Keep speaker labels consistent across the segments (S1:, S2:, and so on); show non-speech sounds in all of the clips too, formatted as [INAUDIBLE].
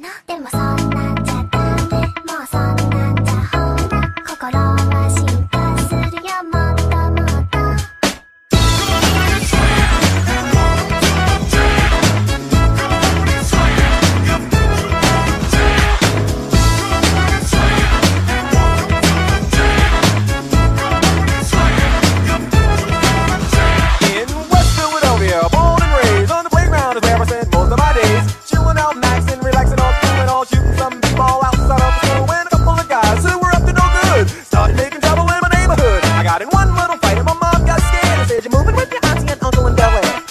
S1: なでもそんなんじゃダメもうそんなんじゃほら心は進化するよもっともっと
S2: In West Philadelphia, born and raised on the playground is where I spent most of my days. Chilling out, maxing, relaxing, all doing all, shooting some ball outside of the school. When a couple of guys who were up to no good started making trouble in my neighborhood. I got in one little fight and my mom got scared and said, "You're moving with your auntie and uncle in Bel Air."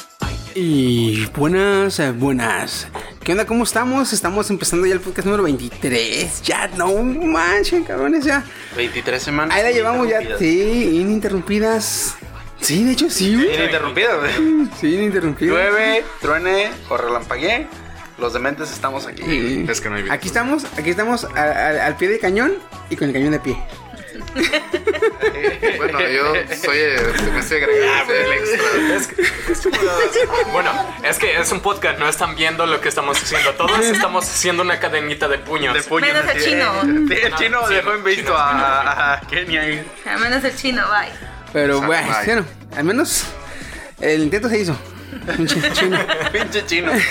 S3: Y buenas, eh, buenas. ¿Qué onda? ¿Cómo estamos? Estamos empezando ya el podcast número 23. Ya, no manchen, cabrones, ya.
S4: 23 semanas.
S3: Ahí la llevamos ya. Sí, ininterrumpidas. Sí, de hecho, sí. güey.
S4: Ininterrumpidas, güey.
S3: Sí, ininterrumpidas.
S4: Llueve, truene o relampaguee. Los dementes estamos aquí.
S3: Sí.
S5: Es que no hay vida.
S3: Aquí estamos, aquí estamos al, al- al pie del cañón y con el cañón de pie.
S5: Bueno, yo soy el, me estoy agregando el extra.
S6: Bueno, es que es un podcast, no están viendo lo que estamos haciendo. [LAUGHS] Todos estamos haciendo una cadenita de puños.
S4: puños,
S7: Menos el
S4: así,
S7: chino.
S4: eh, El
S6: Ah,
S4: chino
S6: sí,
S4: dejó
S6: el
S4: en visto
S6: chino,
S4: a, a Kenia. y-
S7: A menos el chino, bye.
S3: Pero
S5: Exacto,
S3: bueno,
S5: ay.
S3: bueno, al menos el intento se hizo. Pinche chino.
S4: Pinche chino.
S3: [LAUGHS]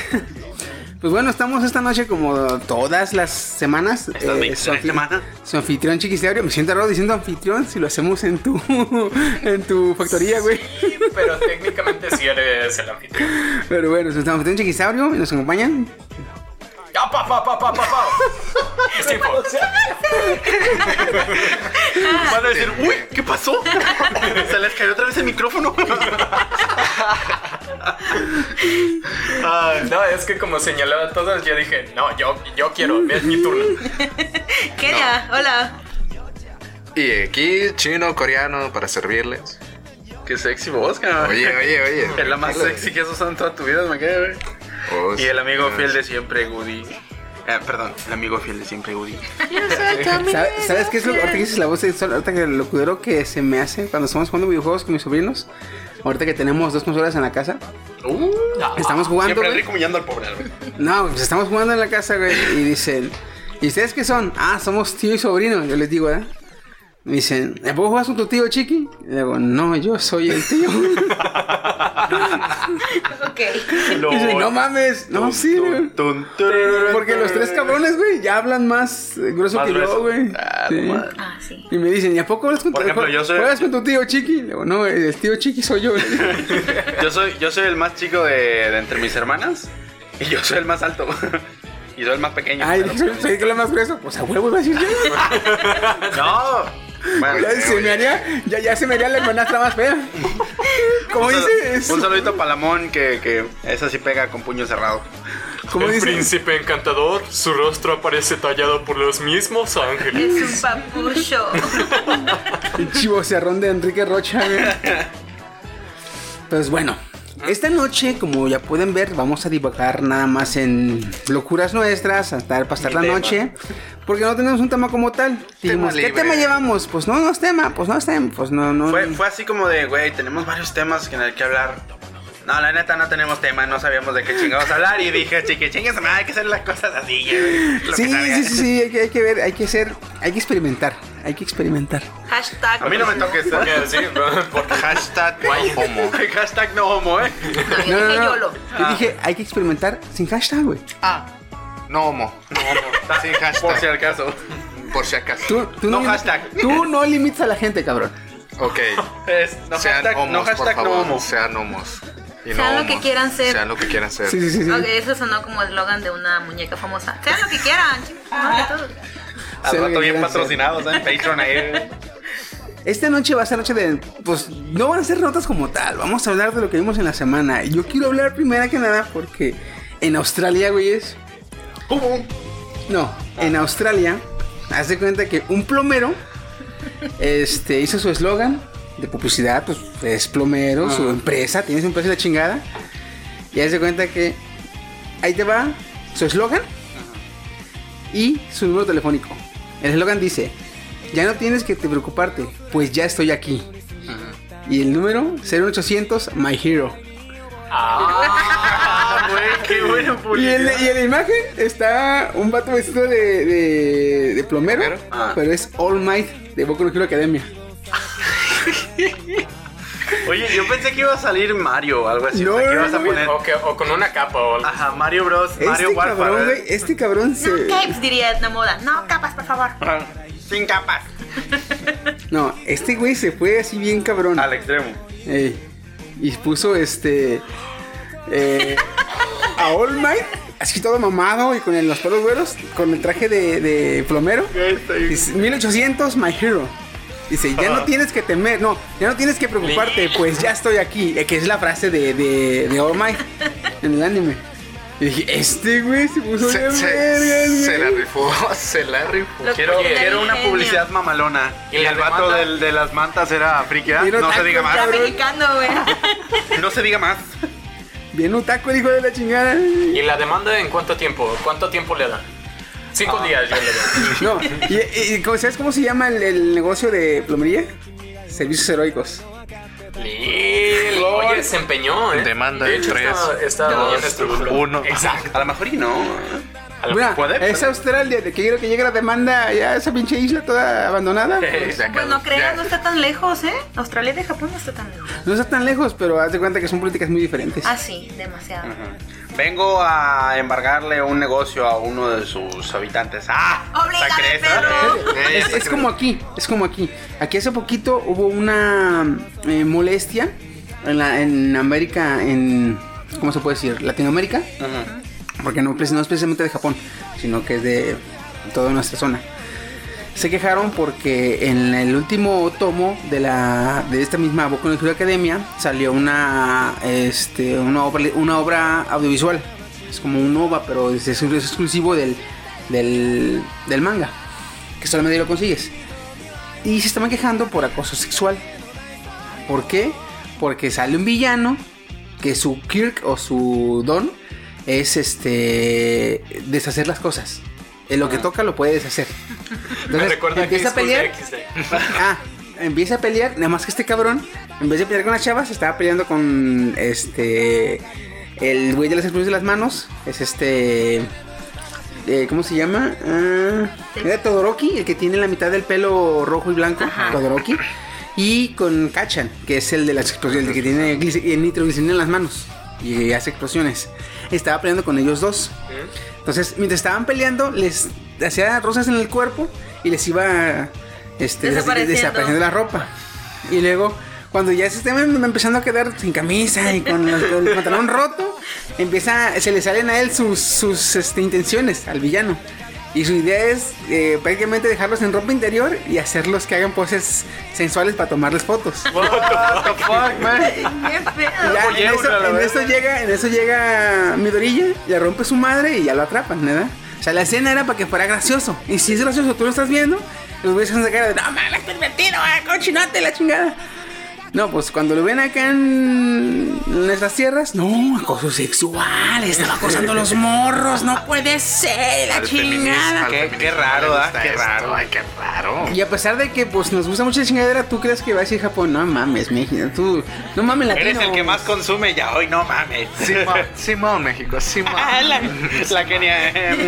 S3: Pues bueno, estamos esta noche como todas las semanas. eh,
S4: Estas 23
S3: su anfi-
S4: semanas.
S3: Su anfitrión chiquisteario. Me siento raro diciendo anfitrión si lo hacemos en tu [LAUGHS] en tu factoría, güey.
S6: Sí, [LAUGHS] pero técnicamente sí eres el anfitrión.
S3: Pero bueno, su anfitrión chiquisaurio y nos acompañan.
S6: ¡Ah, pa, pa, pa, pa, pa, pa! [LAUGHS] Es [LAUGHS] tiempo.
S7: Ah.
S4: Van a decir, uy, ¿qué pasó? [LAUGHS] Se les cayó otra vez
S3: [LAUGHS]
S4: el micrófono. Ay,
S6: No, es que como señalaba a todos, yo dije, no, yo, yo quiero, es mi turno.
S7: Kenia, hola.
S5: Y aquí, chino, coreano, para servirles.
S4: qué sexy voz, cabrón.
S5: Oye, oye, oye.
S4: [LAUGHS] Es la más sexy que has usado en toda tu vida, me quedé, güey.
S5: Oh,
S3: Pues
S4: Y el amigo
S5: [LAUGHS]
S4: fiel de siempre, Goody. Eh, perdón, el amigo fiel de siempre, Goody.
S3: ¿Sabe- ¿Sabes qué es lo ahorita que dices la voz sexual? Ahorita que lo culero que se me hace cuando estamos jugando videojuegos con mis sobrinos. Ahorita que tenemos dos consolas en la casa. Estamos jugando.
S4: Uh, Siempre
S3: güey.
S4: rico humillando al pobre, güey.
S3: No, pues estamos jugando en la casa, güey. Y dicen, ¿y ustedes qué son? Ah, somos tío y sobrino. Yo les digo, ¿eh? Me dicen, ¿a poco juegas con tu tío chiqui? Y le digo, no, yo soy el
S4: [LAUGHS]
S3: tío.
S7: Ok.
S3: Y dicen, no mames, no, sí, güey. Porque los tres cabrones, güey, ya hablan más eh, grueso
S4: Más
S3: que
S4: grueso.
S3: yo, güey.
S4: Ah,
S3: Sí.
S4: no mames.
S7: Ah, sí.
S3: Y me dicen, ¿y a poco juegas con,
S4: Por
S3: tu-
S4: ejemplo,
S3: jue-
S4: yo soy-
S3: juegas con tu tío chiqui? Le digo, no, el tío chiqui soy
S4: [LAUGHS]
S3: yo.
S4: Yo soy, yo soy el más chico de, de entre mis hermanas y yo soy el más alto. [LAUGHS] Y soy el más pequeño.
S3: Ay,
S4: pero-
S3: dije, [LAUGHS] ¿sabes qué es lo más grueso? Pues a huevo iba a decir
S4: [LAUGHS]
S3: yo.
S4: no. Bueno,
S3: Ya se me haría, ya, ya se me haría la hermanastra más fea. Como
S4: un,
S3: dice,
S4: sal- un saludito a Palamón que, que esa sí pega con puño cerrado.
S3: como
S6: el
S3: dice,
S6: príncipe encantador, su rostro aparece tallado por los mismos ángeles.
S7: Es un papucho.
S3: [LAUGHS] El chivo cerrón de Enrique Rocha, güey. Pues bueno, esta noche, como ya pueden ver, vamos a divagar nada más en locuras nuestras, hasta pasar la
S4: tema.
S3: noche, porque no tenemos un tema como tal. Dijimos, ¿qué
S5: libre.
S3: tema llevamos? Pues no, no es tema, pues no es tema, pues no, no.
S4: Fue, fue así como de, güey, tenemos varios temas en el que hablar. No, la neta no tenemos tema, no sabíamos de qué chingados hablar y dije, chique, chingues, madre, hay que hacer las cosas así, güey, lo que
S3: sí,
S4: salga".
S3: sí, sí, sí, hay que, hay que ver, hay que ser, hay que experimentar, hay que experimentar.
S7: Hashtag.
S4: A mí no me toques. ¿eh?
S6: Porque sí, porque
S5: Hashtag no homo.
S4: [LAUGHS] Hashtag no homo, eh.
S7: Yo dije YOLO.
S4: Ah.
S3: Yo dije, hay que experimentar sin hashtag, güey.
S5: Ah, No homo. No homo. Sin
S4: Por si
S5: hashtag.
S4: al caso.
S5: Por si acaso.
S3: Tú, tú
S4: No
S3: limi-
S4: hashtag.
S3: Tú no limitas a la gente, cabrón.
S5: Ok.
S4: Es, no
S5: Sean
S4: hashtag,
S5: homos,
S4: no,
S5: por
S4: hashtag no
S5: favor.
S4: homo.
S5: Sean homos. Y no
S7: Sean lo que
S5: homos.
S7: quieran ser.
S5: Sean lo que quieran ser.
S3: Sí, sí, sí. sí.
S7: Ok, eso sonó como eslogan de una muñeca famosa. Sean lo que quieran, chicos.
S4: Al
S3: Sean lo que
S4: rato bien
S3: quieran ser.
S4: patrocinados, ¿eh? Patreon ahí.
S3: Esta noche va a ser noche de. Pues no van a ser notas como tal. Vamos a hablar de lo que vimos en la semana. Y Yo quiero hablar primero que nada porque en Australia, güeyes. No, en Australia, haz de cuenta que un plomero este, hizo su eslogan de publicidad. Pues es plomero, su empresa, tiene su empresa de la chingada. Y haz de cuenta que ahí te va su eslogan y su número telefónico. El eslogan dice, ya no tienes que te preocuparte, pues ya estoy aquí. Y el número 01800 My Hero.
S6: Ah,
S4: Ah, güey. Qué bueno,
S3: Y
S4: pulido.
S3: en, la- y en la imagen está un vato vestido de, de, de plomero,
S4: Ah.
S3: pero es All Might de Boku no Hero Academia.
S4: Oye, yo pensé que iba a salir Mario o algo así.
S3: No,
S4: o sea, que
S3: no,
S4: ibas a
S3: no.
S4: poner.
S6: O, que- o con una capa o algo.
S4: Ajá, Mario Bros. Mario
S3: Este cabrón, güey,
S4: Warfare.
S3: este cabrón se...
S7: No capes, diría Edna Moda. No capas, por favor.
S4: Ajá. Sin capas.
S3: No, este güey se fue así bien cabrón.
S4: Al extremo.
S3: Ey, Eh, y puso este. eh, a All Might, así todo mamado y con el- los pelos güeros, con el traje de, de plomero. Dice, 1800, my hero. Dice, ya no tienes que temer, no, ya no tienes que preocuparte, pues ya estoy aquí. eh, Que es la frase de, de, de All Might en el anime. Y dije, este güey se puso
S5: Se,
S3: bien
S5: se-
S3: vergas,
S5: se la
S3: güey".
S5: rifó, se la rifó.
S7: Lo
S4: Quiero,
S7: pone
S4: quiero una
S7: ingenio.
S4: publicidad mamalona. Y
S6: ¿Y la
S4: el vato
S6: demanda?
S4: del- de las mantas era friki, ¿ah?
S3: Quiero
S4: No se
S3: tacos,
S4: diga
S7: Ya
S4: más.
S3: cabrón.
S7: mexicano,
S3: [LAUGHS]
S7: güey.
S4: No se diga más.
S3: Bien un taco, hijo de la chingada.
S6: ¿Y la demanda en cuánto tiempo? ¿Cuánto tiempo le da? Cinco días yo le doy. [LAUGHS]
S3: No, y, y- y ¿sabes cómo se llama el, el negocio de plomería? Servicios heroicos.
S6: Lil, oye, se empeñó, ¿eh?
S5: Demanda
S6: de
S5: en
S6: hecho,
S5: tres,
S6: está, está
S7: dos,
S6: bien estructurado.
S5: uno.
S4: [LAUGHS]
S6: Exacto.
S4: A lo mejor y no. ¿eh?
S6: A lo
S3: Mira,
S6: mejor-
S4: puede,
S3: es Australia, de que quiero que llegue la demanda ya a esa pinche isla toda
S6: [LAUGHS]
S3: abandonada.
S5: Se acabó,
S7: Pues no creas,
S5: ya.
S7: no está tan lejos, ¿eh? Australia de Japón no está tan lejos.
S3: No está tan lejos, pero haz de cuenta que son políticas muy diferentes.
S7: Ah, sí, demasiado.
S4: Vengo a embargarle un negocio a uno de sus habitantes. ¡Ah!
S7: Oblígame,
S4: ¿Esa cresta?
S7: perro.
S4: Eh,
S3: Es,
S4: esa
S3: es como aquí, es como aquí. Aquí hace poquito hubo una eh, molestia en, la- en América, en... ¿Cómo se puede decir? Latinoamérica. Porque no, pues, no es precisamente de Japón, sino que es de toda nuestra zona. Se quejaron porque en el último tomo de la de esta misma Boku no Hero Academia salió una este una obra, una obra audiovisual. Es como un OVA, pero es, es exclusivo del, del, del manga, que solamente lo consigues. Y se estaban quejando por acoso sexual. ¿Por qué? Porque sale un villano que su Kirk o su don es este deshacer las cosas. En lo que toca lo puede deshacer.
S6: Me
S3: Entonces,
S6: recuerda
S3: empieza a
S6: High School de
S3: pelear.
S6: XD.
S3: [LAUGHS] Ah, empieza a pelear. Nada más que este cabrón, en vez de pelear con las chavas, estaba peleando con este. El güey de las expresiones de las manos. Es este. eh, ¿Cómo se llama? Ah, era Todoroki, el que tiene la mitad del pelo rojo y blanco. Todoroki. Y con Kachan, que es el de las explosiones, el que tiene glici- eh, nitroglicerina en las manos y hace explosiones. Estaba peleando con ellos dos. Entonces, mientras estaban peleando, les hacía rosas en el cuerpo y les iba este, des-
S7: Desapareciendo.
S3: desapareciendo la ropa. Y luego, cuando ya se están empezando a quedar sin camisa y con, los- con el pantalón roto, empieza, se le salen a él sus, sus este, intenciones al villano. Y su idea es eh, prácticamente dejarlos en ropa interior y hacerlos que hagan poses sensuales para tomarles fotos.
S4: What the fuck, man?
S7: Qué
S3: Y
S7: pedo.
S3: ya,
S4: Oye,
S3: en,
S4: una, la
S3: eso, en eso
S4: verdad.
S3: llega, en eso llega Midorilla, le rompe su madre y ya lo atrapan, ¿verdad? O sea, la escena era para que fuera gracioso. Y si es gracioso, tú lo estás viendo, los ves hacen esa cara de, no, man, es pervertido, ah, cochinote, la chingada. No, pues cuando lo ven acá en nuestras tierras, no, acoso sexual, estaba acosando a
S4: [LAUGHS]
S3: los morros, no puede ser, la
S5: Al feminis-
S3: chingada.
S5: al
S4: Qué- qué
S5: feminismo
S4: raro,
S5: le
S4: ¿ah?
S5: gusta
S4: Qué
S5: esto.
S4: raro.
S5: Ay, qué raro.
S3: Y a pesar de que pues nos gusta mucho la chingadera, tú crees que va a decir Japón, no mames, México, tú, no mames, latino.
S4: Eres el que más consume ya hoy, no mames. [LAUGHS]
S5: Simón, Simón, México, Simón.
S4: Ah, la, la Kenia.
S7: No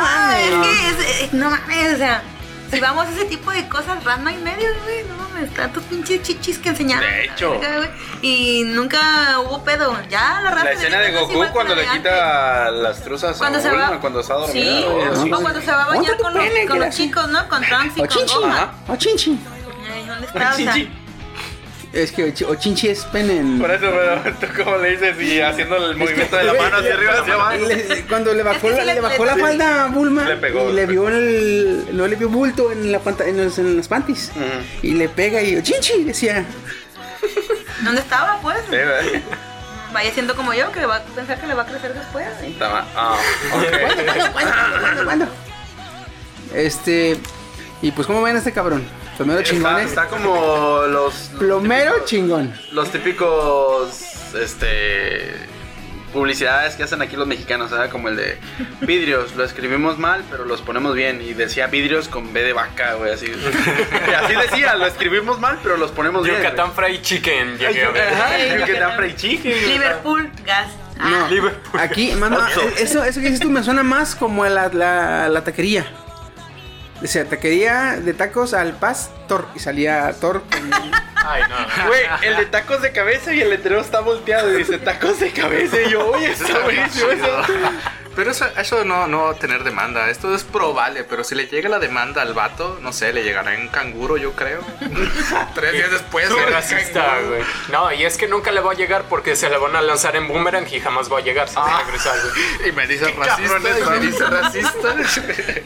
S7: mames,
S3: Ah,
S7: es que es- es- no mames, o sea, si vamos a ese tipo de cosas, random y medio, güey, no mames, tantos pinches chichis que enseñaron.
S4: De hecho.
S7: Verga, güey, Y nunca hubo pedo, ya la raza.
S4: La escena
S7: ahorita
S4: de
S7: no es
S4: Goku
S7: igual que
S4: cuando
S7: la
S4: le
S7: de antes.
S4: quita las truzas
S7: Cuando
S4: a
S7: se
S4: Bulma
S7: va.
S4: cuando está dormida.
S7: Sí,
S4: güey, así.
S7: o cuando se va a
S3: Ponte
S7: bañar
S3: tu
S7: con, los-
S3: pene,
S7: con
S3: que
S7: los
S3: la-
S7: chicos,
S3: [LAUGHS]
S7: ¿no? Con Trunks y
S3: O
S7: con
S3: chinchi.
S7: Gohan.
S3: O chinchi.
S7: Ay, ¿Dónde está? O sea,
S4: Chinchi.
S3: Es que ochi- o chinchi es pene en...
S4: Por eso, pero [LAUGHS] tú como le dices y haciendo el movimiento de la mano hacia arriba, hacia abajo.
S3: Le- cuando le bajó,
S7: Es que sí
S3: la-
S7: le-
S3: le bajó la
S7: le-
S3: falda a Bulma
S4: Le pegó,
S3: y
S4: le
S3: le vio el no le vio bulto en la panta- en, los- en las panties
S4: Ujú.
S3: y le pega y "Oh, chinchi decía
S7: ¿Dónde estaba, pues?
S4: Sí, ¿verdad?
S7: Vaya siendo como yo, que va a pensar que le va a crecer después. ¿eh?
S4: Está mal. Ah, ok.
S3: "¿Cuándo, cuándo, cuándo, cuándo?". este y pues cómo ven a este cabrón plomero
S4: Está,
S3: chingón eh?
S4: está como los
S3: plomero chingón
S4: los típicos este publicidades que hacen aquí los mexicanos, ¿sabes? Como el de vidrios, lo escribimos mal, pero los ponemos bien. Y decía vidrios con B de vaca, güey, así. Y así decía, lo escribimos mal, pero los ponemos bien.
S6: Yucatán Fried Chicken llegué a
S4: güey.
S6: ver. [LAUGHS]
S4: Ajá,
S7: Ay,
S4: Yucatán
S7: Yucatán.
S4: Fried Chicken.
S7: Liverpool, gas. Ah,
S3: No, [LAUGHS]
S6: Liverpool.
S3: aquí, mano, eh, eso, eso que dices tú me suena más como la, la, la taquería. O sea, taquería de tacos al pastor. Y salía Thor con-
S6: Ay, no.
S4: Güey, el de tacos de cabeza y el letrero está volteado y dice tacos de cabeza. Y yo, oye,
S5: Eso
S4: está
S5: está
S4: buenísimo
S5: chido.
S4: eso.
S5: Pero eso, eso no, no va a tener demanda. Esto es probable, pero si le llega la demanda al vato, no sé, le llegará un canguro, yo
S6: [LAUGHS]
S5: creo. Tres días después.
S6: Soy
S5: era
S6: racista,
S5: canguro.
S6: güey. No, y es que nunca le va a llegar porque se le van a lanzar en boomerang y jamás va a llegar sin regresar, güey.
S5: Y me dice
S6: cabrones
S5: racista, y me
S6: son.
S5: dice racista.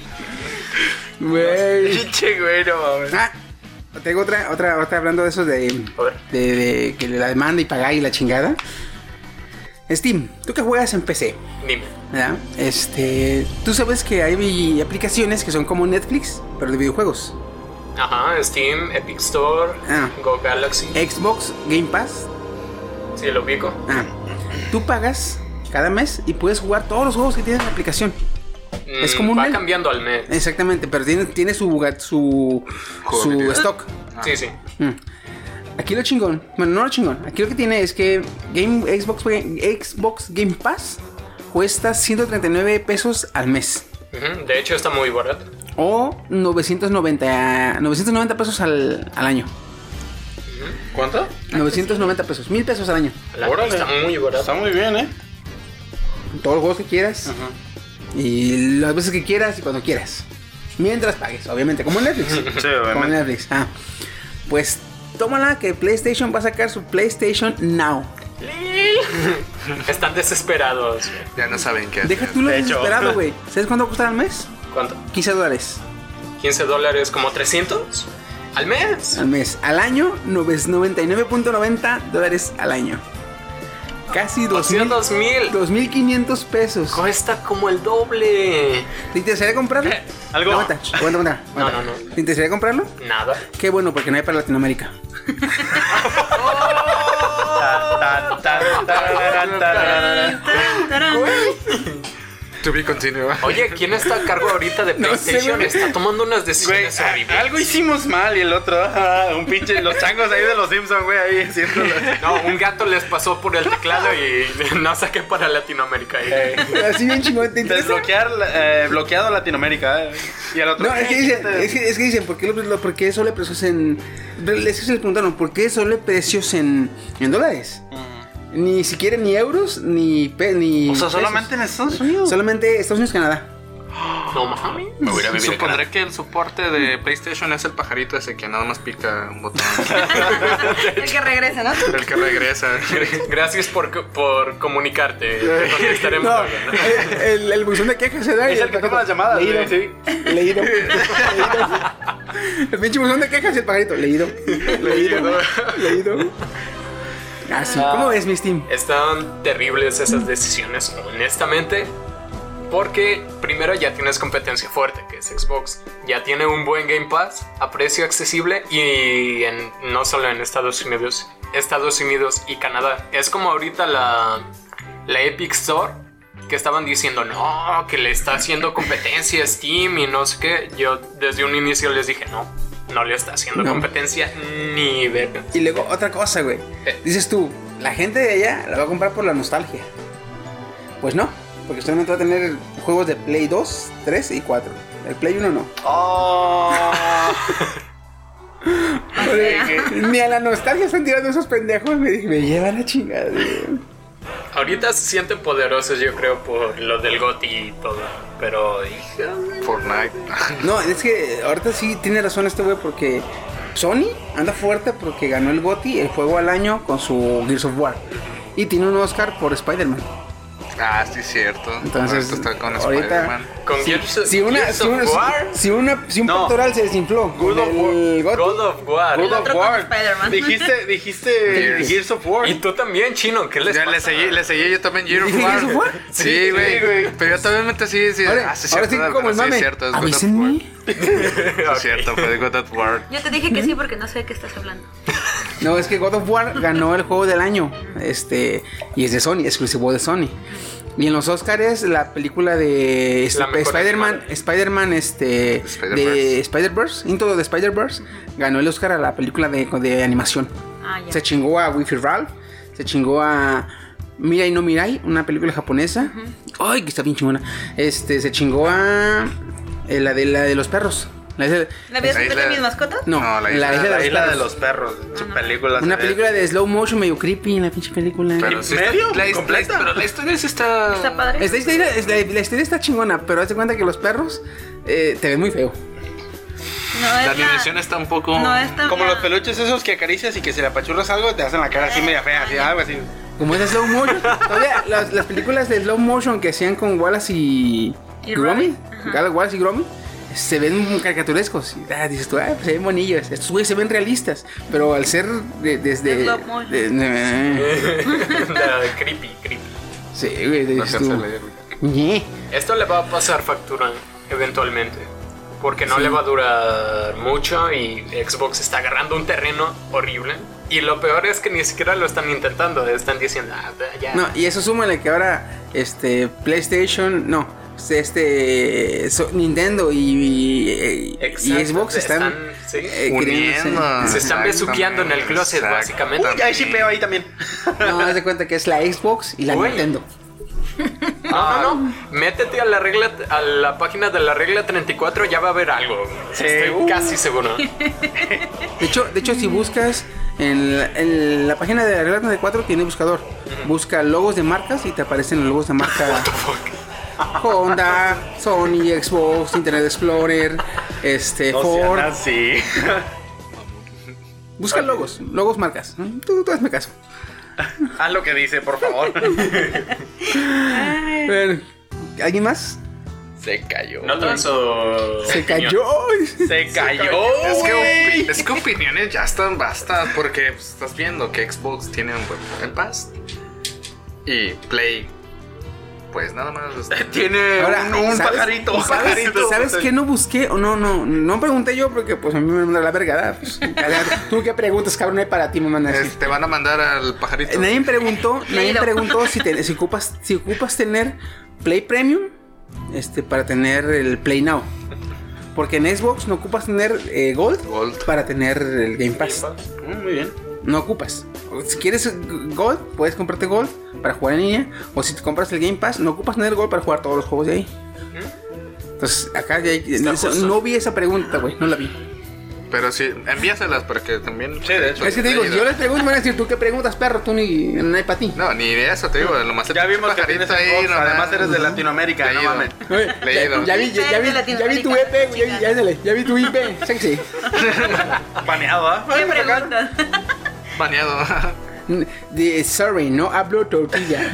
S3: Güey.
S4: [LAUGHS] Pinche güey, no mames.
S3: Ah, tengo otra, otra, otra hablando de eso de,
S6: A ver.
S3: de, de que la demanda y pagar y la chingada. Steam, tú que juegas en PC,
S6: Dime.
S3: ¿verdad? Este, tú sabes que hay aplicaciones que son como Netflix, pero de videojuegos.
S6: Ajá, Steam, Epic Store,
S3: Ah.
S6: Go Galaxy.
S3: Xbox, Game Pass,
S6: Sí, lo ubico.
S3: Ah, tú pagas cada mes y puedes jugar todos los juegos que tiene la aplicación. Es
S6: Mm,
S3: como un
S6: Va
S3: mail.
S6: cambiando al mes.
S3: Exactamente, pero tiene, tiene su, ga- su, su
S5: Joder.
S3: stock.
S6: Sí, sí.
S3: Aquí lo chingón, bueno, no lo chingón, aquí lo que tiene es que Game, Xbox, Xbox Game Pass cuesta 139 pesos al mes.
S6: Ujú, De hecho, está muy barato.
S3: O 990, 990 pesos al, al año.
S5: ¿Cuánto?
S3: 990 pesos, mil pesos al año.
S6: La- Está muy barato.
S4: Está muy bien, ¿eh?
S3: Todos los juegos que quieras. Y las veces que quieras y cuando quieras. Mientras pagues, obviamente, como en Netflix.
S4: Sí,
S3: Como en
S4: obviamente.
S3: Netflix. Ah. Pues tómala que PlayStation va a sacar su PlayStation Now.
S6: Están desesperados. güey.
S5: Ya no saben qué hacer.
S3: Deja tú lo
S4: De hecho.
S3: desesperado, güey. ¿Sabes cuánto costará al mes?
S6: ¿Cuánto?
S3: 15 dólares
S6: 15 dólares, como 300 al mes.
S3: al mes. Al año, nove- 99.90 dólares al año. Casi 2000
S6: 200 mil.
S3: 2.500 pesos.
S6: Cuesta como el doble.
S3: ¿Te interesaría comprarlo?
S4: algo.
S3: Aguanta, aguanta, aguanta,
S6: No,
S3: aguanta.
S6: no, no.
S3: ¿Te interesaría comprarlo?
S6: Nada.
S3: Qué bueno, porque no hay para Latinoamérica.
S4: Ta, ta, ta, tararán, tararán.
S7: Tarán.
S4: [LAUGHS]
S5: To be continued.
S6: Oye, ¿quién está a cargo ahorita de
S3: No sé,
S6: PlayStation?
S3: güey.
S6: está tomando unas
S4: Güey,
S6: decisiones
S4: a-
S6: horribles.
S4: algo hicimos mal y el otro, ah, un pinche, los changos ahí de los Simpsons, güey, ahí haciendo
S6: [LAUGHS] No, un gato les pasó por el teclado y [LAUGHS] no saqué para Latinoamérica.
S3: Así bien chingón. ¿Te interesa?
S4: Desbloquear, eh, bloqueado Latinoamérica, eh. Y al otro, este,
S3: No, es que dicen, es que, es que dicen, ¿por qué, lo- lo- por qué solo hay precios en... Es que se les preguntaron, ¿por qué solo hay precios en, en dólares? Ni siquiera ni euros, ni... pe- ni
S4: O sea,
S3: pesos.
S4: solamente en Estados Unidos.
S3: Solamente Estados Unidos, Canadá.
S6: No mames.
S5: Me voy a ir a vivir Supondré que el soporte de PlayStation es el pajarito ese que nada más pica un botón.
S7: El que regresa, ¿no?
S5: el que regresa.
S6: [LAUGHS] Gracias por, por
S5: [LAUGHS]
S6: comunicarte. Te contestaré en
S3: No,
S6: breve.
S3: el, el, el buzón de quejas se da...
S4: Es el que toma las llamadas,
S3: Leído,
S4: güey, sí. [LAUGHS]
S3: leído. leído. El pinche buzón de quejas y el pajarito. Leído. Leído. Leído. Así,
S4: Ah.
S3: ¿cómo ves, mi Steam?
S6: Están terribles esas decisiones, honestamente. Porque primero ya tienes competencia fuerte, que es Xbox. Ya tiene un buen Game Pass a precio accesible y en- no solo en Estados Unidos, Estados Unidos y Canadá. Es como ahorita la, la Epic Store que estaban diciendo, no, que le está haciendo competencia a Steam y no sé qué. Yo desde un inicio les dije, no, no le está haciendo
S3: No.
S6: competencia ni verga.
S3: Y luego otra cosa, güey. Dices tú, la gente de allá la va a comprar por la nostalgia. Pues no, porque solamente va a tener juegos de Play 2, 3 y 4. El Play 1 no. [LAUGHS]
S4: Oh,
S3: Ni a la nostalgia están tirando esos pendejos. Me, me llevan la chingada. güey.
S6: Ahorita se sienten poderosos, yo creo, por lo del GOTI y todo. Pero, hija,
S5: Fortnite. [LAUGHS] ah,
S3: No, es que ahorita sí tiene razón este güey porque Sony anda fuerte porque ganó el GOTY el juego al año con su Gears of War. Y tiene un Oscar por Spider-Man.
S5: Ah, sí, cierto.
S3: Entonces,
S5: Ahorita está con
S3: ahorita-
S5: Spider-Man.
S6: con
S3: Si,
S6: Gears of-
S3: si una,
S6: Gears
S3: si, una-
S6: of War,
S3: si una- si un
S4: No.
S3: pectoral se desinfló
S4: Good of
S3: con
S4: War.
S3: el GOTY,
S6: God of War.
S4: God of
S7: otro con
S4: War.
S7: Spider-Man.
S4: Dijiste, dijiste
S5: Gears.
S4: Gears of War.
S6: Y tú también, chino, ¿qué les
S5: Ya
S6: pasa?
S5: le seguí,
S6: [LAUGHS]
S5: le seguí yo también Gears of
S3: ¿Dijiste
S5: War.
S3: Gears of War?
S5: Sí, güey.
S4: güey.
S5: pero yo también me sí, sí.
S3: Ahora,
S5: ah, sí, es
S3: ahora sí
S5: cierto,
S3: que como el
S5: sí, es
S3: mame.
S5: cierto, es God of War.
S3: Avísenme.
S5: Sí, es cierto, fue God of War.
S7: Yo te dije que sí porque no sé de qué estás hablando.
S3: No, es que God of War ganó el juego del año. Este, y es de Sony, exclusivo de Sony. Y en los Oscars, la película de
S6: La
S3: Sp-
S6: mejor
S3: Spider-Man,
S6: animada.
S3: Spider-Man, este,
S5: Spider-Verse.
S3: de Spider-Verse, Into the Spider-Verse, ganó el Oscar a la película de, de animación.
S7: Ah, ya.
S3: Se chingó a Wi-Fi Ralph, se chingó a Mirai no Mirai, una película japonesa. Ay, que está bien chingona. Este, se chingó a eh, la de la de los perros. La de-
S7: ¿La vida
S5: Esa
S7: secreta de
S5: isla-
S7: mis mascotas?
S3: no, la isla, de, los
S4: isla de
S3: perros.
S4: los perros. Su película.
S3: Una
S4: se ve-
S3: película de slow motion medio creepy, la pinche película.
S5: Pero sí está-
S4: medio?
S5: la,
S4: ¿Completa?
S5: la- pero la historia sí está.
S7: ¿Está padre?
S3: Esta historia- es- la, la historia está chingona, pero hazte cuenta que los perros eh, te ven muy feo.
S7: No es
S5: La dimensión está un poco.
S6: [LAUGHS]
S7: No es tan
S4: Como
S7: la-
S4: los peluches esos que acaricias y que si le apachurras algo te hacen la cara así media fea, así, algo así.
S3: Como es slow motion. Todavía las, las películas de slow motion que hacían con Wallace y,
S7: Y
S3: y Gromit,
S7: Rabbit, ajá.
S3: Gal- Wallace y Gromit, se ven caricaturescos. Y, ah, dices tú, ah, pues se ven bonillos. Estos güeyes se ven realistas. Pero al ser de- desde.
S7: De slow motion.
S3: de- de-
S6: La creepy, creepy.
S3: sí, güey,
S5: No
S3: dices
S5: se
S3: tú,
S5: hace leer, güey.
S3: "Ñe".
S6: Esto le va a pasar factura eventualmente. Porque no le va a durar mucho y Xbox está agarrando un terreno horrible. Y lo peor es que ni siquiera lo están intentando. Están diciendo, ah, ya.
S3: No, y eso súmale que ahora este PlayStation, no, este so- Nintendo y, y- y
S6: Exacto,
S3: Xbox
S6: se
S3: están, eh,
S6: están, sí,
S3: queriéndose-
S5: uniendo.
S6: Se están
S5: Exactamente,
S6: besuqueando en el closet,
S5: exacto.
S6: básicamente.
S4: Uy, hay shipeo ahí también.
S3: No, haz de cuenta que es la Xbox y la
S6: Güey.
S3: Nintendo.
S6: No, no, no.
S4: Ah.
S6: Métete a la regla, a la página de la regla 34, ya va a haber algo.
S4: Sí.
S6: Estoy
S4: Uh.
S6: casi seguro.
S3: De hecho, de hecho si buscas en la, en la página de la Regla 34 tiene buscador. Busca logos de marcas y te aparecen los logos de
S4: [LAUGHS]
S3: marca Honda, Sony, Xbox, Internet Explorer, este Ford.
S4: Ah, así.
S3: Busca logos, logos marcas. Tú, tú hazme caso.
S4: Haz lo que dice, por favor.
S6: [LAUGHS]
S3: Bueno, ¿alguien más?
S4: Se cayó.
S6: ¿Notas o.?
S3: Se cayó.
S4: Se cayó.
S5: Es que,
S4: güey.
S5: opi- es que opiniones ya están bastas porque pues, estás viendo que Xbox tiene un buen Game Pass y Play, pues nada más. este,
S4: [LAUGHS] Tiene
S3: Ahora,
S4: un, un
S3: ¿sabes-
S4: pajarito.
S3: ¿sabes,
S4: [LAUGHS] pajarito.
S3: ¿Sabes qué no busqué? O No, no, no pregunté yo porque pues a mí me manda la vergada. Pues, Tú qué preguntas, cabrón, Ahí para ti me mandas.
S5: es- te van a mandar al
S3: Eh,
S5: pajarito.
S3: Nadie preguntó, nadie
S7: Mira.
S3: preguntó si, te- si ocupas, si ocupas tener Play Premium este, para tener el Play Now. Porque en Xbox no ocupas tener eh, Gold,
S5: Gold.
S3: para tener el Game Pass.
S4: Mm, muy bien.
S3: No ocupas. O Si quieres Gold, puedes comprarte Gold para jugar en línea. O si te compras el Game Pass, no ocupas tener Gold para jugar todos los juegos de ahí. Entonces, acá ya hay- eso-
S6: justo.
S3: no vi esa pregunta, güey. No la vi.
S5: Pero sí, envíaselas porque también.
S4: Sí, de hecho.
S3: Es que te digo, si yo les pregunto, me van a decir, ¿tú qué preguntas, perro? Tú ni, no hay para ti.
S5: No, ni de eso te digo, lo más
S4: Ya vimos que tienes
S5: pajarito
S4: ahí,
S5: no
S4: además
S5: mames.
S4: eres de Latinoamérica, no
S5: Leído.
S4: mames.
S3: Oye,
S5: Leído.
S3: Ya, ya vi, ya, ya vi, ya vi tu EP, güey, ya, vi- ya, dale, ya vi tu IP, sexy.
S4: Baneado, ¿ah?
S3: [LAUGHS]
S7: ¿Qué
S4: Ay, me sacaron.
S7: preguntas?
S5: Baneado. [LAUGHS]
S3: De, Mm, sorry, no hablo tortilla.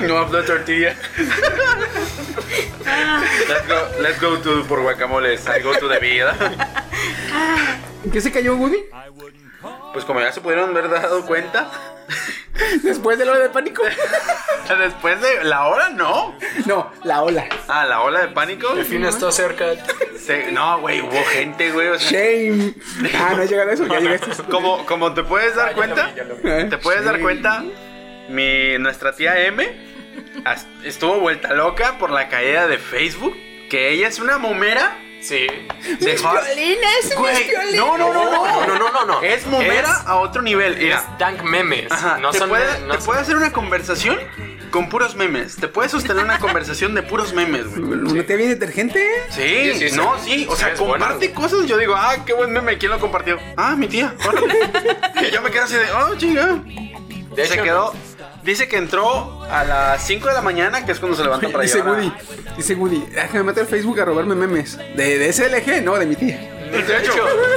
S4: No hablo tortilla. let's, go, let's go to por guacamoles. I go to the vida.
S3: ¿Qué se cayó Woody?
S4: Pues como ya se pudieron haber dado cuenta, [LAUGHS]
S3: Después de la ola de pánico.
S4: después de la hora no.
S3: No, la ola.
S4: Ah, la ola de pánico.
S6: Al fin está cerca.
S4: Se- no, güey, hubo gente, güey. o sea,
S3: Shame. Ah, no he llegado a eso, ya llegaste. Ah,
S4: como, como te puedes dar cuenta, te puedes dar cuenta, mi, nuestra tía M as- estuvo vuelta loca por la caída de Facebook. Que ella es una momera.
S6: Sí.
S4: Dejó- Güey, no, no, no, no.
S6: No, no, no, no. no.
S4: Es momera
S6: Es-
S4: a otro nivel. Mira,
S6: Es dank memes.
S4: Ajá,
S6: No
S4: te,
S6: son.
S4: puede,
S6: no
S4: te
S6: son-
S4: puede hacer una conversación con puros memes. Te puede sostener una conversación de puros memes, güey.
S3: ¿No te bien detergente?
S4: Sí,
S6: Sí, sí,
S4: no,
S6: sí.
S4: sí. O
S6: Sí,
S4: sea,
S6: es
S4: comparte
S6: buena,
S4: cosas. Yo digo, ah, qué buen meme. ¿Quién lo compartió? Ah, mi tía. órale.
S6: [LAUGHS]
S4: y yo me quedo así de, oh, chinga.
S6: De
S4: se
S6: hecho,
S4: quedó. Dice que entró a las 5 de la mañana, que es cuando se levanta para
S3: Dice
S4: llevar a-
S3: Woody, dice Woody, déjame meter a Facebook a robarme memes. De, de SLG, no, de mi tía.
S4: De hecho,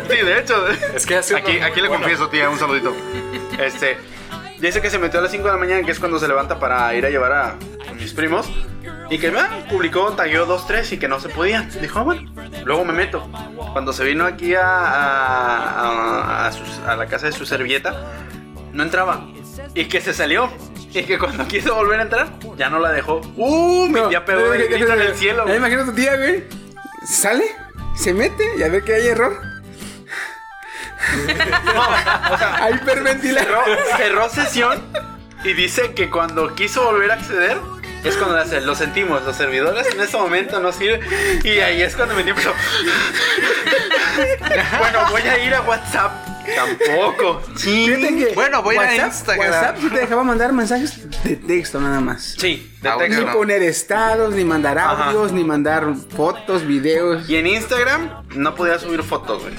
S4: sí, de hecho.
S6: Es que hace
S4: aquí,
S6: uno-
S4: aquí le
S6: bueno.
S4: confieso, tía, un saludito. Este, dice que se metió a las 5 de la mañana, que es cuando se levanta para ir a llevar a, a mis primos. Y que ah, publicó, tagueó dos, tres y que no se podía. Dijo, ah, bueno, luego me meto. Cuando se vino aquí a, a- a- a sus- a la casa de su servilleta, no entraba. Y que se salió. Y que cuando quiso volver a entrar, ya no la dejó. ¡Uh! mi
S3: No,
S4: tía pegó el grito en el cielo.
S3: Ya imagino a tu tía, güey. Sale, se mete y a ver que hay
S4: [LAUGHS]
S3: error. A hiperventilar.
S4: cerró, cerró sesión y dice que cuando quiso volver a acceder, Es cuando las- lo sentimos, los servidores en ese momento no sirven. Y ahí es cuando me dio [LAUGHS] pero- Bueno, voy a ir a WhatsApp. Tampoco.
S3: Fíjate que
S5: Bueno, voy a
S3: WhatsApp-
S5: Instagram.
S3: WhatsApp sí te dejaba mandar mensajes de texto nada más.
S4: Sí, de
S5: Audio,
S4: texto.
S3: Ni
S5: no.
S3: poner estados, ni mandar
S4: Ajá.
S3: audios, ni mandar fotos, videos.
S4: Y en Instagram no podía subir fotos, güey.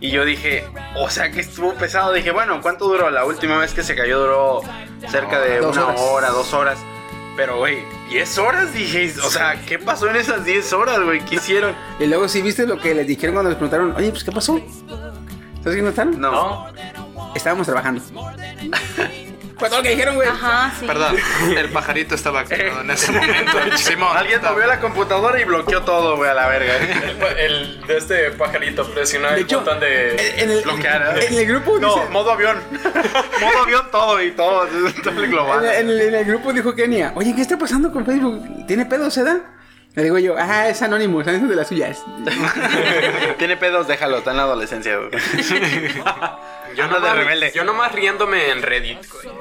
S4: Y yo dije, o sea que estuvo pesado. Dije, bueno, ¿cuánto duró? La última vez que se cayó duró cerca de
S3: Dos
S4: una
S3: horas.
S4: hora, dos horas. Pero, güey, 10 horas, dije. O sea, ¿qué pasó en esas 10 horas, güey? ¿Qué hicieron?
S3: Y luego sí viste lo que les dijeron cuando les preguntaron, oye, pues ¿qué pasó? ¿Sabes qué notaron?
S4: No.
S6: ¿No?
S3: Estábamos
S4: [LAUGHS]
S3: trabajando. Fue todo lo que dijeron, güey.
S7: Ajá,
S4: [LAUGHS]
S7: sí.
S5: Perdón, el pajarito estaba activado en ese momento. Simón.
S4: Alguien
S5: estaba-
S4: movió la computadora y bloqueó todo, güey, a la
S6: [LAUGHS]
S4: verga.
S6: El, pa- el de este pajarito presionó
S3: De
S6: el
S3: hecho,
S6: botón de.
S3: En el,
S4: Bloquear, ¿eh?
S3: en el grupo
S4: No,
S3: dice-
S4: modo avión. [LAUGHS] modo avión todo y todo. [LAUGHS] Todo el global.
S3: En el, en el grupo dijo Kenia, oye, ¿qué está pasando con Facebook? ¿Tiene pedo, Seda? Le digo yo, ah, es anónimo, es anónimo de las
S5: [LAUGHS]
S3: suyas.
S4: Tiene pedos, déjalo, está en la adolescencia, güey.
S6: Yo
S4: Ando Ah, de
S6: nomás,
S4: rebelde.
S6: yo nomás riéndome en Reddit, güey.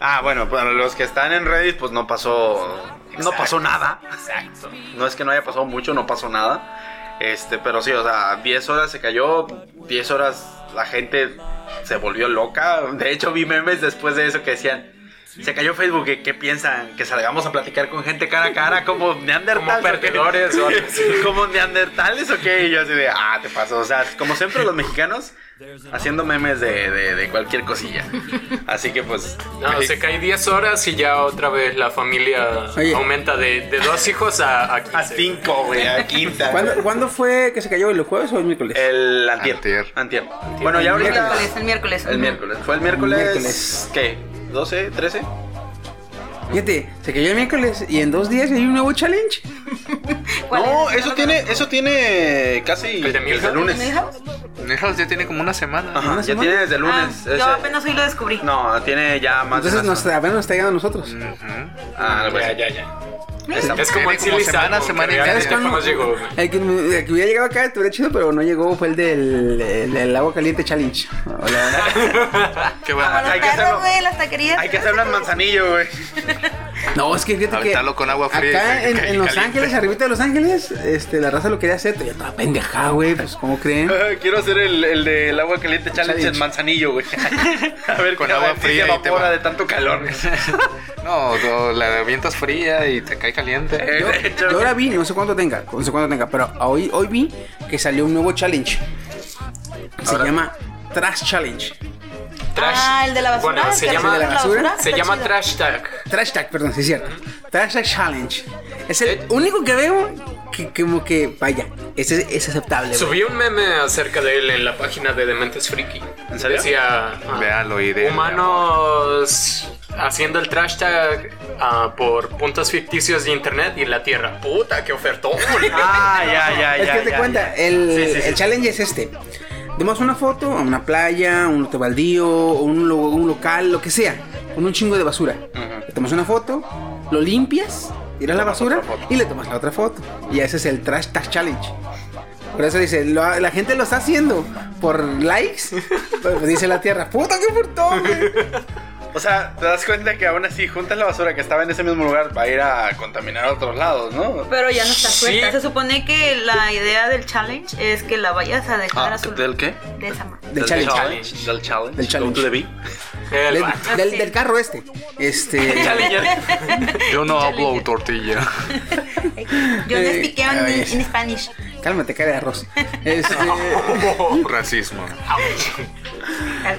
S4: Ah, bueno, para los que están en Reddit, pues no pasó. No pasó nada.
S6: Exacto.
S4: No es que no haya pasado mucho, no pasó nada. Este, pero sí, o sea, 10 horas se cayó, 10 horas la gente se volvió loca. De hecho, vi memes después de eso que decían. Se cayó Facebook, ¿qué, qué piensan? ¿Que salgamos a platicar con gente cara a cara como neandertales?
S6: Como perdedores o algo así.
S4: [LAUGHS] ¿Como neandertales o qué? Y yo así de, ah, te pasó. O sea, como siempre los mexicanos haciendo memes de, de- de cualquier cosilla. Así que pues...
S6: No, se cae 10 horas y ya otra vez la familia
S3: Oye.
S6: aumenta de, de dos hijos a, a
S4: A
S6: 15.
S4: 5, güey, a quinta.
S3: ¿Cuándo, cuándo fue que se cayó? ¿El jueves o el miércoles?
S5: Eh,
S4: El antier.
S5: Antier.
S4: Antier. Bueno, ya
S7: El
S4: ahorita.
S7: miércoles, el miércoles.
S4: El miércoles. Fue el miércoles.
S3: Miércoles.
S4: ¿Qué? ¿12? ¿13?
S3: Fíjate, se cayó el miércoles y en dos días hay un nuevo challenge.
S7: ¿Cuál
S4: No,
S7: es?
S4: eso tiene, eso tiene casi
S6: ¿El de Milhouse?
S4: desde el
S7: ¿Me
S4: lunes.
S7: dejas?
S5: Milhouse ya tiene como una semana.
S4: Ajá,
S3: ¿Una
S4: ya
S3: semana?
S4: tiene desde el lunes.
S7: Ah,
S4: Ese-
S7: yo apenas hoy lo descubrí.
S4: No, tiene ya más de
S3: Entonces
S4: una
S3: nos,
S4: semana.
S3: apenas nos está llegando a nosotros.
S5: Ujú.
S4: Ah, algo
S6: Ya,
S4: así.
S6: ya, ya.
S4: Está-
S6: Es como el
S5: Tiene como
S6: Silly
S5: semana,
S6: Sandbox,
S5: semana y
S6: que
S5: media.
S6: realmente
S3: ¿Sabes
S6: jamás llegó, güey.
S3: El que, el que hubiera llegado acá estuviera chido, pero no llegó, fue el del el- el agua caliente challenge. Hola.
S5: [LAUGHS] Qué bueno.
S7: Como los
S4: hay que hacerlo.
S7: perros, güey, las taquerías.
S4: Hay que hacer unas manzanillo, güey.
S3: No, es que fíjate que.
S5: Aventarlo con agua fría y
S3: Acá
S5: que
S3: en,
S5: caiga
S3: en Los
S5: caliente.
S3: Ángeles, arribita de Los Ángeles, este, la raza lo quería hacer, pero yo estaba pendejada, güey, pues ¿cómo creen?
S4: [LAUGHS] Quiero hacer el, el del agua caliente challenge
S3: Challenge.
S4: en manzanillo, güey. [LAUGHS] A ver,
S5: Con
S4: qué
S5: agua
S4: tal si se
S5: fría y te
S4: evapora
S5: va.
S4: de tanto calor.
S5: No, no, la avientas fría y te cae
S6: [LAUGHS] Eh,
S5: caliente.
S3: Yo,
S4: De hecho,
S3: yo ahora vi, no sé cuánto tenga, no sé cuánto tenga, pero hoy, hoy vi que salió un nuevo challenge. Se
S4: Ahora-
S3: llama Trash Challenge.
S6: Trash.
S7: Ah, el de la basura.
S6: Bueno,
S7: el
S6: se
S7: que
S6: llama-
S7: recoge la
S3: ¿basura?
S6: Se
S7: está
S6: llama
S7: chido.
S6: Trash Tag.
S3: Trash Tag, perdón, sí es cierto. Trash Tag Challenge. Es el único que veo que como que, vaya, ese es
S4: Eh,
S3: aceptable. güey.
S6: Subí un meme acerca de él en la página de Dementes Friki.
S4: ¿En serio?
S6: Decía. ah,
S5: Véalo y de.
S6: Humanos haciendo el trash tag ah, por puntos ficticios de internet y la tierra. Puta,
S4: [LAUGHS]
S6: qué ofertón.
S4: Ah, ya, ya, ya.
S3: Es que te
S4: ya,
S3: cuenta,
S4: ya.
S3: El,
S4: Sí, sí, sí.
S3: el challenge es este. Demos una foto a una playa, un lote baldío, o un, lo- un local, lo que sea, con un chingo de basura.
S4: Ujú.
S3: Le tomas una foto, lo limpias, tiras la basura
S4: otra foto.
S3: y le tomas la otra foto. Y ese es el Trash Tag Challenge. Por eso dice, lo- la gente lo está haciendo por
S4: [LAUGHS]
S3: likes. Pues dice la tierra, puta que portón, güey".
S4: O sea, te das cuenta que aún así juntas la basura que estaba en ese mismo lugar va a ir a contaminar a otros lados, ¿no?
S7: Pero ya no está
S6: Sí.
S7: suelta. Se supone que la idea del challenge es que la vayas a dejar
S4: Ah,
S7: a su.
S4: qué?
S7: de esa manera.
S3: Del challenge.
S4: Del challenge.
S3: Del challenge.
S4: Go to the bee.
S6: El
S3: Del,
S6: vato.
S3: del- del carro este. Este.
S4: [LAUGHS]
S5: Yo no hablo tortilla.
S7: Yo no
S3: Eh,
S7: expliqué en,
S3: ay.
S7: en Spanish.
S3: Cálmate, cara de
S4: [LAUGHS]
S3: arroz. Este.
S6: Oh.
S5: [LAUGHS] Racismo.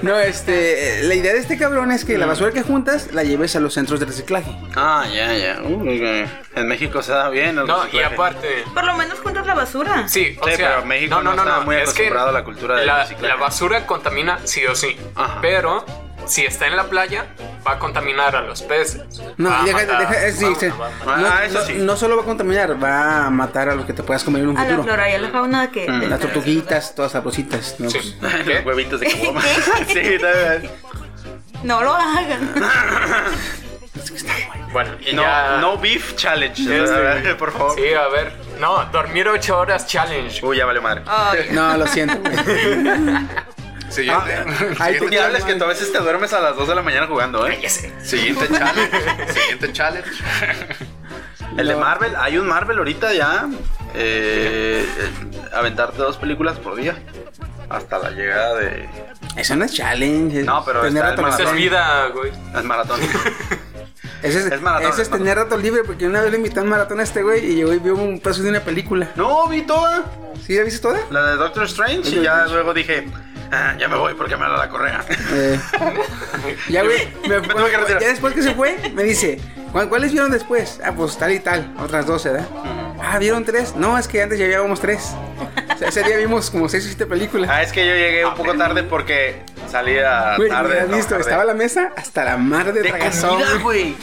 S3: No, este, la idea de este cabrón es que
S4: Mm.
S3: la basura que juntas la lleves a los centros de reciclaje.
S4: Ah, ya, ya. Uh, ok. en México se da bien. el
S6: No, y
S4: reciclaje.
S6: aparte.
S7: Por lo menos juntas la basura.
S6: Sí, o
S4: Sí,
S6: sea,
S4: pero México no está muy
S6: es que
S4: acostumbrado a la cultura del
S6: la,
S4: reciclaje.
S6: la basura contamina sí o sí,
S4: Ajá.
S6: pero si está en la playa va a contaminar a los peces.
S3: No,
S6: Va a
S3: deja,
S6: matar-
S3: deja- eh, sí,
S6: va-
S3: sí.
S6: va- va-
S4: Ah,
S3: No,
S4: ah, eso
S3: no-
S4: sí.
S3: no solo va a contaminar, va a matar a los que te puedas comer en un
S7: A la
S3: futuro.
S7: flora y a la fauna que.
S4: Mm.
S3: Las tortuguitas, todas sabrositas. ¿no?
S4: [LAUGHS]
S6: sí.
S4: [LAUGHS] Los
S6: ¿Qué?
S4: huevitos de [LAUGHS] caguama. sí, también.
S7: No lo
S4: [LAUGHS]
S7: hagan.
S6: Bueno, y
S4: No,
S6: ya-
S4: no beef challenge.
S6: Este,
S4: [LAUGHS] por favor.
S6: Sí, a ver. No, dormir 8 horas challenge.
S3: Pues,
S4: Uy, ya vale madre.
S7: Ay,
S3: No, lo siento. güey.
S5: Siguiente. [LAUGHS]
S3: Ahí te
S4: Ni
S3: quedas
S4: hables que tú a
S3: mal.
S4: veces te duermes a las 2 de la mañana jugando, ¿eh?
S5: Ah, Siguiente challenge. Siguiente challenge.
S4: El de
S3: No.
S4: Marvel, hay un Marvel ahorita ya. eh, eh, aventarte dos películas por día. Hasta la llegada de.
S3: [LAUGHS] Eso no es challenge. es
S4: No, pero
S3: tener
S4: está el
S3: rato
S6: Esa es
S4: maratón.
S6: vida, güey.
S4: Es [LAUGHS] maratón.
S3: Ese es,
S4: Es maratón,
S3: ese es
S4: es
S3: tener rato libre, porque una vez le invité a un maratón a este güey y llegó y vio un paso de una película.
S4: no, vi toda.
S3: ¿Sí la viste toda?
S4: La de Doctor Strange. Y ya luego dije, "Ah, ya me voy porque me da la correa.
S3: Eh, ya, güey.
S4: [LAUGHS]
S3: me-
S4: Me tuve que retirar.
S3: ya después que se fue, me dice, "¿Cuál- ¿cuáles vieron después? Ah, pues tal y tal, otras dos, ¿verdad? Ah, ¿vieron tres? No, es que antes ya llevábamos tres. O sea, ese día vimos como seis o siete películas.
S4: [LAUGHS] Ah, es que yo llegué un poco tarde porque salí a
S3: Güey,
S4: tarde.
S3: hubieras
S4: no,
S3: visto,
S4: tarde.
S3: estaba la mesa hasta la madre de,
S4: de
S3: tragazón.
S4: comida, güey.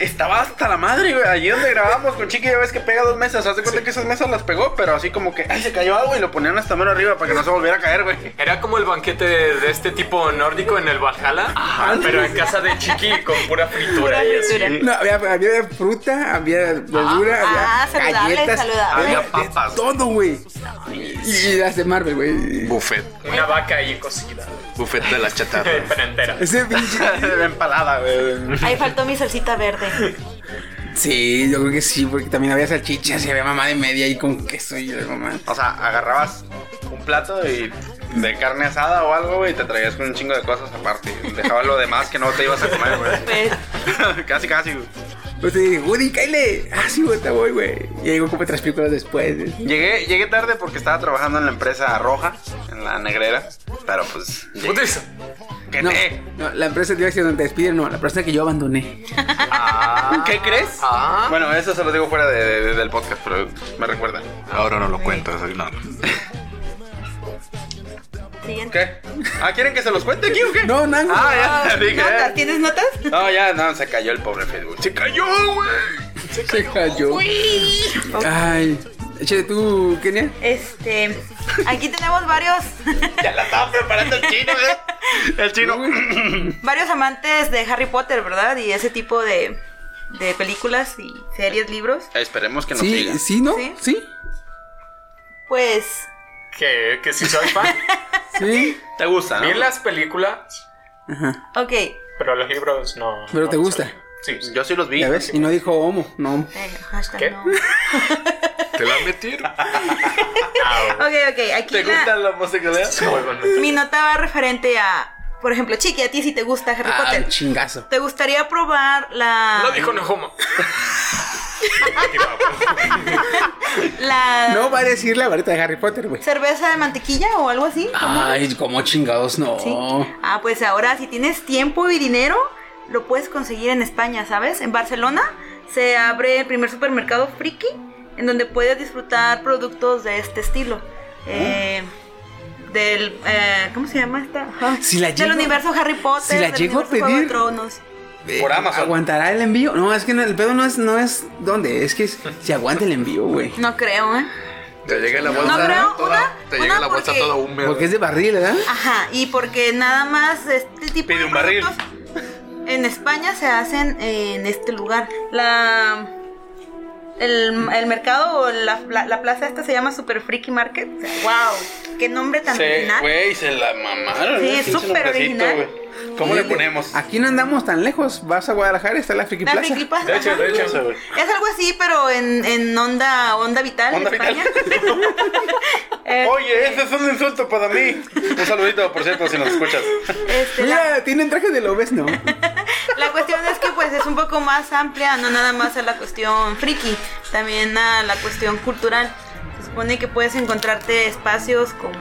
S4: Estaba hasta la madre, güey. Allí donde grabamos con Chiqui, ya ves que pega dos mesas. Haz de cuenta que esas mesas las pegó, pero así como que, ay, se cayó algo y lo ponían hasta mero arriba para que no se volviera a caer, güey.
S6: Era como el banquete de, de este tipo nórdico en el Valhalla, pero en casa de Chiqui con pura fritura y así.
S3: No, había, había fruta, había verdura,
S7: ah,
S3: había
S7: saludable,
S3: galletas,
S7: saludable.
S4: Había
S3: de
S4: papas.
S3: todo, güey. Y, y las de Marvel, güey.
S5: Buffet.
S6: Una vaca ahí cocida,
S5: Buffet de
S4: [LAUGHS]
S5: la chatarra.
S6: pero entera.
S3: Ese pinche.
S4: Empalada, güey.
S7: Ahí faltó mi salsita verde.
S3: Sí, yo creo que sí, porque también había salchichas y había mamá de media y con queso y la mamá.
S4: O sea, agarrabas un plato y de carne asada o algo, güey, y te traías con un chingo de cosas aparte. Dejabas lo demás que no te ibas a comer,
S7: Pues,
S4: güey. [LAUGHS] casi, casi, güey.
S3: Pues te dije, Woody, cállate. Ah, sí, güey, te voy, güey. Y llegó como tres películas después. güey.
S4: Llegué, llegué tarde porque estaba trabajando en la empresa roja, en la negrera. Pero pues.
S6: Puta,
S4: llegué. ¿Qué,
S3: No,
S4: te-
S3: no, la empresa de acción donde te despiden, no, la empresa que yo abandoné.
S4: ¿Qué crees?
S6: Ah,
S4: Bueno, eso se lo digo fuera de- de- del podcast, pero me recuerda.
S5: Ahora no lo cuentas. No.
S7: siguiente.
S4: ¿Qué? ¿Ah, quieren que se los cuente aquí o qué?
S3: No, no, güey.
S4: Ah, ya, [LAUGHS] dije.
S7: ¿Notas? ¿Tienes notas?
S4: No, ya, no, se cayó el pobre Facebook. ¡Se cayó, güey!
S3: Se cayó. Ay, échale tú, Kenia.
S7: Este, aquí tenemos varios,
S4: Ya la estaba preparando el chino, ¿eh? El chino.
S7: varios amantes de Harry Potter, ¿verdad? Y ese tipo de, de películas y series, libros.
S4: Esperemos que nos
S3: Sí,
S4: siga.
S3: sí, ¿no?
S7: ¿Sí?
S3: Sí,
S7: Pues,
S6: que, que si soy fan.
S3: sí.
S4: ¿Te gusta, no?
S6: Vi las películas,
S3: Ajá.
S7: ok. eh,
S6: pero los libros no.
S3: Pero
S6: no
S3: te
S6: me
S3: gusta.
S6: salen. Sí, sí.
S4: Yo sí los vi.
S3: Ya ves, y no dijo homo, no homo.
S7: hashtag
S6: ¿Qué?
S7: no.
S5: Te la metieron.
S6: Ah,
S7: [LAUGHS] Ok, ok, aquí
S4: ¿Te
S7: la-
S4: gusta la musicosidad?
S6: bueno. Muy bonito.
S7: mi nota va referente a, por ejemplo, Chiqui, a ti si te gusta Harry
S3: Ah,
S7: Potter.
S3: chingazo.
S7: ¿Te gustaría probar la...
S6: Lo dijo Nahuma.
S7: La
S3: No va a decir la varita de Harry Potter, güey.
S7: cerveza de mantequilla o algo así.
S3: Ah, Ay, como chingados, no.
S7: ¿sí? Ah, pues ahora si tienes tiempo y dinero, lo puedes conseguir en España, ¿sabes? En Barcelona se abre el primer supermercado friki en donde puedes disfrutar productos de este estilo.
S3: Oh.
S7: Eh, del eh, ¿cómo se llama esta? Ay,
S3: Ah, Si la
S7: del
S3: llego-
S7: universo Harry Potter,
S3: si la
S7: del
S3: llego a
S7: universo Juego de
S3: pedir-
S7: Tronos.
S3: Eh,
S4: Por Amazon.
S3: ¿Aguantará el envío? No, es que no, el pedo no es, no es dónde, es que es- si aguanta el envío, güey.
S4: [LAUGHS]
S7: No creo, ¿eh?
S5: Te llega la bolsa.
S7: creo,
S5: toda,
S7: una-
S5: te llega
S7: una
S5: la bolsa
S7: porque-
S5: toda húmeda.
S3: Porque es de barril, ¿verdad?
S7: Ajá, y porque nada más este tipo
S4: Pide
S7: de
S4: un barril.
S7: productos en España se hacen en este lugar. La el, el mercado o la, la- la plaza esta se llama Super Freaky Market. O sea, wow, qué nombre tan
S4: Se,
S7: original.
S4: güey, se la mamaron.
S7: ¿eh? Sí,
S4: ¿eh?
S7: es
S4: Pinche
S7: súper
S4: nombrecito,
S7: original.
S4: güey. ¿Cómo le
S3: Fíjate,
S4: ponemos?
S3: Aquí no andamos tan lejos. Vas a Guadalajara, está la Friki
S7: La
S3: Plaza. [LAUGHS]
S7: Freaky Plaza,
S6: De hecho,
S7: ajá.
S6: de hecho.
S7: Es algo así, pero en, en onda onda vital
S4: Onda
S7: en España.
S4: [LAUGHS]
S7: [LAUGHS] Eh,
S4: Oye, ese es un insulto para mí. Un saludito, por cierto, si nos escuchas.
S7: este, la-
S3: Mira, tienen traje de lobes, ¿no? [LAUGHS]
S7: La cuestión es que pues es un poco más amplia, no nada más a la cuestión friki, también a la cuestión cultural. Se supone que puedes encontrarte espacios como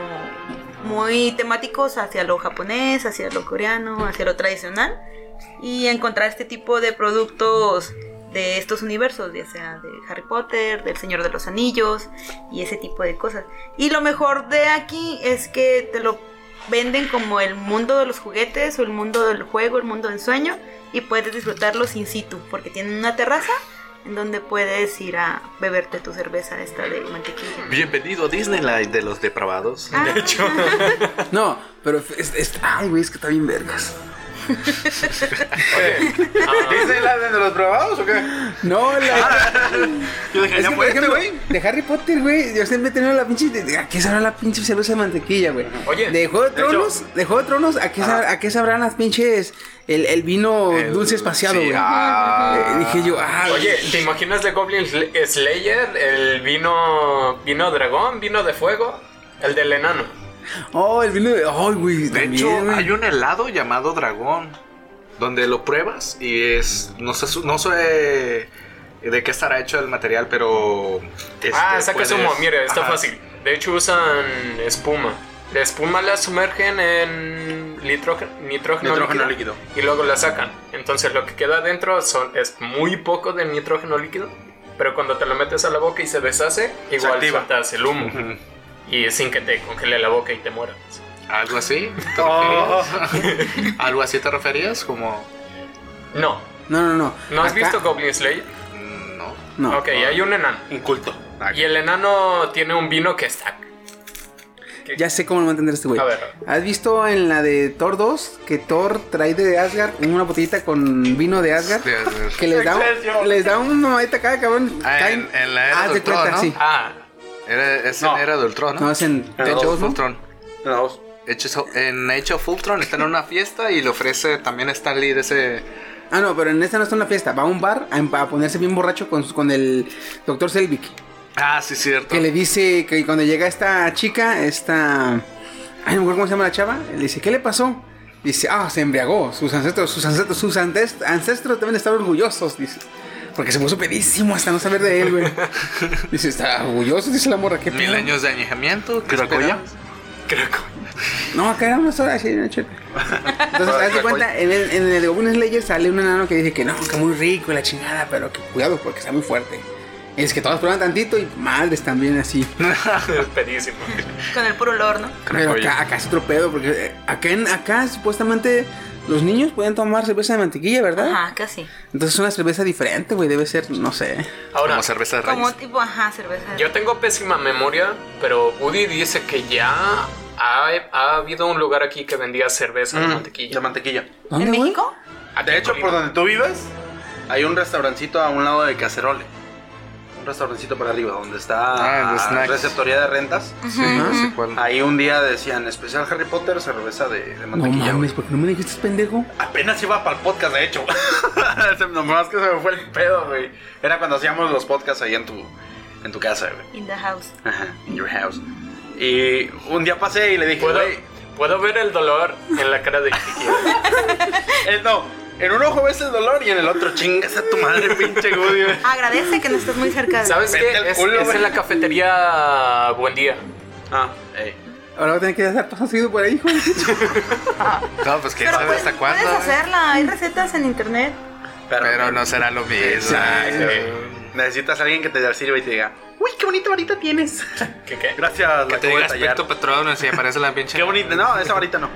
S7: muy temáticos hacia lo japonés, hacia lo coreano, hacia lo tradicional y encontrar este tipo de productos de estos universos, ya sea de Harry Potter, del Señor de los Anillos y ese tipo de cosas. Y lo mejor de aquí es que te lo venden como el mundo de los juguetes o el mundo del juego, el mundo del sueño y puedes disfrutarlos in situ porque tienen una terraza en donde puedes ir a beberte tu cerveza esta de mantequilla.
S5: Bienvenido a Disneyland de los depravados.
S7: Ah,
S3: ah, No, pero es, es- ay, güey, es que está bien vergas.
S4: ¿Dice la de los probados o qué?
S3: No,
S4: [LAUGHS]
S3: la.
S4: Yo dije,
S3: Es
S4: ya
S3: que, por
S4: fue este,
S3: ejemplo,
S4: güey.
S3: de Harry Potter, güey, yo siempre he tenido la pinche. de- de- ¿A qué sabrá la pinche celosa de mantequilla, güey?
S6: Oye,
S3: de Juego de
S4: de hecho-
S3: Tronos, de, Juego de Tronos, ¿a qué, sab- ¿a qué sabrán las pinches. El, el vino
S5: El-
S3: dulce espaciado,
S5: sí,
S3: güey?
S5: ah.
S3: Eh, dije yo, ah,
S6: Oye, ¿te imaginas de Goblin Sl- eh, Slayer? El vino. vino dragón, vino de fuego, el del enano.
S3: Oh, el vino de. Ay, güey.
S5: De
S3: también,
S5: hecho,
S3: güey.
S5: hay un helado llamado dragón, donde lo pruebas y es, no sé, su- no sé de qué estará hecho el material, pero...
S6: ah,
S5: este,
S6: sacas
S5: puedes-
S6: humo, mire, está
S5: Ajá.
S6: fácil. De hecho, usan espuma. La espuma la sumergen en litro- nitrógeno,
S4: Nitrógeno líquido.
S6: y luego la sacan. Entonces, lo que queda adentro son, es muy poco de nitrógeno líquido, pero cuando te lo metes a la boca y se deshace, igual
S4: activa.
S6: saltas el humo.
S5: Ujú.
S6: Y sin que te congele la boca y te mueras.
S5: Algo así. ¿te
S4: Oh.
S5: referías? [LAUGHS] Algo así te referías, como...
S6: No.
S3: No, no, no.
S6: ¿No has
S3: Acá-
S6: visto Goblin Slayer?
S5: mm, No.
S3: No.
S6: ok, hay un enano.
S4: Un culto.
S6: Y el enano tiene un vino que está.
S3: Ya sé cómo lo va a entender este güey.
S6: A ver.
S3: ¿Has visto en la de Thor 2 que Thor trae de Asgard una botellita con vino de Asgard? Que les da, un- les da una mamadita cada cabrón.
S5: Ah,
S3: caen.
S5: en, en la era
S3: Haz
S5: de
S3: de
S5: Ultron,
S3: cuenta,
S5: ¿no?
S3: sí.
S6: Ah, [LAUGHS]
S5: Era, es
S4: No.
S5: en era de Ultron, ¿no?
S3: No, es en
S4: En
S3: Age
S5: Age
S3: of
S5: of
S3: Ultron.
S5: Ultron.
S4: Una, dos.
S5: Hecho- en Age of Ultron están en una fiesta y le ofrece también Stan Lee de ese...
S3: Ah, no, pero en esta no está una fiesta. Va a un bar a, em, a ponerse bien borracho con, su- con el doctor Selvig.
S5: Ah, sí, cierto.
S3: Que le dice que cuando llega esta chica, esta. Ay, no me acuerdo cómo se llama la chava. Le dice, ¿qué le pasó? Dice, ah, se embriagó. Sus ancestros, sus ancestros, sus antes- ancestros deben estar orgullosos, dice. Porque se puso pedísimo hasta no saber de él, güey. Dice, está orgulloso, dice la morra, qué
S5: Mil
S3: pedo.
S5: años de añejamiento. ¿qué
S4: Cracoya.
S5: esperabas?
S3: No, acá era una sola, sí, una
S4: [LAUGHS]
S3: cheta. Entonces, haz de cuenta, en el, en el de Goblin Slayer sale un enano que dice que no, que muy rico y la chingada, pero que cuidado porque está muy fuerte. Es que todos prueban tantito y madres también así.
S6: pedísimo.
S7: [LAUGHS] Con el puro olor, ¿no?
S3: Pero acá, acá es otro pedo, porque eh, acá, en- acá supuestamente los niños pueden tomar cerveza de mantequilla, ¿verdad?
S7: Ajá, casi.
S3: Entonces es una cerveza diferente, güey, debe ser, no sé.
S6: Ahora,
S5: Como cerveza de raíz.
S7: Como tipo, ajá, cerveza.
S6: yo tengo pésima memoria, pero Woody dice que ya ha, ha habido un lugar aquí que vendía cerveza de
S3: Mm.
S6: mantequilla.
S4: Mm, De mantequilla.
S7: ¿En
S3: ¿Dónde, güey?
S7: México?
S6: Aquí
S4: De
S6: en
S4: hecho,
S6: Colima.
S4: por donde tú vives, hay un restaurancito a un lado de Cacerole. Un restaurancito para arriba, donde
S5: Ah,
S4: está
S5: de
S4: la
S5: snacks.
S4: receptoría de rentas.
S5: Sí,
S3: Ajá.
S5: [LAUGHS] no sé cuál.
S4: Ahí un día decían, especial Harry Potter, cerveza de, de
S3: No
S4: mantequilla.
S3: mames,
S4: güey.
S3: porque no me dijiste pendejo.
S4: Apenas iba para el podcast, de hecho. [LAUGHS] Se- Nomás que se me fue el pedo, güey. Era cuando hacíamos los podcasts ahí en tu, en tu casa, güey.
S7: In the house.
S4: Ajá, in your house. Y un día pasé y le dije,
S6: ¿Puedo,
S4: güey,
S6: puedo ver el dolor en la cara
S4: [LAUGHS]
S6: de Kiki.
S4: eh, no, en un ojo ves el dolor y en el otro chingas a tu madre, pinche Woody,
S7: [LAUGHS]
S4: güey.
S7: Agradece que no estés muy cerca de
S6: ¿Sabes qué?
S4: Vete al
S6: Es,
S4: culo,
S6: es
S4: güey.
S6: en la cafetería Buen Día.
S4: Ah, ey.
S3: Ahora voy a tener que hacer paso seguido por ahí, güey.
S5: No, pues quién
S7: Pero
S5: sabe
S7: puedes-
S5: hasta cuándo.
S7: Puedes
S5: eh?
S7: hacerla, hay recetas en internet.
S4: Pero,
S5: Pero no será lo mismo.
S4: Exacto. Necesitas a alguien que te sirva y te diga, uy, qué bonita varita tienes.
S6: ¿Qué qué?
S4: Gracias,
S5: Que
S4: la acabo
S5: te
S4: de
S5: diga
S4: tallar.
S5: aspecto patrón si aparece la pinche.
S4: Qué bonita, no, esa varita
S5: [LAUGHS]
S4: no.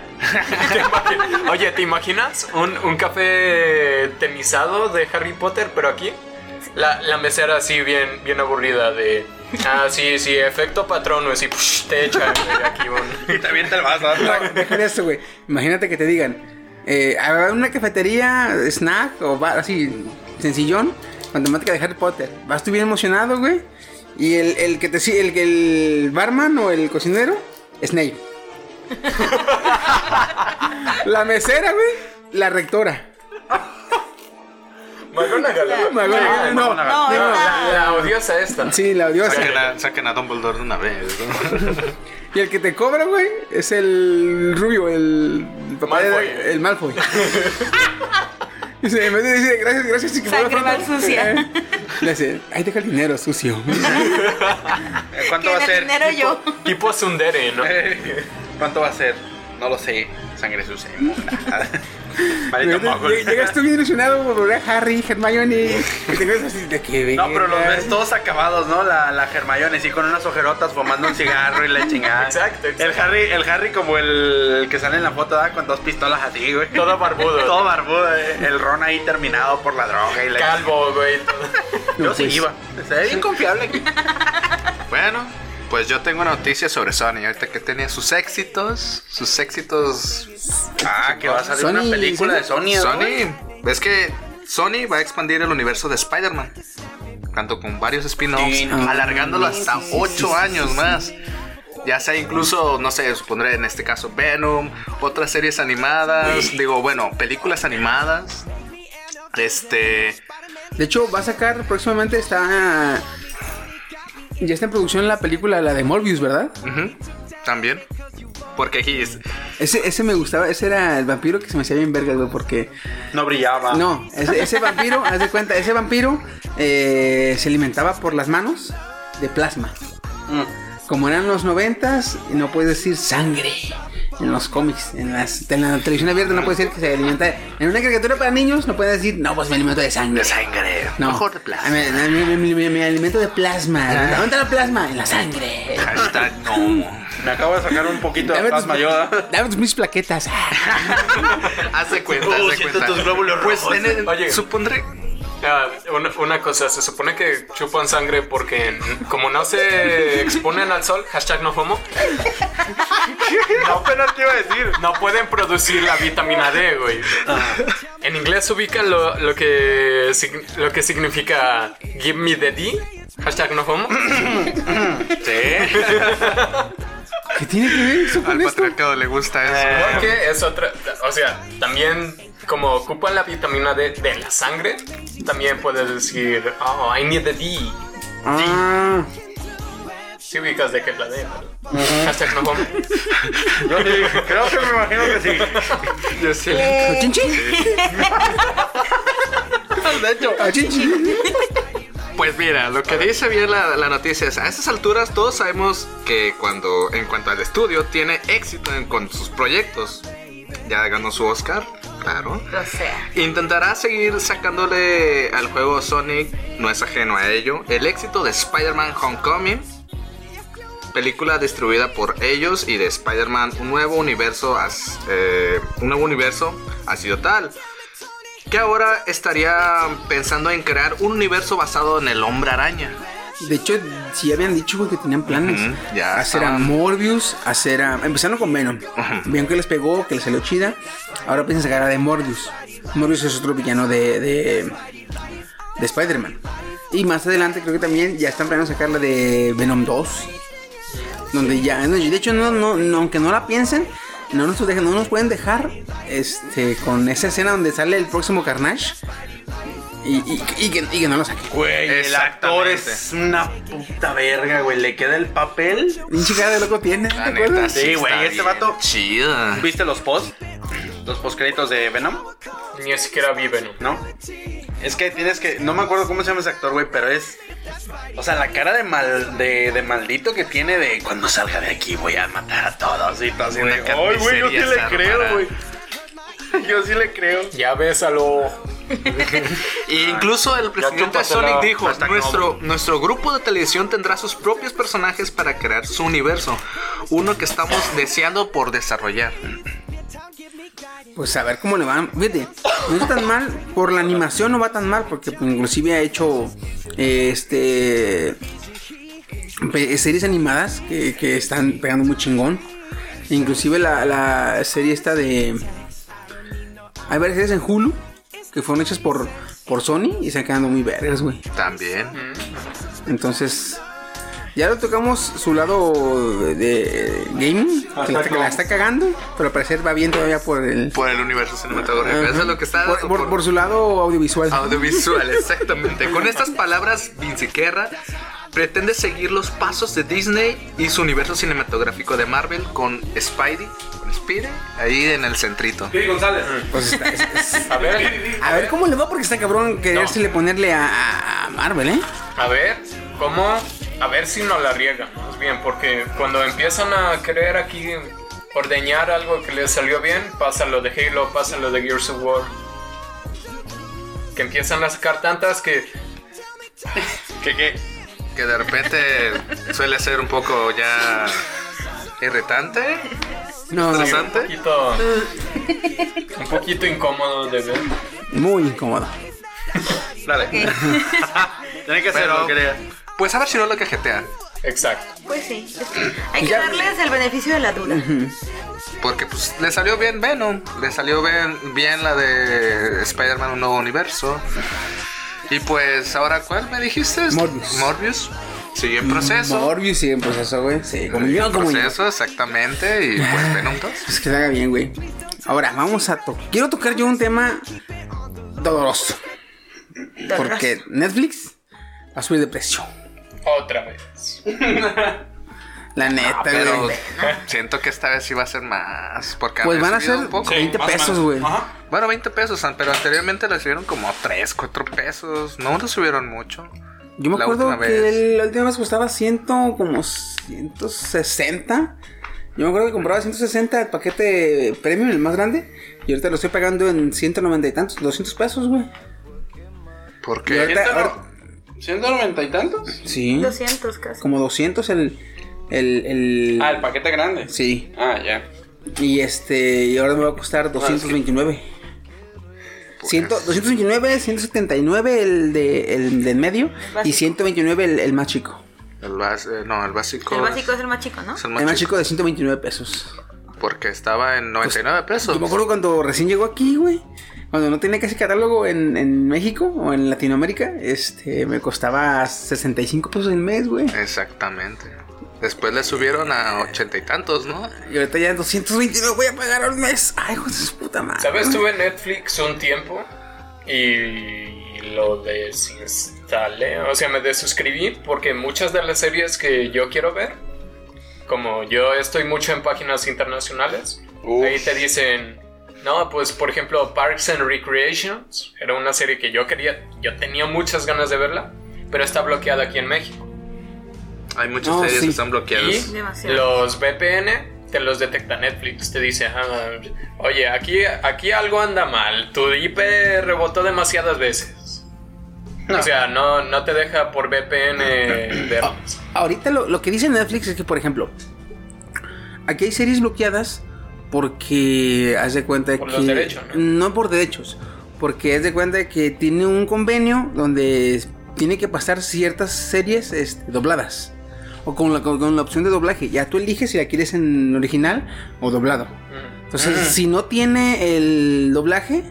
S6: Oye, ¿te imaginas un, un café tenizado de Harry Potter, pero aquí? La, la mesera así bien, bien aburrida de... Ah, sí, sí, efecto patrono, así psh, te echan güey, aquí un...
S4: [LAUGHS] Y te avienta el vaso. ¿no?
S3: Déjale eso, güey. Imagínate que te digan, eh, habrá una cafetería, snack o bar, así, sencillón, con temática de Harry Potter. Vas tú bien emocionado, güey. Y el, el que te si- el, el barman o el cocinero, Snape. la mesera, güey, la rectora.
S6: Magona Galán.
S3: Magona- no,
S4: Magona
S3: no,
S7: No,
S6: La,
S7: esta.
S6: la odiosa esta.
S3: Sí, la odiosa.
S5: Saquen a, saquen a Dumbledore de una vez. ¿no?
S3: Y el que te cobra, güey, es el rubio, el papá de-
S6: Malfoy.
S3: el
S4: [LAUGHS]
S3: Malfoy. Dice, en vez de decir gracias, gracias, y que fuera
S7: Sangre mal
S3: fruta,
S7: sucia.
S3: eh, Le dice, ahí deja el dinero, sucio.
S4: [LAUGHS] Eh, ¿Cuánto
S7: Que
S4: va a
S7: en el
S4: ser?
S7: dinero yo. [LAUGHS]
S6: Tipo Sundere, ¿no?
S4: Eh, ¿Cuánto va a ser? No lo sé. Sangre sucia. y inmunda.
S3: [LAUGHS]
S4: Varita poco.
S3: Lleg- Llegas
S6: este
S3: tú bien ilusionado por volver a Harry,
S4: [LAUGHS]
S3: Hermione. Y te quedas así de que
S4: No, pero los ves todos acabados, ¿no? La, la Hermione, sí, con unas ojerotas fumando un cigarro y la chingada.
S6: Exacto, exacto.
S4: El Harry, el Harry como el que sale en la foto, ¿verdad? Con dos pistolas así, güey.
S6: Todo barbudo.
S4: Todo barbudo, eh. el Ron ahí terminado por la droga y la
S6: Calvo, güey. todo.
S4: pues. Yo sí iba. Se ve bien confiable.
S5: bueno, Pues yo tengo noticias sobre Sony. Ahorita que tenía sus éxitos, sus éxitos.
S4: Ah, que va a salir una
S3: Sony,
S4: película de Sony. ¿no?
S5: Sony, es que Sony va a expandir el universo de Spider-Man. Tanto con varios spin-offs,
S4: Sí.
S5: alargándolo hasta
S3: Sí, sí, sí,
S5: 8
S3: sí,
S5: años más. Ya sea incluso, no sé, supondré en este caso Venom, otras series animadas, digo, bueno, películas animadas. Este.
S3: De hecho, va a sacar próximamente, está... Ya está en producción la película, la de Morbius, ¿verdad?
S5: ujú, también. Porque aquí es-
S3: Ese, ese me gustaba, ese era el vampiro que se me hacía bien verga, güey, porque...
S4: No brillaba.
S3: No, ese, ese vampiro, haz de cuenta, ese vampiro eh, se alimentaba por las manos de plasma.
S4: Mm.
S3: Como eran los noventas, no puedes decir sangre en los cómics, en, las, en la televisión abierta no puedes decir que se alimenta. En una caricatura para niños no puedes decir, no, pues me alimento de sangre.
S5: de sangre.
S3: No, Ah,
S5: Mejor de plasma. Ah.
S3: Me, me- me- me- me- me alimento de plasma. ¿Dónde está la plasma? En la sangre.
S5: Hashtag no.
S4: Me acabo de sacar un poquito de
S3: Dame tus-
S4: plasma yoda.
S3: Dame tus mis plaquetas.
S5: Haz de cuenta, haz
S4: Oh,
S5: de
S4: siento
S5: cuenta.
S4: tus glóbulos
S5: pues
S4: rojos.
S5: en el-
S6: Oye.
S5: supondré.
S6: Ah, una, una cosa, se supone que chupan sangre porque n- como no se exponen al sol, hashtag no homo,
S4: No, [LAUGHS] apenas te iba a decir.
S6: no pueden producir la vitamina D, güey.
S4: Ah.
S6: En inglés ubican lo, lo, que, sig- lo que significa give me the D, hashtag no homo.
S4: Sí.
S3: ¿Qué tiene que ver eso
S5: Al
S3: con esto?
S5: patriarcado le gusta
S6: Eh,
S5: eso.
S6: Porque es otra, o sea, también como ocupan la vitamina D de la sangre, también puedes decir, oh, I need the D.
S3: Ah,
S6: Si ubicas de qué es la D, ¿no? Hashtag no
S4: [LAUGHS]
S6: homo.
S4: Yo sí, creo que me imagino que sí.
S5: Yo sí.
S3: chin, chin.
S5: De hecho.
S3: Ah, chin, chin.
S5: Pues mira, lo que dice bien la, la noticia es, a estas alturas todos sabemos que cuando, en cuanto al estudio, tiene éxito en- con sus proyectos. Ya ganó su Oscar, claro.
S7: O sea,
S5: Intentará seguir sacándole al juego Sonic, no es ajeno a ello, el éxito de Spider-Man Homecoming, película distribuida por ellos y de Spider-Man un nuevo universo, has- eh, un nuevo universo ha sido tal. Que ahora estaría pensando en crear un universo basado en el hombre araña.
S3: De hecho, sí habían dicho güey, que tenían planes.
S5: Ujú, ya
S3: hacer a
S5: estaban.
S3: Morbius, hacer a. Empezaron con Venom. Vieron que les pegó, que les salió chida. Ahora piensan sacar a de Morbius. Morbius es otro villano de. de, de Spider-Man. Y más adelante creo que también ya están planeando sacar la de Venom 2. Donde ya. no, De hecho, no, no, no, aunque no la piensen, no nos, dejan, no nos pueden dejar este, con esa escena donde sale el próximo Carnage. Y, y- y que, y que no lo saquen.
S4: Güey, el actor es
S5: Exactamente.
S4: una puta verga, güey. Le queda el papel.
S3: Pinche cara de loco tiene, ¿te
S5: La neta,
S3: acuerdas?
S4: Sí, güey,
S5: está
S4: este
S5: bien
S4: vato-
S5: Chida.
S4: ¿Viste los post? Los postcréditos de Venom,
S6: Ni siquiera viven. ¿no?
S4: ¿no? Es que tienes que. No me acuerdo cómo se llama ese actor, güey, pero es. O sea, la cara de mal de, de maldito que tiene de cuando salga de aquí voy a matar a todos y todo así.
S5: Una
S4: de, Ay, güey, yo sí
S5: carnicería se
S4: le creo,
S5: armará".
S4: güey. [LAUGHS] Yo sí le creo.
S6: Ya bésalo.
S5: Y E incluso el presidente de
S6: chúpatela.
S5: Sonic dijo,
S4: Hashtag
S5: nuestro, nuestro grupo de televisión tendrá sus propios personajes para crear su universo, uno que estamos deseando por desarrollar.
S3: Pues a ver cómo le van. Fíjate, no está tan mal. Por la animación no va tan mal. Porque pues, inclusive ha hecho eh, este pe- series animadas que, que están pegando muy chingón. Inclusive la, la serie esta de. Hay varias series en Hulu que fueron hechas por, por Sony y se han quedado muy vergas, güey.
S5: También.
S3: Entonces, ya lo tocamos su lado de gaming, que la, que la está cagando, pero al parecer va bien todavía por el.
S5: Por el universo cinematográfico. Eso
S3: Ajá.
S5: es lo que está
S3: por,
S5: dando
S3: por- por su lado audiovisual.
S5: audiovisual, exactamente. Con estas palabras, Vince Guerra pretende seguir los pasos de Disney y su universo cinematográfico de Marvel con Spidey, con Spidey, ahí en el centrito.
S4: Piri González.
S3: [LAUGHS] Pues está- es- es-
S6: A ver,
S3: a ver cómo le va, porque está cabrón querérsele ponerle a- a, a Marvel, ¿eh?
S6: a ver, ¿cómo? A ver si no la riega, más bien, porque cuando empiezan a querer aquí ordeñar algo que les salió bien, pasa lo de Halo, pasa lo de Gears of War. Que empiezan a sacar tantas que.
S4: [LAUGHS] ¿Qué, qué?
S5: que de repente suele ser un poco ya irritante,
S3: No, no,
S6: Un
S5: interesante.
S6: poquito. Un poquito incómodo de ver.
S3: muy incómodo.
S4: Dale. Tiene que ser
S5: Pero-
S4: lo que le-
S5: Pues a ver si no lo cajetea.
S6: Exacto.
S7: Pues sí. Hay que
S3: Ya-
S7: darles el beneficio de la duda.
S5: Porque pues le salió bien Venom, le salió bien, bien la de Spider-Man Un Nuevo Universo. Y pues ahora ¿cuál me dijiste?
S3: Morbius.
S5: Morbius. Sigue en proceso.
S3: Morbius sigue en proceso, güey. Sí, como
S5: Sigue
S3: yo,
S5: en
S3: como yo.
S5: proceso, exactamente. Y pues Venom 2.
S3: Pues que se haga bien, güey. Ahora, vamos a tocar. Quiero tocar yo un tema doloroso. Porque Netflix va a subir de precio.
S6: Otra vez.
S3: La neta,
S5: Ah, Pero
S3: güey.
S5: siento que esta vez sí va a ser más. Porque han
S3: Pues van a
S5: subido
S3: ser
S5: un poco.
S3: Sí. 20
S8: más o
S3: pesos,
S8: menos.
S3: güey.
S8: Ajá.
S5: Bueno, 20 pesos, ah, pero anteriormente le subieron como 3, 4 pesos. No lo subieron mucho.
S3: Yo me
S5: La
S3: acuerdo
S5: última
S3: que
S5: vez.
S3: el- la última vez costaba 100, como 160. Yo me acuerdo que compraba 160 el paquete premium, el más grande. Y ahorita lo estoy pagando en 190 y tantos, 200 pesos, güey. Y
S5: Porque
S3: ahorita-
S4: ¿Ciento no-
S3: ahora-
S4: ¿190 y tantos?
S3: Sí.
S7: 200 casi.
S3: Como 200 el. el, el
S4: Ah, el paquete grande.
S3: Sí.
S4: Ah, ya.
S3: Y este. Y ahora me va a costar 229. Ciento- 229, 179 el de, el de en medio y
S7: Básico.
S3: 129 el, el más chico.
S5: el, bas- eh, no, el básico.
S7: El básico es el más chico, ¿no?
S5: es el
S3: El más chico de 129 pesos.
S5: Porque estaba en 99 pesos.
S3: Pues, Yo me acuerdo cuando recién llegó aquí, güey. Cuando no tenía casi catálogo en, en México o en Latinoamérica, este, me costaba 65 pesos el mes, güey.
S5: Exactamente. Después le subieron a ochenta y tantos, ¿no?
S3: Y ahorita ya 229 voy a pagar al mes. Ay, hijo de su puta madre.
S6: ¿Sabes? Tuve Netflix un tiempo y lo desinstalé. O sea, me desuscribí porque muchas de las series que yo quiero ver, como yo estoy mucho en páginas internacionales,
S4: Uf.
S6: ahí te dicen. No, pues por ejemplo Parks and Recreations era una serie que yo quería, yo tenía muchas ganas de verla, pero está bloqueada aquí en México.
S5: Hay muchas
S3: No,
S5: series
S3: sí.
S5: que están bloqueadas.
S6: Y
S7: Demasiado.
S6: los VPN te los detecta Netflix, te dice, "Ah, oye, aquí, aquí algo anda mal, tu IP rebotó demasiadas veces. O sea, no, no te deja por VPN ver.
S3: Ahorita lo, lo que dice Netflix es que, por ejemplo, aquí hay series bloqueadas porque haz de cuenta
S6: Por
S3: que.
S6: los derechos, ¿no?
S3: por derechos. Porque haz de cuenta que tiene un convenio donde tiene que pasar ciertas series este, dobladas. O con la, con- con la opción de doblaje. Ya tú eliges si la quieres en original o doblado.
S6: Mm.
S3: Entonces, si no tiene el doblaje,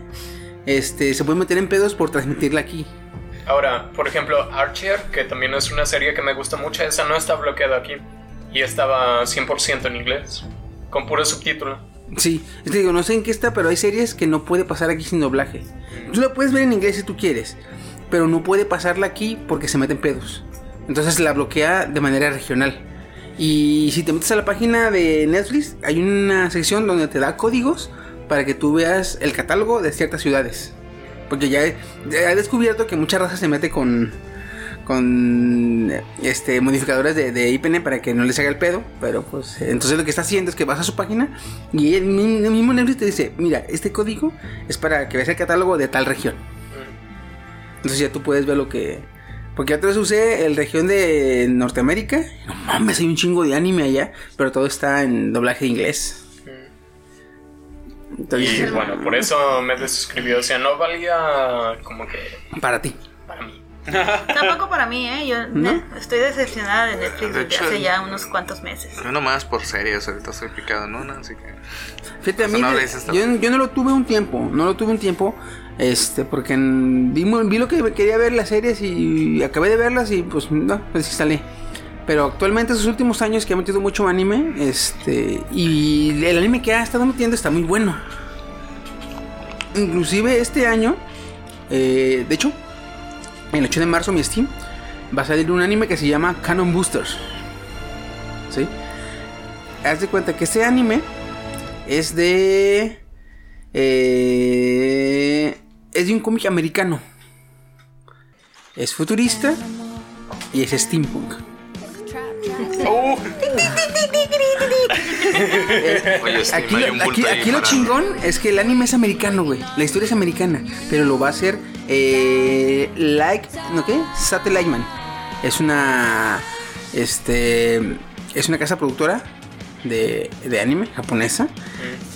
S3: este, se puede meter en pedos por transmitirla aquí.
S6: Ahora, por ejemplo, Archer, que también es una serie que me gusta mucho, esa no está bloqueada aquí. Y estaba 100% en inglés, con puro subtítulo.
S3: Sí, te digo, no sé en qué está, pero hay series que no puede pasar aquí sin doblaje. Tú la puedes ver en inglés si tú quieres, pero no puede pasarla aquí porque se meten pedos. Entonces la bloquea de manera regional. Y si te metes a la página de Netflix, hay una sección donde te da códigos para que tú veas el catálogo de ciertas ciudades. Porque ya he, ya he descubierto que mucha raza se mete con con este modificadores de, de IPN para que no les haga el pedo, pero pues entonces lo que está haciendo es que vas a su página y el mi- el mismo Netflix te dice, mira, este código es para que veas el catálogo de tal región. Entonces ya tú puedes ver lo que... Porque otra vez usé el región de Norteamérica. No mames, hay un chingo de anime allá, pero todo está en doblaje inglés.
S6: Mm. Y
S3: Entonces,
S6: bueno, por eso me desuscribí. O sea, no valía como que
S3: Para ti.
S6: para mí.
S7: Tampoco para mí, ¿eh? Yo
S3: ¿No?
S7: estoy decepcionada de Netflix
S5: De
S7: desde
S5: hecho,
S7: hace ya unos cuantos meses.
S5: Yo nomás por series, ahorita estoy picado en una, así que.
S3: [LAUGHS] Fíjate, a
S5: Eso
S3: mí
S5: no
S3: de-
S5: lo dices tú.
S3: yo, yo no lo tuve un tiempo, no lo tuve un tiempo, este, porque en- vi, mu- vi lo que quería ver las series y, acabé de verlas y pues no, pues instalé. Pero actualmente esos últimos años que ha metido mucho anime, este, y el anime que ha estado metiendo está muy bueno. Inclusive este año, eh, de hecho, el 8 de marzo mi Steam va a salir un anime que se llama Cannon Boosters. ¿Sí? Haz de cuenta que este anime es de. eh, es de un cómic americano. Es futurista y es steampunk. Eh,
S5: Oye, Steam,
S3: aquí,
S5: hay un bulto
S3: aquí-
S5: ahí
S3: aquí lo
S5: parado.
S3: chingón es que el anime es americano, güey. La historia es americana, pero lo va a hacer eh, like, ¿no qué? Satellite Man. Es una este es una casa productora de, de anime japonesa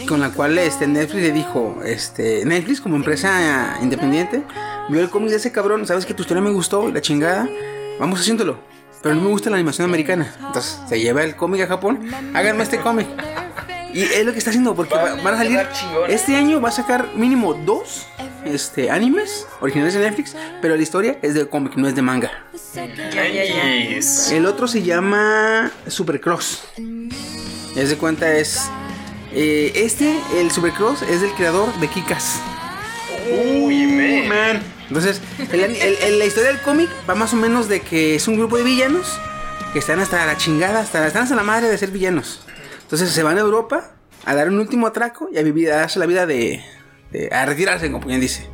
S3: con la cual este Netflix le dijo, este Netflix como empresa independiente vio el cómic de ese cabrón, sabes que tu historia me gustó y la chingada, vamos haciéndolo. Pero no me gusta la animación americana. Entonces se lleva el cómic a Japón. Háganme este cómic. Y es lo que está haciendo porque va- van a salir. Este año va a sacar mínimo dos este, animes originales de Netflix. Pero la historia es de cómic, no es de manga.
S7: Ya, ya, ya.
S6: Yankees.
S3: El otro se llama Supercross. Es de cuenta es. eh, este, el Supercross, es del creador de Kikas.
S6: Uy, man.
S3: Entonces, el- el- el- la historia del cómic va más o menos de que es un grupo de villanos que están hasta la chingada, hasta, están hasta la madre de ser villanos. Entonces se van a Europa a dar un último atraco y a vivir, a darse la vida de, de- a retirarse, como quien dice.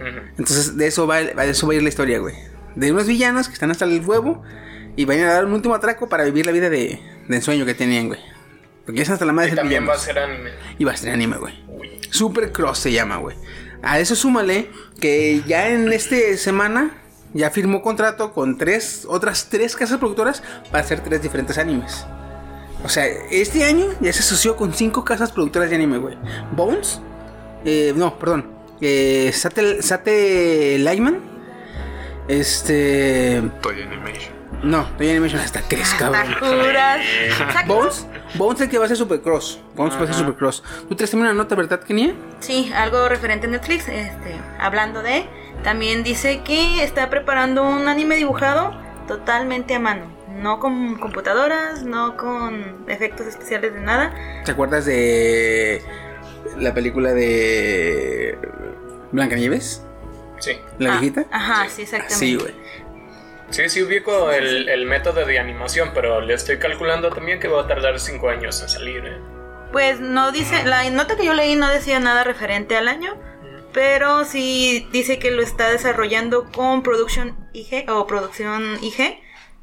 S3: Entonces, de eso va, el- de eso va a ir la historia, güey. De unos villanos que están hasta el huevo y van a dar un último atraco para vivir la vida de, de ensueño que tenían, güey. Porque ya están hasta la madre de
S6: Y
S3: ser
S6: también va a
S3: villanos.
S6: ser anime.
S3: Y va a ser anime, güey. Supercross se llama, güey. A eso súmale que ya en este semana ya firmó contrato con tres, otras tres casas productoras para hacer tres diferentes animes. O sea, este año ya se asoció con cinco casas productoras de anime, güey. Bones, eh, no, perdón, eh, Sate, Sate Lightman, este,
S5: Toy Animation.
S3: no, Toy Animation hasta crees, cabrón.
S7: Tajuras.
S3: Bones, Bones es el que va a ser Supercross. Bones va a ser Supercross. Tú traes también una nota, ¿verdad, Kenia?
S7: Sí, algo referente a Netflix, este, hablando de, también dice que está preparando un anime dibujado totalmente a mano, no con computadoras, no con efectos especiales de nada.
S3: ¿Te acuerdas de la película de Blancanieves?
S6: Sí.
S3: ¿La
S7: Ah,
S3: viejita?
S7: Ajá, sí, exactamente.
S3: Sí, güey.
S6: Sí, sí ubico el, el método de animación, pero le estoy calculando también que va a tardar 5 años en salir. ¿eh?
S7: Pues no dice, la nota que yo leí no decía nada referente al año, pero sí dice que lo está desarrollando con Production IG o Producción IG,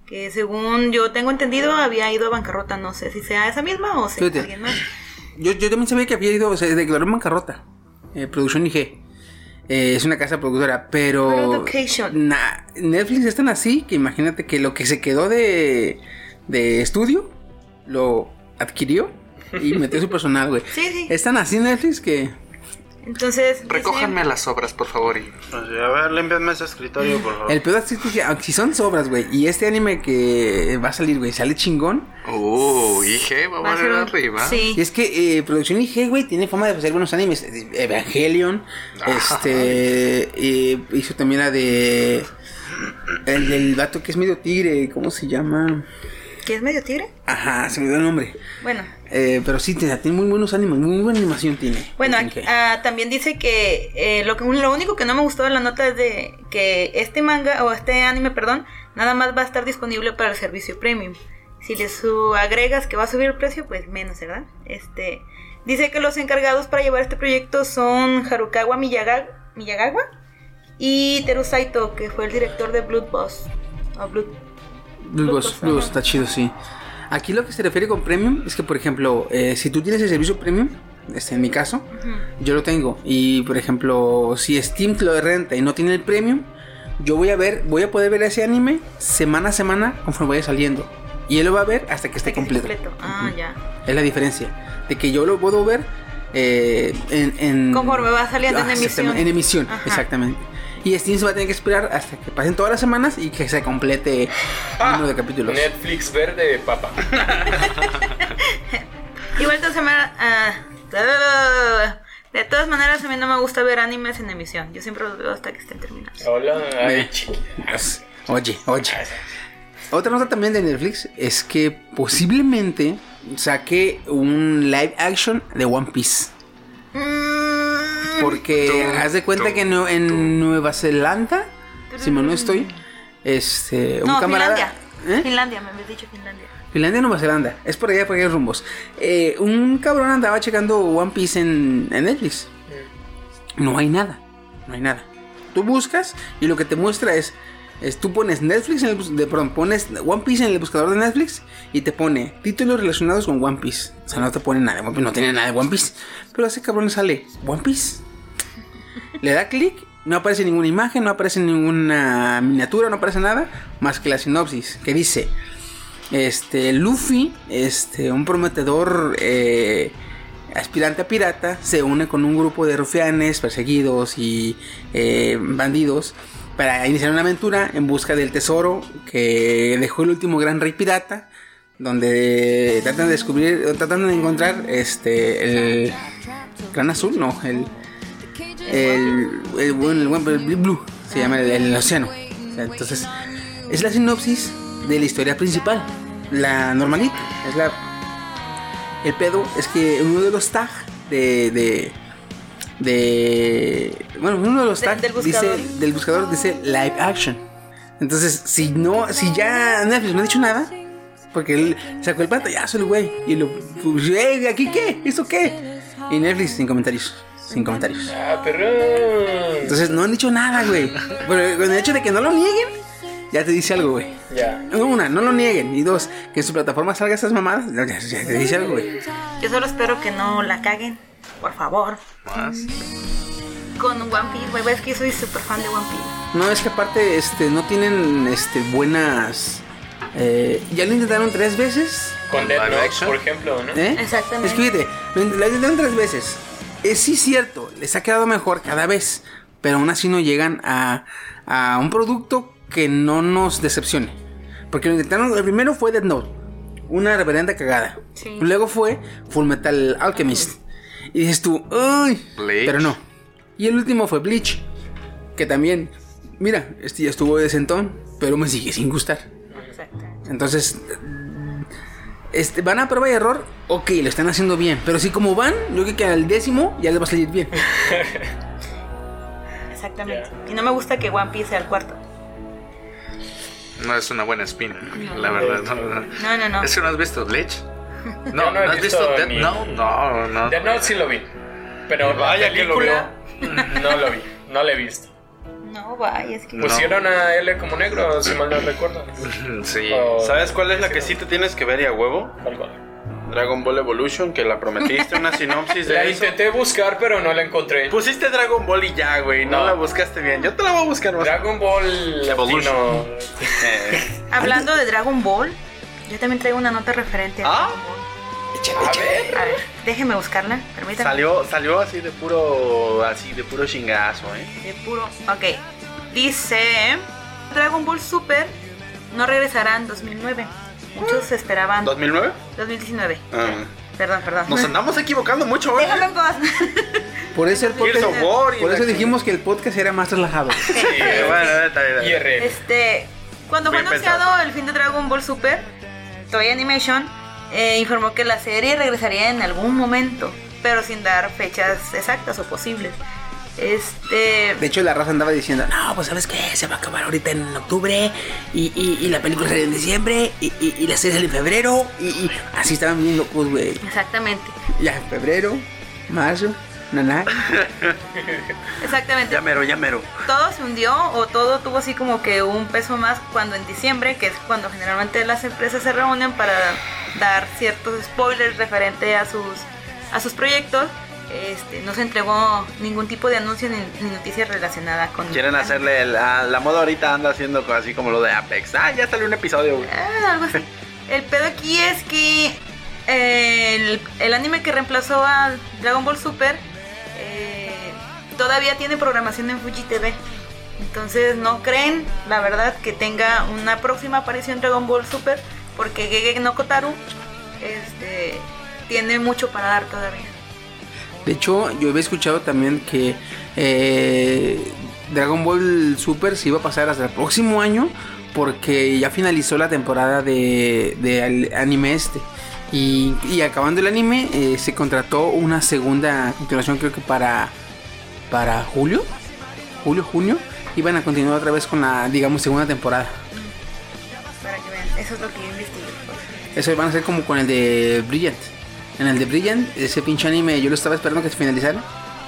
S7: que según yo tengo entendido había ido a bancarrota, no sé si sea esa misma o sea
S3: Fíjate.
S7: alguien más.
S3: Yo, yo también sabía que había ido, se declaró en bancarrota. Eh, Producción IG. Eh, es una casa productora, pero.
S7: Production.
S3: Na- Netflix es tan así que imagínate que lo que se quedó de, de estudio lo adquirió y metió su personal, güey.
S7: [LAUGHS] Sí, sí.
S3: Es tan así Netflix que.
S7: Entonces, dice-
S5: Recójanme las obras, por favor. y-
S4: Pues, a ver, límpiame ese escritorio, por
S6: [LAUGHS]
S4: favor.
S3: El pedo es que aunque si son sobras, güey. Y este anime que va a salir, güey, sale chingón.
S5: Uh, IG, va a
S7: va a ser
S5: poner
S7: un-
S5: arriba.
S3: Y
S7: Sí.
S3: es que eh, Producción IG, güey, tiene fama de hacer buenos animes. eh, Evangelion, este. eh, hizo también la de. El del vato que es medio tigre, ¿cómo se llama?
S7: ¿Que es medio tigre?
S3: Ajá, se me dio el nombre.
S7: Bueno.
S3: Eh, pero sí, tiene, tiene muy buenos animes, muy buena animación tiene.
S7: Bueno,
S3: Producción
S7: aquí-
S3: IG.
S7: ah, también dice que, eh, lo que lo único que no me gustó de la nota es de que este manga o este anime, perdón, nada más va a estar disponible para el servicio premium. Si le su- agregas que va a subir el precio, pues menos, ¿verdad? Este dice que los encargados para llevar este proyecto son Harukawa Miyaga- Miyagawa y Teru Saito, que fue el director de Blood Boss. O Blood-
S3: Blue
S7: Plus,
S3: Boss,
S7: ajá.
S3: Blue Boss, está chido, sí. Aquí lo que se refiere con premium es que, por ejemplo, eh, si tú tienes el servicio premium, este, en mi caso, yo lo tengo. Y, por ejemplo, si Steam te lo renta y no tiene el premium, yo voy a ver, voy a poder ver ese anime semana a semana conforme vaya saliendo. Y él lo va a ver hasta que esté Este completo.
S7: Ah, ya.
S3: Es la diferencia. De que yo lo puedo ver eh, en, en-
S7: Conforme va saliendo en
S3: exactamente,
S7: emisión.
S3: En emisión,
S7: Ajá.
S3: exactamente. Y Steam se va a tener que esperar hasta que pasen todas las semanas y que se complete el número de capítulos.
S6: Netflix verde,
S5: [LAUGHS]
S6: papá.
S7: Igual de todas maneras, ah, de todas maneras a mí no me gusta ver animes en emisión. Yo siempre los veo hasta que estén terminados.
S6: Hola, ay,
S3: Mira.
S6: chiquillas.
S3: Oye, oye. Otra nota también de Netflix es que posiblemente saque un live action de One Piece.
S7: Mm,
S3: Porque
S5: Tum,
S3: haz de cuenta
S5: tum,
S3: que no- en Nueva Zelanda, si mal no estoy, este, un
S7: no,
S3: camarada.
S7: Finlandia.
S3: ¿Eh?
S7: Finlandia, me habías dicho Finlandia.
S3: Finlandia, Nueva Zelanda. Es por allá, por allá rumbos. Eh, un cabrón andaba checando One Piece en, en Netflix. No hay nada. No hay nada. Tú buscas y lo que te muestra es. es tú pones Netflix en el bus- de, perdón, pones One Piece en el buscador de Netflix y te pone títulos relacionados con One Piece. O sea, no te pone nada de One Piece, no tiene nada de One Piece. Pero a ese cabrón le sale One Piece. Le da clic, no aparece ninguna imagen, no aparece ninguna miniatura, no aparece nada, más que la sinopsis que dice este Luffy, este un prometedor eh, aspirante a pirata, se une con un grupo de rufianes, perseguidos y eh, bandidos para iniciar una aventura en busca del tesoro que dejó el último gran rey pirata, donde tratan de descubrir, tratan de encontrar este el gran azul, no, el el, el buen, el buen- el blue, se llama el, el océano. O sea, entonces, es la sinopsis de la historia principal, la normalita, es la el pedo es que uno de los tag de. de. de- bueno, uno de los
S7: De-
S3: tag
S7: del
S3: dice,
S7: buscador.
S3: del buscador dice live action. Entonces, si no, si ya Netflix no ha dicho nada, porque él sacó el pantallazo el güey y lo puso, "Ey, ¿aquí qué? ¿Esto qué? Y Netflix sin comentarios, sin comentarios.
S6: Ah, perrón.
S3: Entonces no han dicho nada, güey. Pero con el hecho de que no lo nieguen, ya te dice algo, güey.
S6: Ya.
S3: Una, no lo nieguen. Y dos, que en su plataforma salga esas mamadas, ya, ya- ya te dice algo, güey.
S7: Yo solo espero que no la caguen, por favor.
S5: Más.
S7: Con One Piece, güey, es que soy súper fan de One Piece.
S3: No, es que aparte este, no tienen este, buenas... eh, ya lo intentaron tres veces.
S6: Con Dead
S5: Live
S6: Note,
S5: action.
S6: por ejemplo, ¿no?
S3: ¿eh?
S7: Exactamente.
S3: Es que fíjate, lo int- lo intentaron tres veces. Es sí cierto, les ha quedado mejor cada vez, pero aún así no llegan a, a un producto que no nos decepcione. Porque lo intentaron, el primero fue Dead Note, una reverenda cagada.
S7: Sí.
S3: Luego fue Full Metal Alchemist. Y dices tú, ¡ay!
S5: Bleach.
S3: Pero no. Y el último fue Bleach, que también, mira, este ya estuvo de sentón, pero me sigue sin gustar.
S7: Exactamente.
S3: Entonces, este, van a prueba y error, ok, lo están haciendo bien. Pero si como van, yo creo que al décimo ya les va a salir bien.
S7: Exactamente. Y no me gusta que One Piece sea el cuarto.
S5: No es una buena espina, la verdad. No, no.
S7: No, no, no.
S5: Es que no has visto Bleach. No,
S6: Yo
S5: no, has visto Dead
S6: ni-
S5: Note. No, no.
S6: Dead Note sí lo vi. Pero
S5: Vaya
S6: la
S5: que lo
S6: película, No lo vi. No la he visto.
S7: No, vaya, es que.
S5: No.
S6: Pusieron a L como negro, si mal no recuerdo.
S5: Sí.
S6: O-
S4: ¿Sabes cuál es la que sí te tienes que ver y a huevo?
S6: algo así.
S4: Dragon Ball Evolution, que la prometiste
S6: [LAUGHS]
S4: una sinopsis
S6: La
S4: de eso.
S6: intenté buscar, pero no la encontré.
S5: Pues,
S4: Pusiste Dragon Ball y ya, güey. No,
S6: No.
S4: la buscaste bien. Yo te la voy a buscar más.
S6: Dragon Ball Latino.
S5: Evolution.
S4: [LAUGHS] Eh,
S7: Hablando de Dragon Ball, yo también traigo una nota referente a
S4: Ah.
S7: Dragon Ball.
S4: a ver.
S7: A ver, déjeme buscarla, permítame.
S4: Salió, salió así de puro, así de puro chingazo, eh.
S7: De puro. Ok. Dice: Dragon Ball Super no regresará en 2009. Muchos esperaban.
S4: ¿2009?
S7: 2019.
S4: Ah.
S7: Perdón, perdón.
S4: Nos
S7: [LAUGHS]
S4: andamos equivocando mucho, güey.
S7: Déjame
S4: [LAUGHS]
S7: en paz.
S3: Por eso el
S4: Gears
S3: podcast.
S4: of War y
S3: Por
S4: la
S3: eso
S4: chingada.
S3: dijimos que el podcast era más relajado.
S4: Sí,
S5: [LAUGHS]
S4: bueno, está bien, está bien.
S6: IRL.
S7: Este, cuando
S4: Bien
S7: fue anunciado
S4: pensado.
S7: el fin de Dragon Ball Super, Toei Animation eh, informó que la serie regresaría en algún momento, pero sin dar fechas exactas o posibles. Este,
S3: De hecho, la raza andaba diciendo: No, pues sabes qué, se va a acabar ahorita en octubre. Y, y- y la película sale en diciembre. Y, y- y la serie sale en febrero. Y, y así estaban bien locos, güey.
S7: exactamente,
S3: Ya, en febrero, marzo, naná.
S7: exactamente.
S4: Ya mero, ya mero.
S7: Todo se hundió o todo tuvo así como que un peso más cuando en diciembre, que es cuando generalmente las empresas se reúnen para dar ciertos spoilers referente a sus a sus proyectos. Este, no se entregó ningún tipo de anuncio ni, ni noticia relacionada con
S4: Quieren hacerle el- a- la moda ahorita anda haciendo co- así como lo de Apex. Ah, ya salió un episodio, güey.
S7: Ah, algo así. El pedo aquí es que eh, el, el anime que reemplazó a Dragon Ball Super eh, todavía tiene programación en Fuji TV. Entonces no creen, la verdad, que tenga una próxima aparición en Dragon Ball Super porque Gege no Kotaru este, tiene mucho para dar todavía.
S3: De hecho, yo había escuchado también que eh, Dragon Ball Super se iba a pasar hasta el próximo año porque ya finalizó la temporada de, de al- anime este. Y, y acabando el anime, eh, se contrató una segunda continuación, creo que para, para julio, julio, junio. Iban a continuar otra vez con la, digamos, segunda temporada.
S7: Para que vean, eso es lo que yo investigué.
S3: Eso van a ser como con el de Brilliant. En el de Brilliant, ese pinche anime, yo lo estaba esperando que se finalizara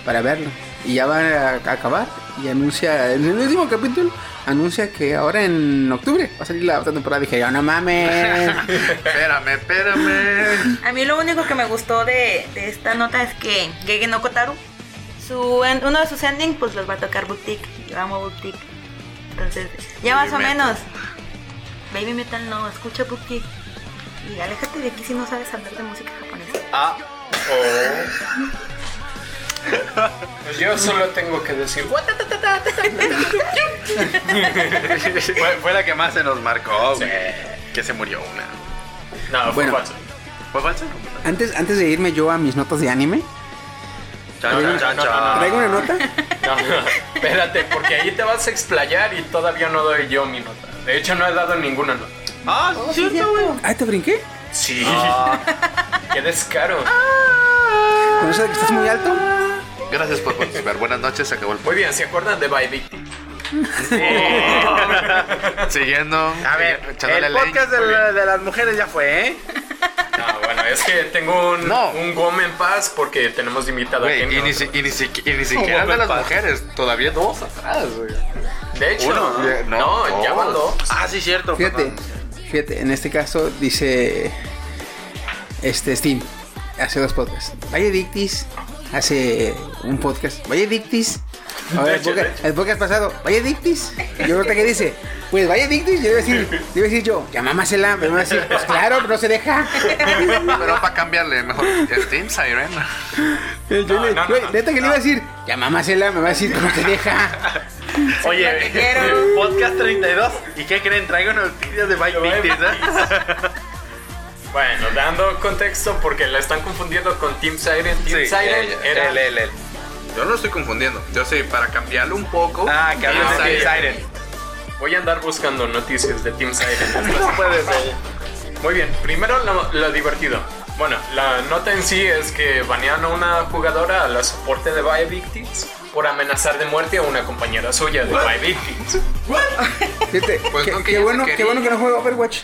S3: para verlo. Y ya va a acabar. Y anuncia, en el último capítulo, anuncia que ahora en octubre va a salir la otra temporada. Dije, yo no mames.
S5: Espérame, espérame.
S7: A mí lo único que me gustó de, de esta nota es que Gege no Kotaru, su, en- uno de sus endings, pues los va a tocar Boutique. Yo amo Boutique. Entonces, ya más o menos. Baby Metal no, escucha Boutique. Y
S3: Ah,
S7: aléjate de aquí si no sabes hablar de música japonesa.
S4: Ah,
S6: O Pues Yo solo tengo que decir.
S4: Fue, fue la que más se nos marcó, güey. Que se murió una.
S6: No, fue
S3: Bueno.
S6: falso.
S5: Pues,
S4: ¿Fue falso?
S3: Antes, antes de irme yo a mis notas de anime,
S4: Chan, chan, chan,
S6: No, no, no,
S4: chan.
S3: traigo una nota.
S6: No, espérate, porque ahí te vas a explayar y todavía no doy yo mi nota. De hecho, no he dado ninguna nota.
S4: Ah,
S7: Sí,
S4: cierto, güey.
S7: cierto.
S3: Ay, te brinqué.
S6: Sí. Ah. Qué descaro.
S3: Con eso de que estás muy alto.
S5: Gracias por participar. Buenas noches, se acabó el
S6: Muy bien, ¿se acuerdan de By Victim? Oh.
S5: Siguiendo.
S4: A ver,
S5: echándole
S4: el
S5: leña.
S4: podcast de,
S5: Muy bien.
S4: la- de las mujeres ya fue, ¿eh?
S6: No, bueno, es que tengo un,
S5: No.
S6: un gom en paz porque tenemos invitado a
S5: Güey,
S6: Kenny
S5: y, ni,
S6: otra
S5: si-
S6: vez.
S5: y ni siqui- y ni
S4: ¿Cómo
S5: siquiera
S4: me
S5: de las
S4: pasa?
S5: mujeres, todavía dos atrás, güey.
S6: De hecho,
S4: Uno,
S5: ¿no?
S6: no,
S5: No,
S6: ya
S5: dos.
S6: van dos.
S4: Ah, sí, cierto.
S3: Fíjate,
S4: perdón.
S3: fíjate, en este caso dice este Steam hace dos podcasts. Valle Dictis hace un podcast. Valle Dictis. Ahora, el,
S6: hecho, de
S3: podcast, el podcast pasado, Valle Dictis. Y Yo ahorita que dice, pues Valle Dictis. Yo iba a
S6: [LAUGHS]
S3: decir, yo iba a decir yo, ya mamásela. Pero me va a decir, pues claro, pero no se
S6: [LAUGHS]
S3: deja.
S5: Pero para cambiarle, mejor el Team Siren.
S3: Yo
S6: No,
S3: le-
S6: no, no,
S3: güey,
S6: no,
S3: neta que le iba a decir, ya mamásela. Me va a decir, no se deja.
S4: Oye, [LAUGHS] podcast 32. ¿Y qué creen? Traigo noticias de Bike
S6: Bye
S4: Victims, ¿eh?
S6: Bueno, dando contexto porque la están confundiendo con Team Siren. Team
S5: Sí,
S6: Siren
S5: ella,
S6: era
S4: El, el, el.
S5: Yo no lo estoy confundiendo. Yo sí, para cambiarle un poco.
S4: Ah, que hablan
S6: Ah,
S4: de
S6: ok.
S4: Team Siren.
S6: Voy a andar buscando noticias de Team [LAUGHS] Siren.
S4: No puede ser.
S6: Muy bien, primero lo, lo divertido. Bueno, la nota en sí es que banean a una jugadora a la soporte de Bye Victims por amenazar de muerte a una compañera suya de Bye Victims.
S3: Fíjate,
S5: Pues
S3: qué,
S5: no, que
S3: qué
S5: ya se
S3: bueno, qué
S5: quería.
S3: bueno que no juega Overwatch.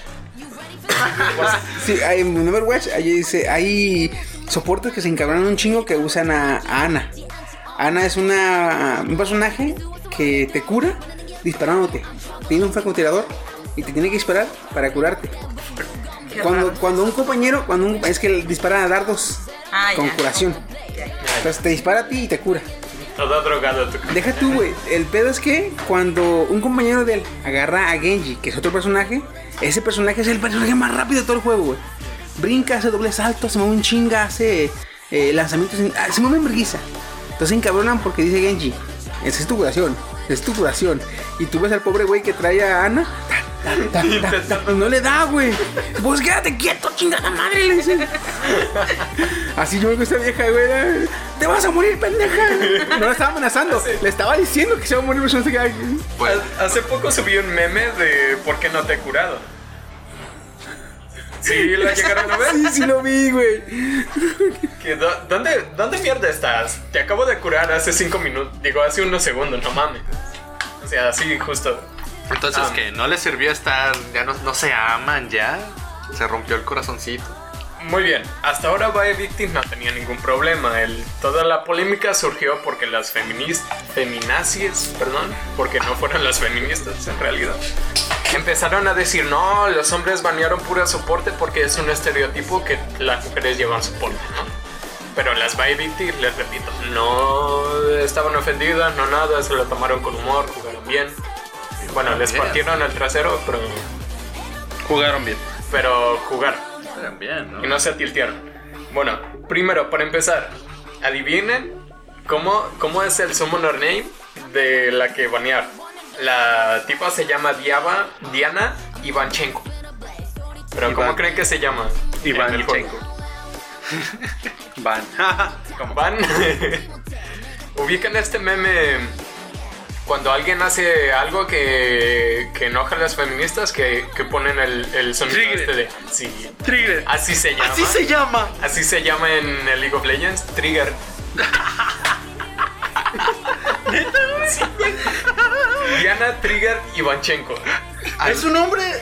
S3: sí, hay, en Overwatch ahí dice, hay soportes que se encabronan un chingo que usan a, a Ana. Ana es una un personaje que te cura disparándote. Tiene un francotirador y te tiene que disparar para curarte.
S7: Qué
S3: Cuando,
S7: raro.
S3: cuando un compañero, cuando un- es que dispara a dardos
S7: Ah,
S3: con
S7: ya.
S3: curación. Entonces te dispara a ti y te cura.
S6: Toda drogada tu
S3: Deja tú, güey. El pedo es que cuando un compañero de él agarra a Genji, que es otro personaje, ese personaje es el personaje más rápido de todo el juego, güey. Brinca, hace doble salto, se mueve un chinga, hace eh, lanzamientos, en- ah, se mueve en vergüenza. Entonces se encabronan porque dice Genji, esa es tu curación, esa es tu curación. Y tú ves al pobre güey que trae a Ana, ta, ta, ta, ta, ta, y no le da, güey. Pues quédate quieto, chingada madre, le dice. Así yo veo esta vieja, güey. era, Te vas a morir, pendeja.
S6: [LAUGHS]
S3: No la estaba amenazando. Le estaba diciendo que se iba a morir, pero se me quedaba-
S5: Pues,
S6: Ha- Hace poco subí un meme de ¿por qué no te he curado? Sí, la llegaron a ver.
S3: Sí, sí lo vi, güey.
S6: Que do- ¿Dónde, ¿Dónde mierda estás? Te acabo de curar hace cinco minutos. Digo, hace unos segundos, no mames. O sea, así justo.
S5: entonces,
S6: Ah.
S5: que no le sirvió estar. Ya no, no se aman, ya. Se rompió el corazoncito.
S6: Muy bien, hasta ahora Bae Victim no tenía ningún problema. El- toda la polémica surgió porque las feministas, feminazies, perdón, porque no fueron las feministas en realidad, empezaron a decir, no, los hombres banearon pura soporte porque es un estereotipo que las mujeres llevan soporte, ¿no? Pero las Bae Victim, les repito, no estaban ofendidas, no nada, se lo tomaron con humor, jugaron bien. Bueno, les
S5: Bien.
S6: partieron el trasero, pero,
S4: Jugaron bien.
S6: pero jugaron.
S4: Jugaron bien,
S6: Y no se tiltearon. Bueno, primero, para empezar, adivinen cómo, cómo es el summoner name de la que banear. La tipa se llama Diaba, Diana Ivanchenko. Pero ¿cómo
S4: Iván-
S6: creen que se llama? en el juego?
S4: Ivanchenko. Van.
S6: Como Van. [LAUGHS] Ubican este meme cuando alguien hace algo que, que enoja a las feministas que, que ponen el, el sonido
S4: Trigger.
S6: este de... Sí.
S4: Trigger.
S6: Así se llama.
S4: Así se llama.
S6: Así se llama en el League of Legends, Trigger. Sí. Diana Trigger Ivanchenko.
S4: ¿Es un hombre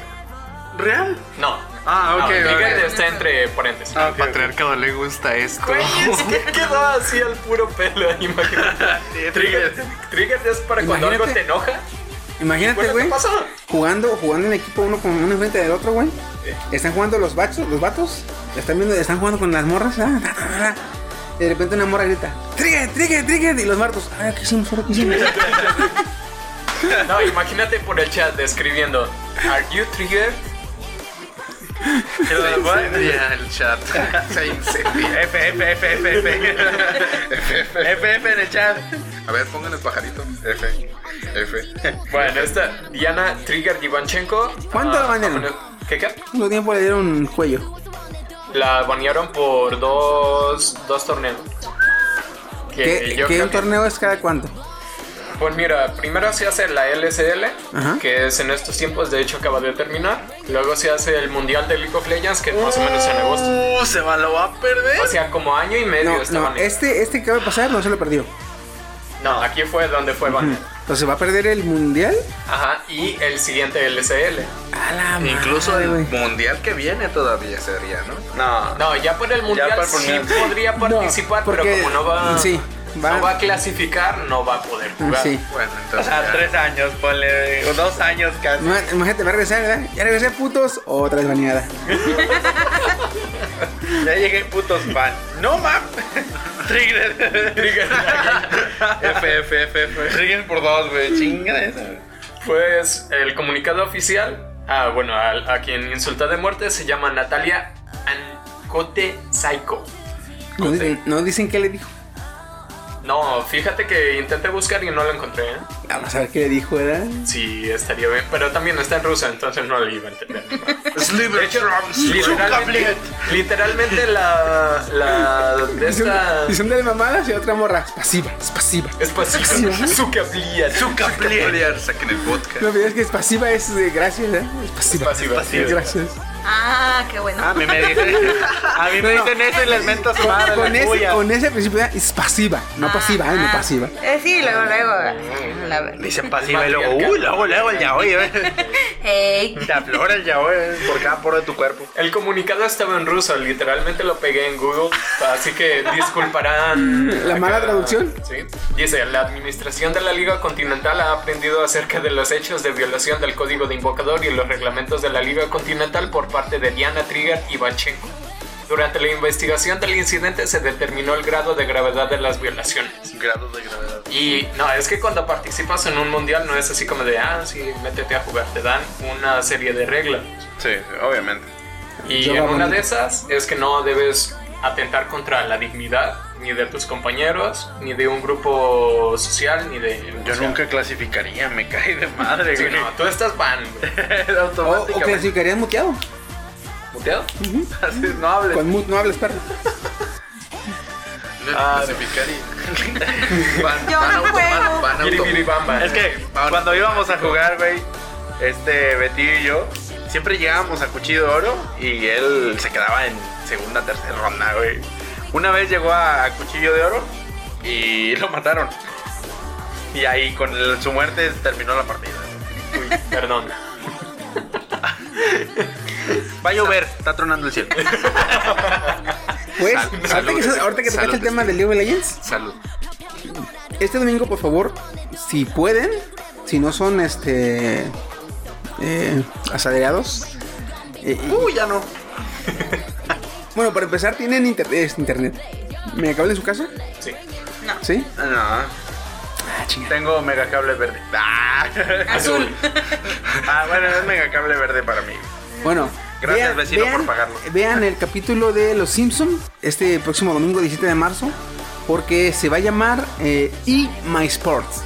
S4: real?
S6: No.
S4: Ah,
S6: No,
S4: ok,
S6: Trigger
S4: ok.
S6: está entre paréntesis.
S4: Ah,
S5: Al patriarcado le gusta esto.
S6: Güey, es
S5: [LAUGHS]
S6: que quedó así al puro pelo, [LAUGHS] imagínate.
S4: Trigger.
S6: Trigger es para cuando algo
S3: Imagínate.
S6: te enoja.
S3: Imagínate,
S6: Bueno,
S3: güey.
S6: ¿qué pasó?
S3: Jugando, jugando en equipo uno con uno enfrente del otro, güey. Están jugando los vatos, los vatos. Están viendo, están jugando con las morras. ah, ra, ra, ra. Y de repente una morra grita, trigger, trigger, trigger. Y los martos, ay, ¿qué hicimos? ahora? ¿Qué
S6: [LAUGHS]
S3: hicimos?
S6: No, imagínate por el chat escribiendo, ¿Are you triggered?
S4: ¿Qué lo cual?
S5: Ya, el
S6: [LAUGHS]
S5: chat. Se incendia.
S4: F, F, F, F, F. [LAUGHS] F, F en el chat.
S5: A ver, pongan el pajarito. F. F. [LAUGHS]
S6: Bueno, esta Diana Trigger Ivanchenko.
S3: ¿Cuánto
S6: ah,
S3: la banearon?
S6: japonés- ¿Qué qué?
S3: Mucho tiempo le dieron un cuello.
S6: La banearon por dos, dos torneos. Que
S3: ¿Qué,
S6: yo
S3: qué
S6: creo
S3: un
S6: que-
S3: torneo es cada cuánto?
S6: Pues mira, primero se hace la LCL,
S3: Ajá.
S6: que es en estos tiempos, de hecho acaba de terminar. Luego se hace el Mundial de League of Legends, que más o menos en agosto.
S4: Uh, se va, lo va a perder.
S6: O sea, como año y medio
S3: No,
S6: estaban.
S3: no, este, este que va a pasar no se lo perdió.
S6: No, aquí fue donde fue Van.
S3: Entonces va a perder el mundial.
S6: Ajá, y el siguiente LCL.
S3: A la
S5: Incluso
S3: madre,
S5: el
S3: güey.
S5: mundial que viene todavía sería, ¿no?
S4: No.
S6: No, ya por el Mundial
S4: para el
S6: sí
S4: mundial.
S6: podría participar,
S3: porque-
S6: pero como no va,
S3: sí, va- Ah,
S6: no va a clasificar, no va a poder jugar.
S3: Sí.
S5: Bueno,
S4: O
S5: entonces.
S4: sea,
S5: ya. [LAUGHS]
S4: tres años, ponle. o Dos años casi.
S3: Ma- Imagínate, va a regresar, ¿verdad? Ya regresé, putos. Otra vez baneada.
S4: Ya llegué, putos pan. No, mam. Trigger. [LAUGHS] Trigger. F, F, F, F. Trigger por dos, güey. Chinga esa. güey.
S6: Pues el comunicado oficial, ah, bueno, al- a, quien insulta de muerte se llama Natalia Ancote Saiko.
S3: No,
S6: Ok.
S3: dicen- no dicen qué le dijo.
S6: No, fíjate que intenté buscar y no lo encontré. ¿eh?
S3: Vamos a ver Ah, qué le dijo, ¿verdad?
S6: Sí, estaría bien, pero también está en ruso, entonces no lo iba a entender.
S5: Sliver Trump,
S6: literalmente, literalmente la, la de
S3: Dicen,
S6: esta
S3: dicen de mamadas y otra morra. Es pasiva, es pasiva.
S6: es pasiva, su cablía, su
S5: Sliver, saquen el vodka.
S3: Lo que es que es pasiva es de gracias, ¿eh? Es pasiva.
S6: pasiva.
S3: Es gracias.
S7: Ah, qué bueno.
S4: A mí me dicen, a mí me dicen eso y les mento a su madre.
S3: Con,
S4: la
S3: ese,
S4: tuya.
S3: con ese principio ¿verdad? es pasiva, no pasiva, ¿eh? no
S7: Ah.
S3: pasiva.
S7: Eh, sí, luego, luego. ah, La verdad.
S4: Dicen pasiva y luego, uh, luego, luego el yaoi, eh.
S7: Hey.
S4: Te aflora el yaoi eh, por cada poro de tu cuerpo.
S6: El comunicado estaba en ruso, literalmente lo pegué en Google, así que
S3: [LAUGHS]
S6: disculparán.
S3: ¿La mala traducción?
S6: Sí. Dice, la administración de la Liga Continental ha aprendido acerca de los hechos de violación del código de invocador y los reglamentos de la Liga Continental por parte de Diana Trigger y Bachenko. Durante la investigación del incidente se determinó el grado de gravedad de las violaciones.
S5: Grados de gravedad.
S6: Y no, es que cuando participas en un mundial no es así como de, ah, sí, métete a jugar, te dan una serie de reglas.
S5: Sí, obviamente.
S6: Y
S3: Yo
S6: en
S3: la
S6: una
S3: bonita.
S6: de esas es que no debes atentar contra la dignidad ni de tus compañeros, ni de un grupo social, ni de...
S4: Yo
S6: o sea,
S4: nunca clasificaría, me cae de madre,
S6: sí,
S4: güey.
S6: no, tú estás ban, güey.
S3: O, o
S4: Automáticamente.
S3: clasificarías muteado.
S6: ¿Muteado?
S4: [LAUGHS] Así, No hables.
S3: Con mute no hablas, perro.
S5: No
S6: Ah,
S5: clasificar y. [LAUGHS] van-
S7: Yo
S5: van
S7: no
S5: auto-
S7: juego.
S5: van- van auto-
S6: Biribiribamba.
S4: Es que cuando íbamos a jugar, güey, este Betillo y yo, siempre llegábamos a Cuchillo de Oro y él se quedaba en segunda, tercera ronda, güey. Una vez llegó a Cuchillo de Oro y [LAUGHS] lo mataron. Y ahí con el- su muerte terminó la partida.
S6: Uy, perdón.
S4: Va a llover, está tronando el cielo. [LAUGHS]
S3: Pues,
S5: Sal-
S3: ahorita,
S5: salud,
S3: que, se-
S5: salud,
S3: ahorita que
S5: salud,
S3: tocaste el tema del
S5: Steve.
S3: League of Legends,
S5: Salud.
S3: este domingo, por favor, si pueden, si no son este. Eh, asalariados. eh, y-
S5: Uy, ya no.
S3: [LAUGHS] bueno, para empezar, tienen inter- es internet. ¿Me acaban en su casa?
S6: Sí.
S3: ¿Sí?
S4: No,
S3: Ah, chinga.
S4: tengo mega cable verde. [LAUGHS] Ah,
S7: Azul.
S4: Ah, bueno, es mega cable verde para mí.
S3: Bueno.
S4: Gracias, vecino, por pagarlo.
S3: Vean el capítulo de Los Simpson este próximo domingo 17 de marzo porque se va a llamar eh, E My Sports.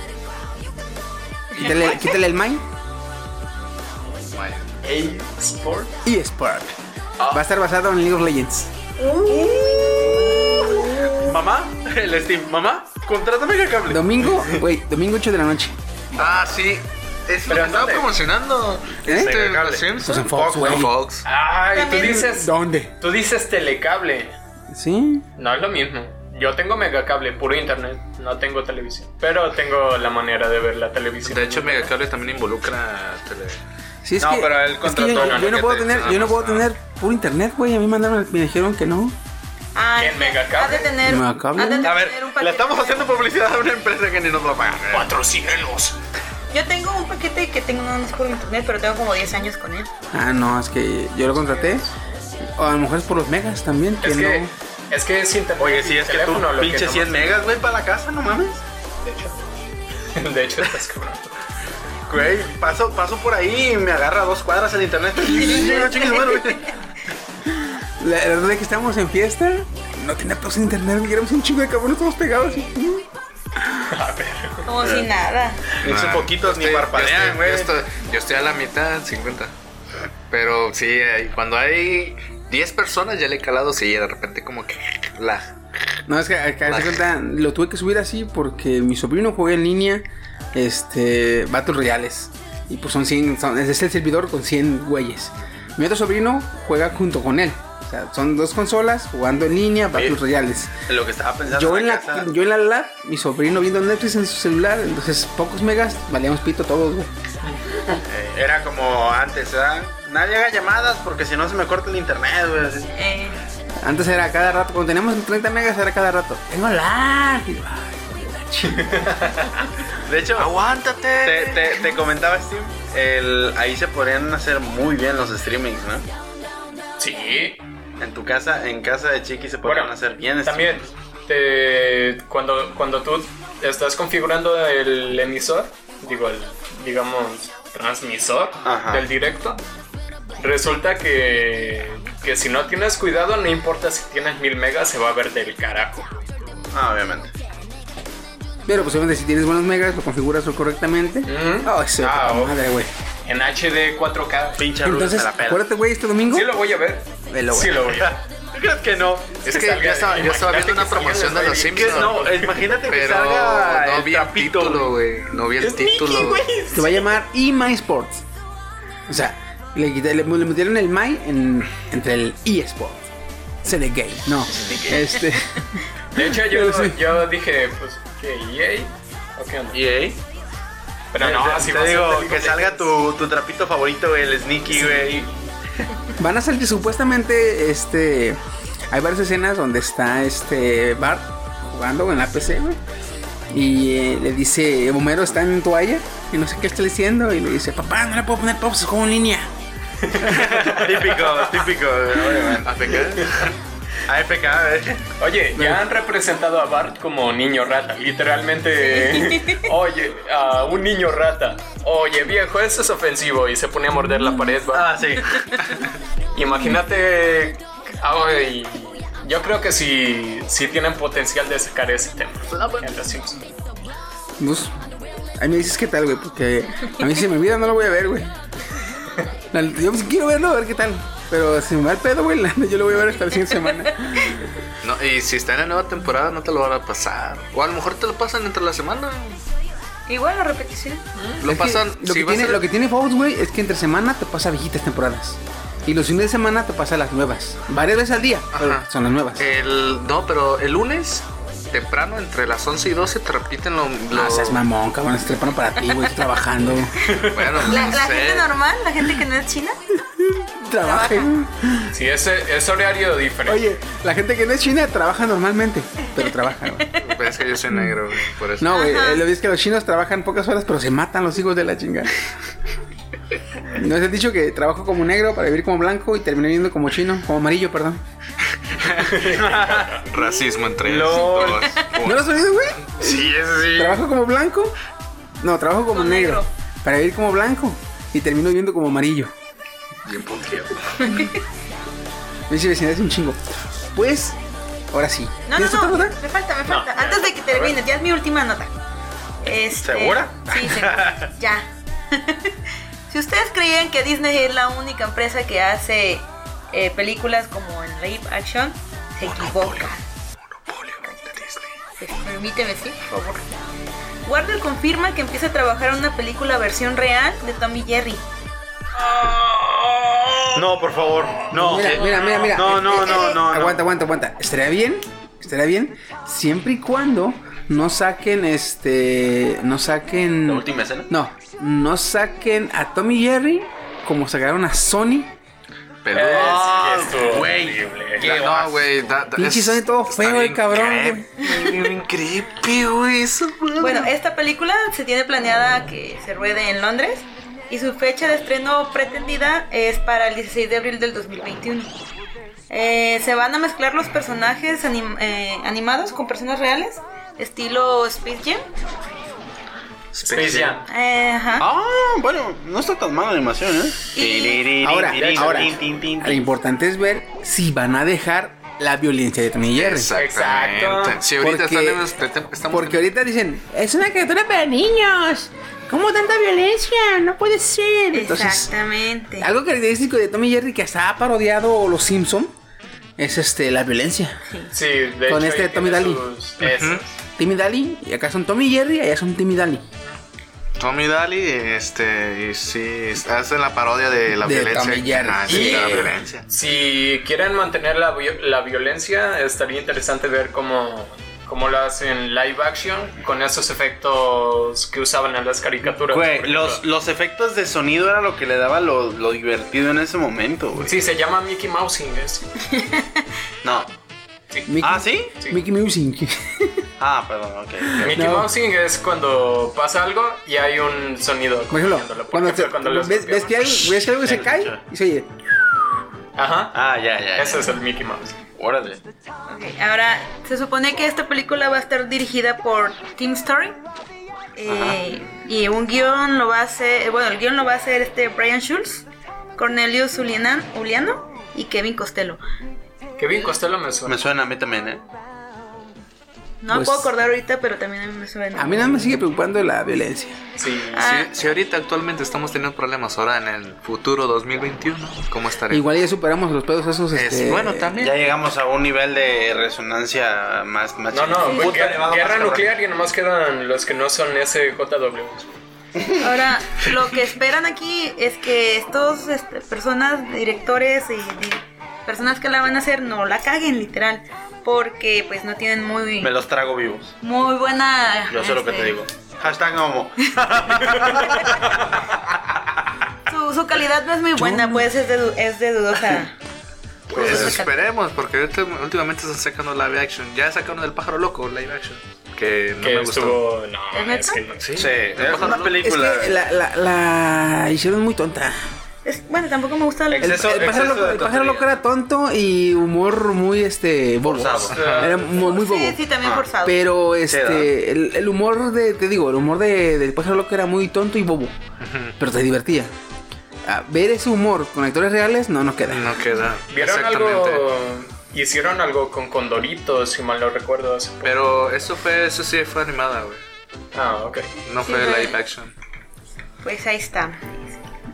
S3: Quítale, quítale el My
S6: A Sport.
S3: y E Sport. Va a estar basado en League of Legends.
S6: [LAUGHS]
S4: Mamá, el Steam, mamá, contrata mega cable.
S3: Domingo, güey, domingo 8 de la noche.
S5: Ah, sí. Es lo que estaba
S4: ¿dónde?
S5: promocionando. Este,
S4: Telecable.
S5: los Simpsons.
S3: Pues en Fox, güey.
S5: En Fox.
S6: Ay, tú dices...
S3: ¿Dónde?
S6: Tú dices telecable.
S3: ¿Sí?
S6: No es lo mismo. Yo tengo megacable, puro internet. No tengo televisión. Pero tengo la manera de ver la televisión.
S5: De hecho, Megacable también involucra tele.
S3: Sí, es
S4: No,
S3: que,
S4: pero él
S3: es que
S4: contrató
S3: yo,
S4: a
S3: yo
S4: Nana
S3: no
S5: que
S3: puedo
S5: te-
S3: tener,
S5: nada
S3: yo no
S5: más,
S3: puedo
S5: nada.
S3: tener puro internet, güey. A mí mandaron, me dijeron que no.
S7: Ah,
S6: ¿Qué, megacable?
S7: Has de tener.
S3: Megacable.
S7: has de
S4: A ver,
S7: tener un
S4: le
S7: paquete
S4: estamos
S7: de-
S4: haciendo publicidad a una empresa que ni nos va a pagar. ¿verdad?
S6: ¡Patrocínenos!
S7: Yo tengo un paquete que tengo, no es por internet, pero tengo como 10 años con él.
S3: Ah, no, es que yo lo contraté. O a lo mejor es por los megas también, que
S6: Es
S3: no.
S6: que, es que es internet.
S4: Oye, si es que tú
S6: teléfono lo
S4: pinche
S6: no
S4: 100 megas, güey, para la casa, no mames.
S6: [LAUGHS] más- De hecho, estás cabrón. [LAUGHS]
S4: Güey, paso, paso por ahí y me agarra a dos cuadras el internet. No, chingues, bueno, güey.
S3: La la verdad es que estábamos en fiesta, no tenía pausa de internet, güey, éramos un chingo de cabrones todos pegados. y-
S7: Como si nada.
S4: Esos
S5: Nah,
S4: poquitos
S5: Ah, yo
S4: ni
S5: estoy- yo
S4: parpadean,
S5: estoy-
S4: güey.
S5: Yo estoy, yo estoy a la mitad, 50. Pero sí, eh, cuando hay 10 personas ya le he calado, sí, de repente como que la...
S3: No, es que acá se cuenta, lo tuve que subir así porque mi sobrino juega en línea este Battle Royales. Y pues son 100, son- es el servidor con 100 güeyes. Mi otro sobrino juega junto con él. O sea, son dos consolas jugando en línea Battle
S4: Oye,
S3: Royales.
S4: Lo que estaba pensando.
S3: Yo
S4: en
S3: en,
S4: la
S3: la,
S4: casa.
S3: yo en la lab, mi sobrino viendo Netflix en su celular, entonces pocos megas, valíamos pito todos, güey.
S4: Eh, Era como antes, ¿verdad? Nadie haga llamadas porque si no se me corta el internet, güey. así.
S7: Eh,
S3: Antes era cada rato, cuando teníamos 30 megas era cada rato. Tengo lag. Y yo, "Ay,
S4: De hecho,
S5: ¡Aguántate!
S4: te, te- te comentaba, Steve, el, ahí se podrían hacer muy bien los streamings, ¿no?
S6: Sí.
S4: En tu casa, en casa de Chiqui se podrían hacer bien
S6: También, te- cuando, cuando tú estás configurando el emisor, digo, el, digamos, transmisor
S4: Ajá.
S6: del directo, resulta que, que si no tienes cuidado, no importa si tienes mil megas, se va a ver del carajo.
S4: streamings. Ah, obviamente.
S3: Pero pues obviamente si tienes buenos megas, lo configuras correctamente.
S6: Ujú.
S3: Ay, se
S6: Ah,
S3: puta
S6: ok.
S3: madre, güey.
S6: En HD 4K.
S4: Pinche Ruth
S3: Entonces,
S4: se la pela.
S3: acuérdate, güey, este domingo.
S6: Sí lo voy a ver.
S3: Velo, güey.
S6: Sí lo voy a ver.
S4: ¿Tú crees que no?
S5: Es que yo estaba, yo estaba viendo una promoción de los
S4: Que
S5: Simpsons.
S4: no, imagínate que
S5: pero
S4: salga
S5: no
S4: el
S5: vi el
S4: trapito,
S5: título, güey. No vi el título. güey.
S3: Se va a llamar E My Sports. O sea, le, quité- le- le metieron el My en- entre el E Sport. Se de gay. No. Este. [LAUGHS]
S6: De hecho, yo,
S3: Pero sí.
S6: yo dije, pues, ¿qué? ¿EA? ¿O qué onda?
S4: Y ahí,
S6: Pero no,
S4: Eh, te-
S6: así va
S4: te
S6: a ser
S4: digo,
S6: película.
S4: que salga tu, tu trapito favorito, güey, el sneaky, güey.
S3: Van a salir supuestamente. Este. Hay varias escenas donde está este Bart jugando en la PC, güey. Y eh, le dice, Homero está en toalla. Y no sé qué está diciendo. Y le dice, papá, no le puedo poner pausa, juego en línea.
S4: típico, típico, güey, obviamente. AFK, güey.
S6: Oye, ya han representado a Bart como niño rata, literalmente. [LAUGHS]
S4: [LAUGHS]
S6: Oye, a un niño rata. Oye, viejo, eso es ofensivo. Y se pone a morder la pared, va.
S4: Ah, sí.
S6: Imagínate. ay, yo creo que sí, sí tienen potencial de sacar ese tema.
S4: Ah,
S6: en los Simpsons.
S3: Pues, ahí me dices qué tal, güey, porque a mí si me olvida no lo voy a ver, güey. La neta, Yo pues, quiero verlo, a ver qué tal. Pero si me va el pedo, güey, la neta, yo lo voy a ver hasta la siguiente semana.
S5: No, y si está en la nueva temporada, no te lo van a pasar. O a lo mejor te lo pasan entre la semana.
S7: igual la repetición.
S5: Lo
S3: Es que
S5: pasan.
S3: Lo,
S5: si
S3: que
S5: vas
S3: tiene,
S5: a-
S3: lo que tiene Fox, güey, es que entre semana te pasa viejitas temporadas. Y los fines de semana te pasa las nuevas. Varias veces al día, pero
S5: Ajá. Eh,
S3: son las nuevas.
S5: El, no, pero el lunes, temprano, entre las 11 y 12, te repiten lo. lo-
S3: No Ah, seas mamón, cabrón, es temprano para ti, güey, estoy
S5: [LAUGHS]
S3: trabajando.
S5: Bueno,
S7: La,
S5: no
S7: la
S5: sé.
S7: gente normal, la gente que no es china.
S3: Trabajen.
S6: Sí, ese es horario diferente.
S3: Oye, la gente que no es china trabaja normalmente, pero trabaja, güey.
S5: Pero es que yo soy negro, güey, por eso.
S3: No, güey, eh, lo que es que los chinos trabajan pocas horas, pero se matan los hijos de la chingada. No has dicho que trabajo como negro para vivir como blanco y terminé viviendo como chino, como amarillo, perdón.
S5: Racismo entre
S4: Lol. [LAUGHS]
S5: dos.
S3: ¿No lo has oído, güey?
S4: Sí, eso sí.
S3: Trabajo como blanco. No, trabajo como
S7: Como
S3: negro
S7: negro.
S3: para vivir como blanco y termino viviendo como amarillo.
S5: Bien puteado.
S3: Me dice vecindad es un chingo. Pues, ahora sí.
S7: No,
S3: ¿Tienes otra
S7: no, no.
S3: nota?
S7: Me falta, me falta. Antes de que termine, ya es mi última nota. Este,
S4: ¿Segura?
S7: Sí, segura. ya. [LAUGHS] si ustedes creían que Disney es la única empresa que hace eh, películas como en live action, se equivocan. Pues, Permíteme, sí, por favor. Warner confirma que empieza a trabajar en una película versión real de Tommy Jerry.
S4: No, por favor. No.
S3: Mira,
S4: Sí.
S3: mira, mira, mira.
S4: No, no, no, no.
S3: Aguanta, aguanta, aguanta. Estaría bien, estaría bien, siempre y cuando no saquen este, no saquen.
S4: ¿La última escena?
S3: No, no saquen a Tommy Jerry como sacaron a Sony.
S5: Pero.
S6: Eh, sí, estuvo
S4: Ah, güey.
S6: horrible.
S4: Qué
S5: no, güey. da- da-
S3: Pinche
S5: es-
S3: Sony todo
S5: está
S3: feo, el
S5: bien
S3: cabrón,
S5: creep- Bien creepy, güey. Eso, güey.
S7: Bueno, esta película se tiene planeada que se ruede en Londres y su fecha de estreno pretendida es para el 16 de abril del 2021. Eh, se van a mezclar los personajes anim- eh, animados con personas reales, estilo Space Jam.
S6: Space Jam.
S7: Eh, ajá.
S4: Ah, bueno, no está tan mala la animación, ¿eh?
S3: Ahora,
S4: Tin, tin,
S3: ahora,
S4: tin, tin, tin,
S3: lo
S4: tin.
S3: importante es ver si van a dejar la violencia de Tony y Jerry.
S5: Exactamente.
S6: Exacto.
S5: Si ahorita
S3: Porque-
S5: están en- estamos
S3: Porque ahorita dicen, es una criatura para niños. ¿Cómo tanta violencia? No puede ser. Entonces,
S7: Exactamente.
S3: algo característico de Tommy Jerry que hasta ha parodiado los Simpson es este la violencia.
S6: Sí, de
S3: Con
S6: hecho,
S3: este
S6: ahí
S3: Tommy
S6: tiene
S3: Daly.
S6: sus- esos.
S3: Timmy Daly, y acá son Tommy Jerry y allá son Timmy Daly.
S5: Tommy Daly, este, y sí, hace la parodia de la
S3: De
S5: violencia.
S3: Tommy Jerry.
S5: Ah, sí,
S6: Y-
S5: de la violencia.
S6: Si quieren mantener la, vi- la violencia, estaría interesante ver cómo, cómo lo hacen live action con esos efectos que usaban en las caricaturas.
S4: Güey,
S6: por ejemplo.
S4: los, los efectos de sonido era lo que le daba lo, lo divertido en ese momento, güey.
S6: Sí, se llama Mickey Mouse Inglés.
S4: No.
S3: Mickey,
S4: ¿Ah, sí?
S6: Sí.
S3: Mickey Music.
S4: Ah, perdón, ok. ok.
S6: Mickey
S3: No.
S6: Mousing es cuando pasa algo y hay un sonido.
S3: Por ejemplo,
S6: acompañándolo. Por
S3: cuando,
S6: ejemplo,
S3: te-
S6: cuando los
S3: ves, ves que algo, ves que algo se cae y se oye.
S6: Ajá.
S4: Ah, ya, ya. ya.
S6: Ese es el Mickey Mouse.
S4: Órale.
S7: Ok, Ahora, se supone que esta película va a estar dirigida por Tim Story. Eh, y un guión lo va a hacer, eh, bueno, el guión lo va a hacer este Brian Schulz, Cornelius Ulianan, Uliano y Kevin Costello.
S6: Kevin Costello me suena.
S4: Me suena a mí también, ¿eh?
S7: No
S3: Pues-
S7: puedo acordar ahorita, pero también a mí me suena.
S3: A mí nada me sigue preocupando la violencia.
S6: Sí.
S7: Ah,
S5: Si, si ahorita actualmente estamos teniendo problemas, ahora en el futuro 2021, ¿cómo estaremos?
S3: Igual ya superamos los pedos esos.
S5: Es
S3: este,
S5: bueno también.
S4: Ya llegamos a un nivel de resonancia más, más
S6: No, no,
S4: chido.
S6: güey,
S4: Puta,
S6: guerra-
S4: le va a dar
S6: guerra
S4: más
S6: nuclear y nomás quedan los que no son SJW.
S7: Ahora, lo que esperan aquí es que estos este, personas, directores y, di- personas que la van a hacer no la caguen, literal, porque pues no tienen muy,
S4: cabrón. Me los trago vivos.
S7: muy buena...
S4: Yo sé lo que te
S7: este,
S4: digo. Hashtag homo.
S5: [LAUGHS]
S7: Su, su calidad no es muy buena, pues es de, du- es de dudosa.
S5: Pues esperemos, porque ahorita- últimamente están sacando live action. Ya sacaron del pájaro loco live action, que no
S6: Que
S5: me gustó.
S6: estuvo. No,
S7: ¿Es neta?
S6: es que.
S5: Sí,
S4: Sí,
S5: del
S4: es
S5: pájaro
S4: una
S5: loco.
S3: Es
S4: película.
S3: que la, la, la hicieron muy tonta.
S7: Es- bueno, tampoco me gusta
S3: El,
S7: el,
S4: Exceso-
S3: el pájaro,
S4: exceso
S3: loco,
S4: de
S3: el pájaro
S4: tontería.
S3: loco era tonto y humor muy este bobo.
S4: Forzado.
S3: Ajá. [LAUGHS] Era muy, muy bobo.
S7: Sí, sí, también
S4: Ah,
S7: forzado.
S3: Pero
S4: Sí,
S3: este el, el humor de te digo, el humor de, del pájaro loco era muy tonto y bobo, pero te divertía. Ah, ver ese humor con actores reales no nos queda.
S5: No queda.
S6: ¿Vieron
S5: exactamente.
S6: algo? Hicieron algo con Condoritos, si mal no recuerdo. hace
S4: Eh.
S6: poco.
S5: Pero eso fue, eso sí fue animada, güey.
S6: Ah, ok.
S5: No
S7: Sí,
S5: fue
S7: fue-
S5: live action.
S7: Pues ahí está.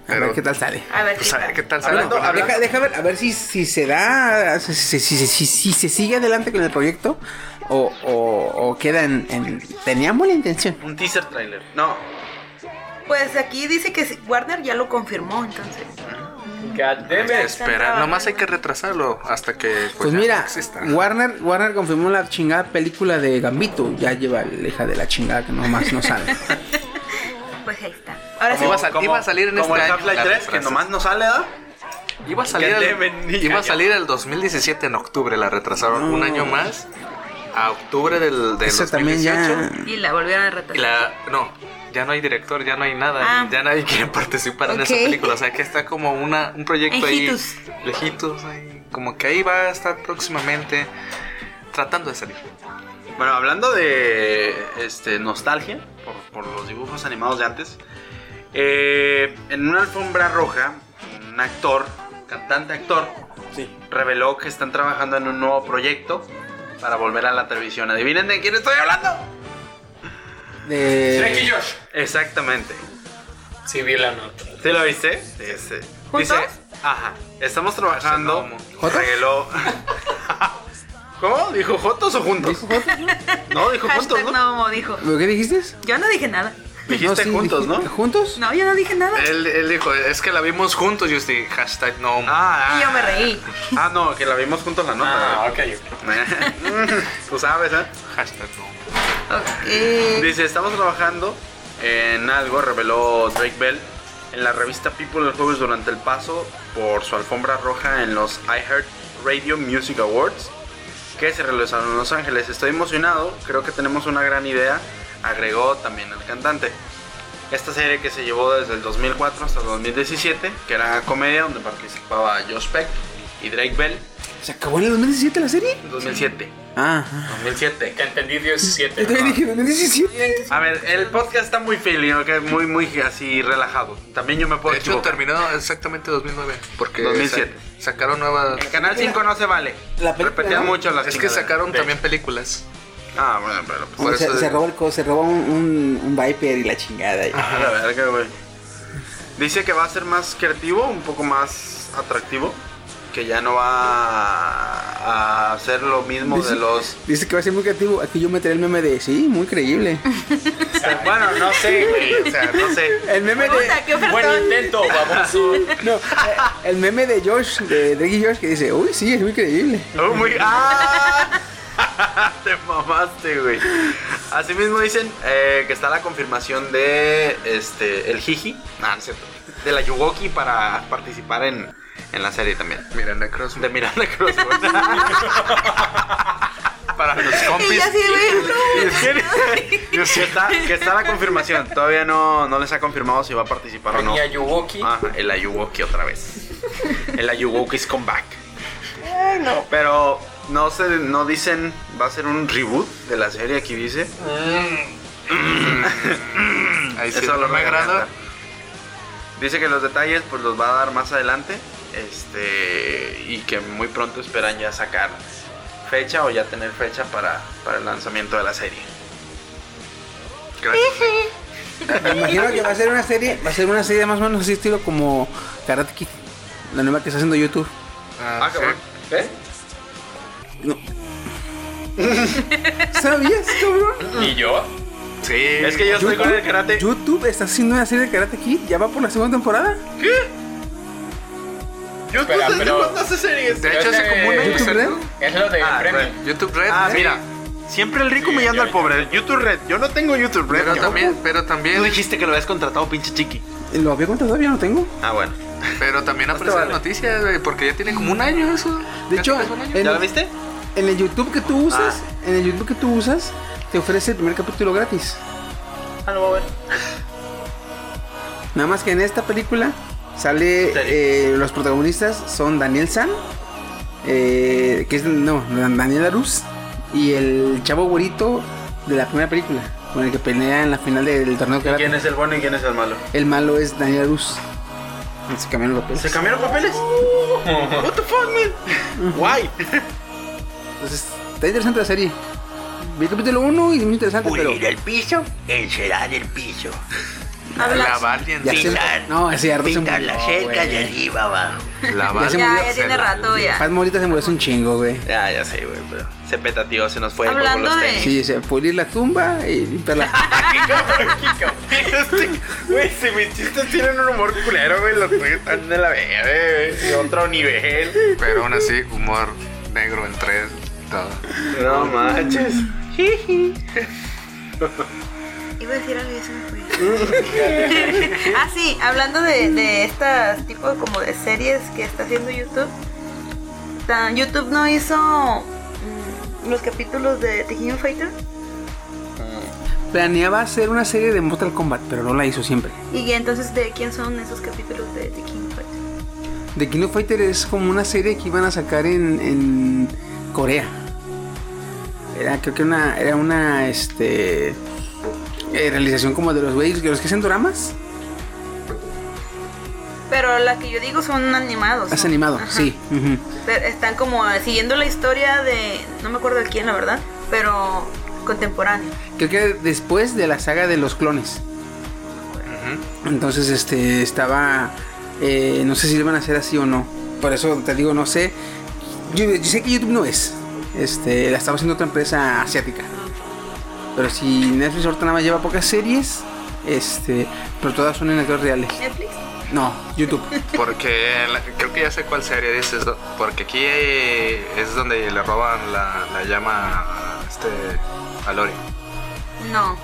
S3: A ver
S5: pero-
S3: qué tal sale.
S7: A ver,
S5: Pues
S7: qué
S5: a ver
S7: tal.
S5: qué tal sale.
S4: Hablando-
S5: Ojalá.
S4: hablando-
S3: Deja, deja ver, a ver si, si se da, si, si- si- si- si se sigue adelante con el proyecto o, o- o queda en, en- Teníamos la intención.
S4: Un teaser trailer. No.
S7: Pues aquí dice que sí, Warner ya lo confirmó, entonces.
S6: God damn
S5: Hay que
S6: it.
S5: esperar, nomás hay que retrasarlo hasta que. Pues,
S3: Pues
S5: ya
S3: mira,
S5: exista.
S3: Warner, Warner confirmó la chingada película de Gambito. Ya lleva la hija de la chingada que nomás no sale.
S7: Pues ahí está. Ahora sí.
S5: Como- iba a sal- iba a salir en
S4: como
S5: este
S4: el
S5: año,
S4: Half-Life
S5: las
S4: 3, que
S5: frases.
S4: nomás no sale, ¿da?
S5: Iba a salir,
S4: Que
S5: el,
S4: deben y
S5: iba a
S4: callan.
S5: salir el 2017 en octubre, la retrasaron un año más a octubre del, del
S3: Eso también
S5: 2018.
S3: ya.
S7: Y la volvieron a retrasar.
S5: Y la, no, ya no hay director, ya no hay nada,
S7: Ah.
S5: ya nadie quiere participar en esa
S7: Ok.
S5: película. O sea que está como una, un proyecto
S7: Lejitos.
S5: ahí, lejitos, ahí, como que ahí va a estar próximamente tratando de salir.
S4: Bueno, hablando de este, nostalgia por, por los dibujos animados de antes, eh, en una alfombra roja, un actor, cantante actor, reveló que están trabajando en un nuevo proyecto para volver a la televisión. Adivinen de quién estoy hablando.
S3: De...
S4: Eh.
S6: Drake y Josh.
S4: Exactamente.
S6: Sí, vi la nota.
S4: ¿Sí lo viste? Sí, sí.
S7: ¿Juntos?
S4: Dice, ajá, estamos trabajando.
S3: ¿Jotos?
S4: [LAUGHS] Reveló. ¿Cómo? ¿Dijo Jotos o juntos?
S3: ¿Dijo Jotos,
S4: No, dijo juntos, ¿no?
S7: Hashtag no, como dijo.
S3: ¿Pero qué dijiste?
S7: Yo no dije nada.
S4: Dijiste
S3: sí,
S4: juntos,
S3: dije-
S4: ¿no?
S3: ¿Juntos?
S7: No, yo no dije nada.
S5: Él, él dijo, es que la vimos juntos, yo estoy hashtag no.
S4: Ah, ah,
S7: Y yo me reí.
S4: Ah, no, que la vimos juntos la
S6: Ah,
S4: [LAUGHS] nota.
S6: ok, ok.
S4: Tú sabes, ¿eh?
S5: Hashtag no.
S7: Ok.
S4: Dice, estamos trabajando en algo, reveló Drake Bell en la revista People el jueves durante el paso por su alfombra roja en los iHeart Radio Music Awards que se realizaron en Los Ángeles. Estoy emocionado, creo que tenemos una gran idea, agregó también el cantante. Esta serie que se llevó desde el 2004 hasta el 2017, que era comedia donde participaba Josh Peck y Drake Bell,
S3: ¿Se acabó en el 2017 la serie?
S4: 2007.
S3: Ah.
S4: 2007.
S6: Te entendí 17.
S3: Yo también dije 2017.
S4: A ver, el podcast está muy feliz, muy, muy así relajado. También yo me puedo
S5: De hecho,
S4: equivocar.
S5: terminó exactamente 2009. Porque
S4: 2007.
S5: sa- sacaron nuevas.
S4: El canal 5 no se vale.
S3: La película,
S4: Repetían
S3: ¿no?
S4: mucho las
S5: Es que
S4: chingaderas.
S5: sacaron
S6: De-
S5: también películas.
S4: Ah, bueno, pero pues.
S5: Por
S3: Hombre,
S5: eso
S3: se, se
S5: de-
S3: roba el co- se roba un, un, un Viper y la chingada. y-
S4: A la verga, güey. Dice que va a ser más creativo, un poco más atractivo. Que ya no va a hacer lo mismo de los.
S3: Dice que va a ser muy creativo. Aquí yo meteré el meme de. Sí, muy creíble.
S4: Bueno, no sé, güey. O sea, no sé.
S3: El meme de.
S7: Puta, qué ofertón.
S6: Buen intento, baboso.
S3: No, eh, el meme de Josh, de Drake y Josh, que dice, uy, sí, es muy creíble.
S4: Oh
S5: [LAUGHS]
S4: my- ¡Ah! [LAUGHS] Te mamaste, güey. Asimismo dicen eh, que está la confirmación de este el Jiji. Ah, no es cierto. De la Yugoki para participar en, en la serie también.
S5: Miranda Cross.
S4: De Miranda
S5: [LAUGHS]
S4: Cross. güey. para los
S7: Y
S4: compis.
S7: ya sí, güey,
S4: que, está, que está la confirmación. Todavía no, no les ha confirmado si va a participar o no. Ah.
S6: Y a Yuwoki.
S4: Ajá, el Ayuwoki otra vez. El Ayuwoki is comeback. Pero no se, no dicen, va a ser un reboot de la serie aquí dice.
S5: Mm. Ahí sí,
S4: Eso
S5: no
S4: lo
S5: me agrada.
S4: Dice que los detalles pues los va a dar más adelante. Este y que muy pronto esperan ya sacar fecha o ya tener fecha para, para el lanzamiento de la serie.
S5: Gracias.
S3: Me imagino que va a ser una serie, va a ser una serie más o menos así estilo como Karate Kid, la nueva que está haciendo YouTube.
S5: Ah, sí.
S4: cabrón. ¿Eh?
S3: No. ¿Sabías, cabrón?
S6: ¿Y yo?
S5: Sí.
S4: Es que yo estoy con el karate.
S3: YouTube está haciendo una serie de Karate Kid, ya va por la segunda temporada.
S6: Espera, pero.
S5: De hecho, hace como un año
S3: ¿YouTube
S5: salió.
S3: Red?
S6: Es lo de
S4: Ah,
S6: Premium.
S4: bueno.
S5: YouTube Red.
S4: Ah,
S5: ¿eh?
S4: mira. Siempre el rico
S6: Sí,
S4: humillando
S6: ya,
S4: al
S6: ya.
S4: pobre. YouTube Red. Yo no tengo YouTube Red.
S5: Pero
S4: yo.
S5: también, pero
S4: Tú
S5: también,
S4: dijiste que lo habías contratado, pinche chiqui.
S3: Lo había contado, todavía no tengo.
S4: Ah, bueno.
S5: pero también aparecen
S4: vale.
S5: noticias, güey, porque ya tiene como un año eso.
S3: De
S5: Ya
S3: hecho,
S5: tiene un año.
S3: en-
S4: ¿Ya lo viste?
S3: En el YouTube que tú usas, en el YouTube que tú usas, te ofrece el primer capítulo gratis.
S4: Ah, lo voy a ver.
S3: Nada más que en esta película sale eh, los protagonistas son Daniel San, eh, que es no, Daniel Aruz y el chavo güerito de la primera película, con el que pelea en la final del torneo que
S4: ¿Quién es el bueno y quién es el malo?
S3: El malo es Daniel Aruz. Se cambiaron los papeles.
S4: ¿Se cambiaron papeles? [LAUGHS] What the fuck,
S3: [LAUGHS]
S4: man? Why?
S3: Entonces, está interesante la serie. Vi el capítulo 1 y es muy interesante, pero
S8: el piso, él será del piso.
S5: la
S7: Hablas.
S5: Valiant.
S3: ya se-
S8: Pintar.
S3: No, es cierto, se
S8: Pintar la
S3: murió,
S8: cerca
S3: güey.
S8: de arriba abajo.
S5: La
S3: Ya se
S5: Valiant.
S7: Ya, ya tiene rato, ya.
S3: Paz Morita se murió hace un chingo, güey.
S4: Ya, ya sé, güey, pero se peta, tío, se nos fue el
S7: Hablando
S4: los
S7: de- [LAUGHS]
S4: tenis.
S3: Sí, se pulir la tumba y limpiarla.
S4: [LAUGHS] Güey, si mis chistes tienen un humor culero, güey, los tuyos están de la verga, güey, de otro nivel.
S5: Pero aún así, humor negro en tres. Todo.
S4: No manches.
S7: Iba a decir algo y ya se me fue. [LAUGHS] ah, sí, hablando de, de estas tipo como de series que está haciendo YouTube. tan- YouTube no hizo mm, los capítulos de The King of Fighter
S3: Planeaba hacer una serie de Mortal Kombat, pero no la hizo siempre.
S7: y entonces de quién son esos capítulos de The King of Fighter.
S3: The King of Fighter es como una serie que iban a sacar en, en Corea. Era, creo que una, era una este, eh, realización como de los güeyes, de los que hacen dramas.
S7: Pero la que yo digo son animados.
S3: Es
S7: ¿no?
S3: animado,
S7: Ajá.
S3: sí. ujú.
S7: Pero están como siguiendo la historia de no me acuerdo de quién la verdad, pero contemporáneo.
S3: Creo que después de la saga de los clones. Entonces, este, estaba. eh, no sé si lo van a hacer así o no. Por eso te digo, no sé. Yo, yo sé que YouTube no es. Este, la estaba haciendo otra empresa asiática. Pero si Netflix ahorita nada más lleva pocas series, este, pero todas son en actores reales.
S7: Netflix.
S3: No,
S6: [LAUGHS]
S3: YouTube.
S5: Porque la- creo que ya sé cuál serie dices. do- Porque aquí eh, es donde le roban la, la llama a, este, a Lori.
S7: No.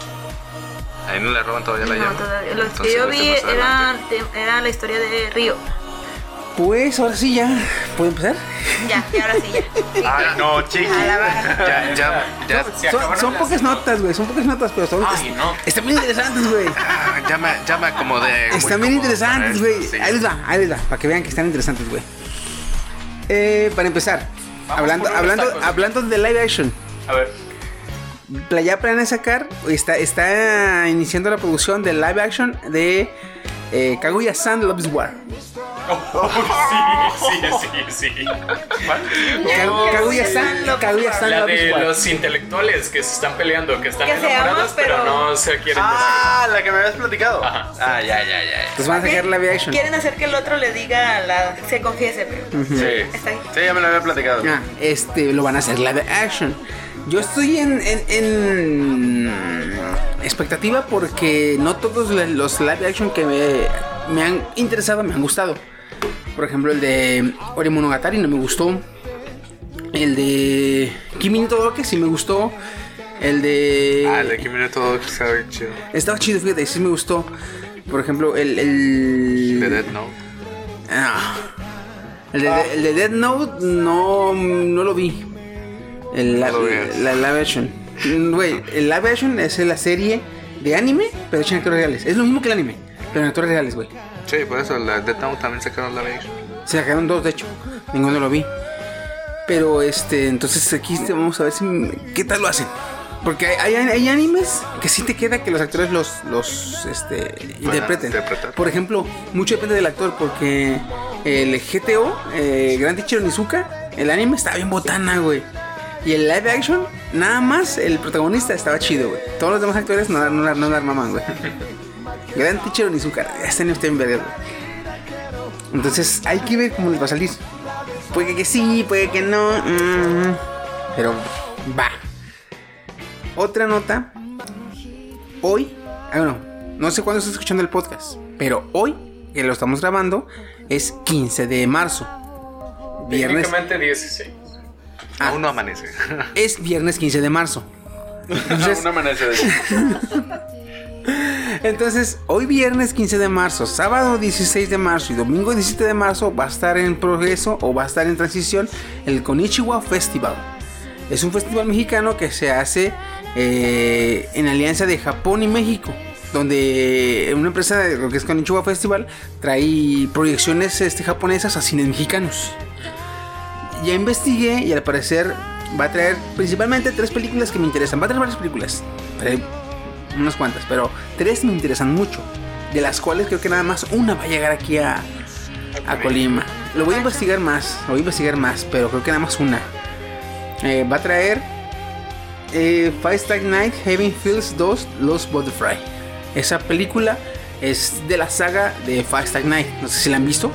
S5: Ahí no le roban todavía la
S7: No,
S5: llama.
S7: todavía. Los que
S5: Entonces,
S7: yo
S5: vete
S7: vi
S5: más
S7: era,
S5: adelante.
S7: era la historia de Río.
S3: Pues ahora sí ya. ¿Puedo empezar?
S7: Ya, y ahora sí,
S3: [LAUGHS]
S7: ya.
S4: Ay, no, chiqui.
S7: A la baja.
S5: Ya, ya, ya,
S6: Se
S3: Son,
S6: acabaron
S3: son
S6: las-
S3: pocas notas, güey. Son pocas notas, pero son.
S6: Ay, no.
S3: Están bien interesantes, güey.
S5: ah, ya, me, ya me acomodé.
S6: Eh,
S5: muy
S3: Están bien
S5: cómodo,
S3: interesantes,
S5: ¿sabes?
S3: güey.
S5: Sí.
S3: Ahí les va, ahí les va, para que vean que están interesantes, güey. Eh, para empezar,
S6: Vamos
S3: hablando,
S6: por unos
S3: hablando,
S6: tacos.
S3: hablando de live action.
S6: A
S4: [LAUGHS]
S6: ver,
S3: Playa planea sacar, está, está iniciando la producción de live action de eh, Kaguya-san Loves War.
S6: Oh, sí, sí, sí, sí.
S3: Ka- Kaguya-san Kaguya-san
S6: Oh, La
S3: Loves
S6: de
S3: War.
S6: los intelectuales que se están peleando, que están
S7: Que se aman,
S6: enamorados, pero...
S7: pero
S6: no se quieren
S4: Ah, la que me habías platicado.
S6: Ajá.
S4: Ah, ya, ya, ya. ya.
S3: Entonces van a sacar live action.
S7: Quieren hacer que el otro le diga a la. se confiese, pero.
S4: Sí.
S7: Está ahí.
S4: Sí, ya me lo había platicado.
S3: Ah, este, lo van a hacer live action. Yo estoy en, en- en expectativa porque no todos le- los live action que me, me han interesado me han gustado. Por ejemplo, el de Ori Monogatari no me gustó. El de Kimi no Todoroki sí me gustó. El de...
S5: Ah, el de Kimi no todo está bien chido.
S3: Estaba chido, fíjate, sí me gustó. Por ejemplo, el... el...
S5: De Dead Note.
S3: Ah. El de, el de Dead Note no, no lo vi. El, la,
S5: lo veas.
S3: la- la live action. Mm, Güey, el live action es la serie de anime, pero hecha en actores reales. Es lo mismo que el anime, pero en actores reales, güey.
S5: Sí, por eso, la Dead Note también sacaron la vez.
S3: Se sacaron dos, de hecho. Ninguno lo vi. Pero este, entonces aquí este, vamos a ver si, qué tal lo hacen. Porque hay, hay- hay animes que sí te queda que los actores los, los este, interpreten.
S5: interpretar.
S3: Por ejemplo, mucho depende del actor. Porque el GTO, eh, Grand Teacher Onizuka, el anime estaba bien botana, güey. Y el live action, nada más el protagonista estaba chido, güey. Todos los demás actores no, no, la- no la armaban, güey. Gran Teacher Onizuka, este anime está bien verga, güey. Entonces hay que ver cómo les va a salir. Puede que sí, puede que no. mm, pero va. Otra nota. Hoy, ah, bueno, no sé cuándo estás escuchando el podcast, pero hoy, que lo estamos grabando, es 15 de marzo. Viernes.
S6: Técnicamente 16.
S3: Ah.
S5: Aún no amanece. [LAUGHS]
S3: Es viernes 15 de marzo. Entonces,
S4: Una amanecer.
S3: Entonces, hoy viernes 15 de marzo, sábado 16 de marzo y domingo 17 de marzo va a estar en progreso o va a estar en transición el Konichiwa Festival. Es un festival mexicano que se hace eh, en alianza de Japón y México, donde una empresa de lo que es Konichiwa Festival trae proyecciones este, japonesas a cines mexicanos. Ya investigué y al parecer va a traer principalmente tres películas que me interesan. Va a traer varias películas. Trae unas cuantas, pero tres me interesan mucho, de las cuales creo que nada más una va a llegar aquí a, a Colima. Lo voy a investigar más, lo voy a investigar más, pero creo que nada más una. Eh, va a traer eh, Five Stack Night, Heaven Feels 2, Los Butterfly. Esa película es de la saga de Five Stack Night, no sé si la han visto.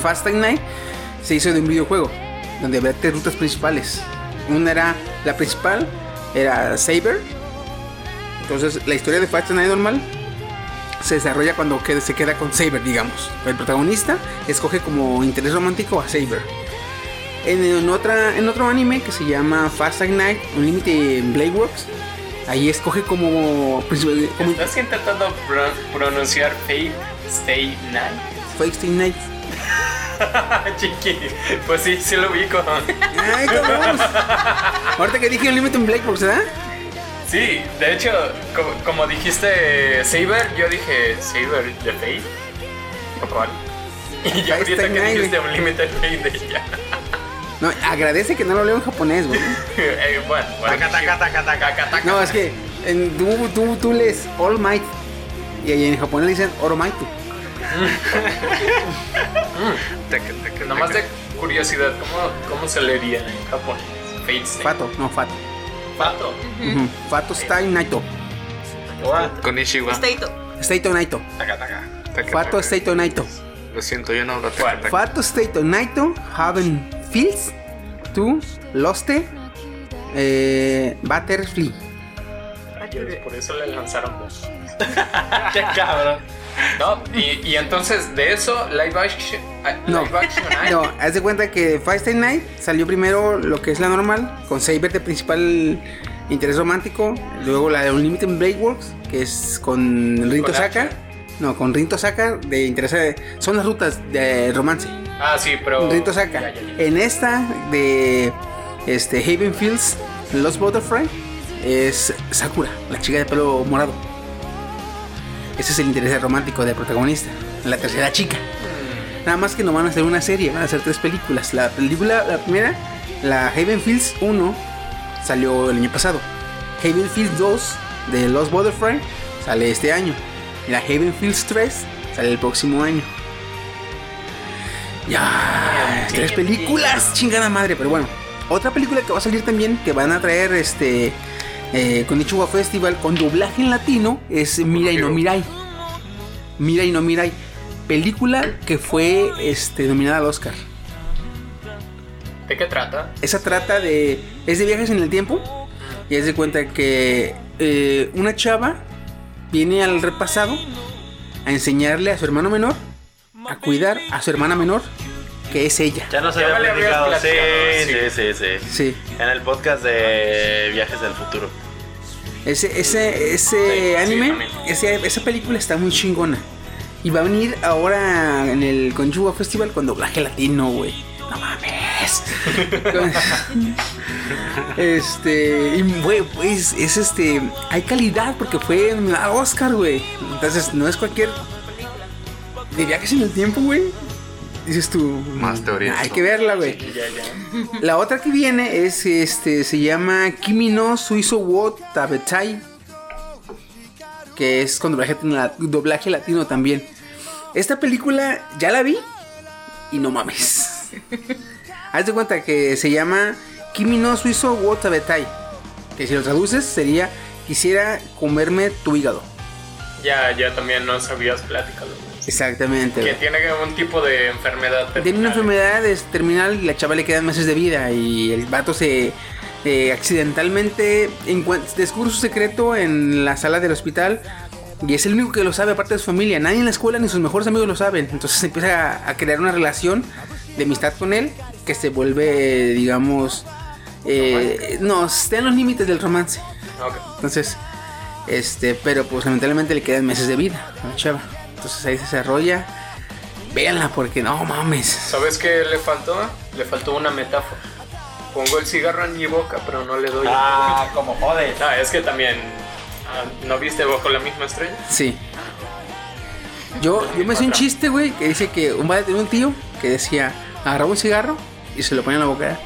S3: Fast Tag Night se hizo de un videojuego donde había tres rutas principales. Una era la principal, era Saber. Entonces la historia de Fast Tag Night normal se desarrolla cuando queda- se queda con Saber, digamos. El protagonista escoge como interés romántico a Saber. En, en otra, en otro anime que se llama Fast Tag Night Unlimited Blade Works, ahí escoge como, principal- como
S6: ¿Estás intentando pro- pronunciar Fake Stay Night? [LAUGHS] Ah,
S3: Fake Tag Night.
S6: Chiqui, pues sí, sí lo
S7: [LAUGHS]
S6: ubico.
S3: ¡Ay, cabrón! Ahorita que dije Unlimited Blade Works, ¿verdad?
S6: Sí, de hecho, como, como dijiste Saber, yo dije Saber de Fate. ¿O cuál? [LAUGHS] Y ya
S3: Ahí está
S6: ahorita
S3: en
S6: que
S3: aire.
S6: dijiste Unlimited Fate, dije ya. [LAUGHS]
S3: No, agradece que no lo leo en japonés, güey.
S6: Eh, bueno, bueno,
S5: Taca, taca, taca, taca.
S6: taca, taca.
S3: No, es que en, tú, tú, tú lees All Might. Y ahí en japonés le dicen Oromaito.
S5: Taca, taca,
S6: Nomás
S5: taca.
S6: de curiosidad, ¿cómo, cómo se leería en japonés? Fate Stay.
S3: Fato, no, Fato.
S6: Pato.
S3: Ujú. Fato Stai Naito.
S5: Con Ishiwa.
S7: Staito.
S3: Staito Naito.
S6: Taca, taca.
S5: Taca,
S3: Fato
S5: taca.
S3: Staito Naito.
S5: Lo siento, yo no hablo taca, taca.
S3: Fato Staito Naito. Haven Fields. Tú, Loste. Eh, Butterfly.
S6: Por eso le lanzaron dos. [LAUGHS] Qué cabrón. No, y, y entonces de eso, live action. ah,
S3: No,
S6: Live action
S3: [LAUGHS]
S6: hay.
S3: no, haz de cuenta que Five Night salió primero lo que es la normal, con Saber de principal interés romántico, luego la de Unlimited Blade Works, que es con Rinto Saka, no, con Rinto Saka de interés, son las rutas de romance,
S6: Ah, sí, pero.
S3: Rinto Saka.
S6: Ya, ya, ya.
S3: En esta de este, Haven Fields, Los Butterfly, es Sakura, la chica de pelo morado. Ese es el interés romántico del protagonista, la tercera chica. Nada más que no van a hacer una serie, van a hacer tres películas. La película, la primera, la Haven Fields 1, salió el año pasado. Haven Fields 2 de Lost Butterfly sale este año. Y la Haven Fields 3 sale el próximo año. Ya, tres películas, chingada madre, pero bueno. Otra película que va a salir también, que van a traer este eh, con Ichiwa Festival con doblaje en latino, es Mirai no Mirai. Mirai no Mirai. Película que fue este, nominada al Oscar.
S6: ¿De qué trata?
S3: Esa trata de. Es de viajes en el tiempo. Y es de cuenta que eh, una chava viene al repasado a enseñarle a su hermano menor a cuidar a su hermana menor, que es ella.
S9: Ya nos
S6: Ya
S9: había
S6: me lo habías
S9: platicado. Sí,
S6: platicado,
S9: sí, sí, sí,
S3: Sí.
S9: En el podcast de Viajes del Futuro.
S3: Ese, ese,
S6: Sí,
S3: ese
S6: sí,
S3: anime,
S6: también.
S3: ese- esa película está muy chingona. Y va a venir ahora en el Conjuga Festival con doblaje latino, güey. No
S6: [LAUGHS]
S3: mames. este, y, güey, pues es este. Hay calidad porque fue nominada a Oscar, güey. Entonces no es cualquier. De viajes en el tiempo, güey. Dices tú.
S5: Más
S3: mm,
S5: teorías,
S3: Hay
S5: ¿no?
S3: que verla, güey. La otra que viene es este se llama Kimi no Suizo wo Tabetai que es con doblaje, la- doblaje latino también. Esta película ya la vi y no mames. Haz de cuenta que se llama Kimi no Suizo wo Tabetai, que si lo traduces sería quisiera comerme tu hígado.
S6: Ya, ya también nos habías platicado.
S3: Exactamente.
S6: Que
S3: güey.
S6: tiene un tipo de enfermedad.
S3: Tiene una
S6: terminal.
S3: enfermedad es, terminal y la chava le quedan meses de vida y el vato se eh, accidentalmente encuen- descubre su secreto en la sala del hospital y es el único que lo sabe aparte de su familia. Nadie en la escuela ni sus mejores amigos lo saben. Entonces empieza a, a crear una relación de amistad con él que se vuelve, digamos, eh, no, está en los límites del romance.
S6: Ok.
S3: Entonces, este, pero pues lamentablemente le quedan meses de vida a la chava. Entonces ahí se desarrolla. Véanla porque no mames.
S6: ¿Sabes qué le faltó? Le faltó una metáfora. Pongo el cigarro en mi boca, pero no le doy.
S9: Ah, como jodes.
S6: No, es que también. ah, ¿No viste bajo la misma estrella?
S3: Sí. Yo, yo me hice un chiste, güey, que dice que un vato tenía un tío que decía, agarraba un cigarro y se lo ponía en la boca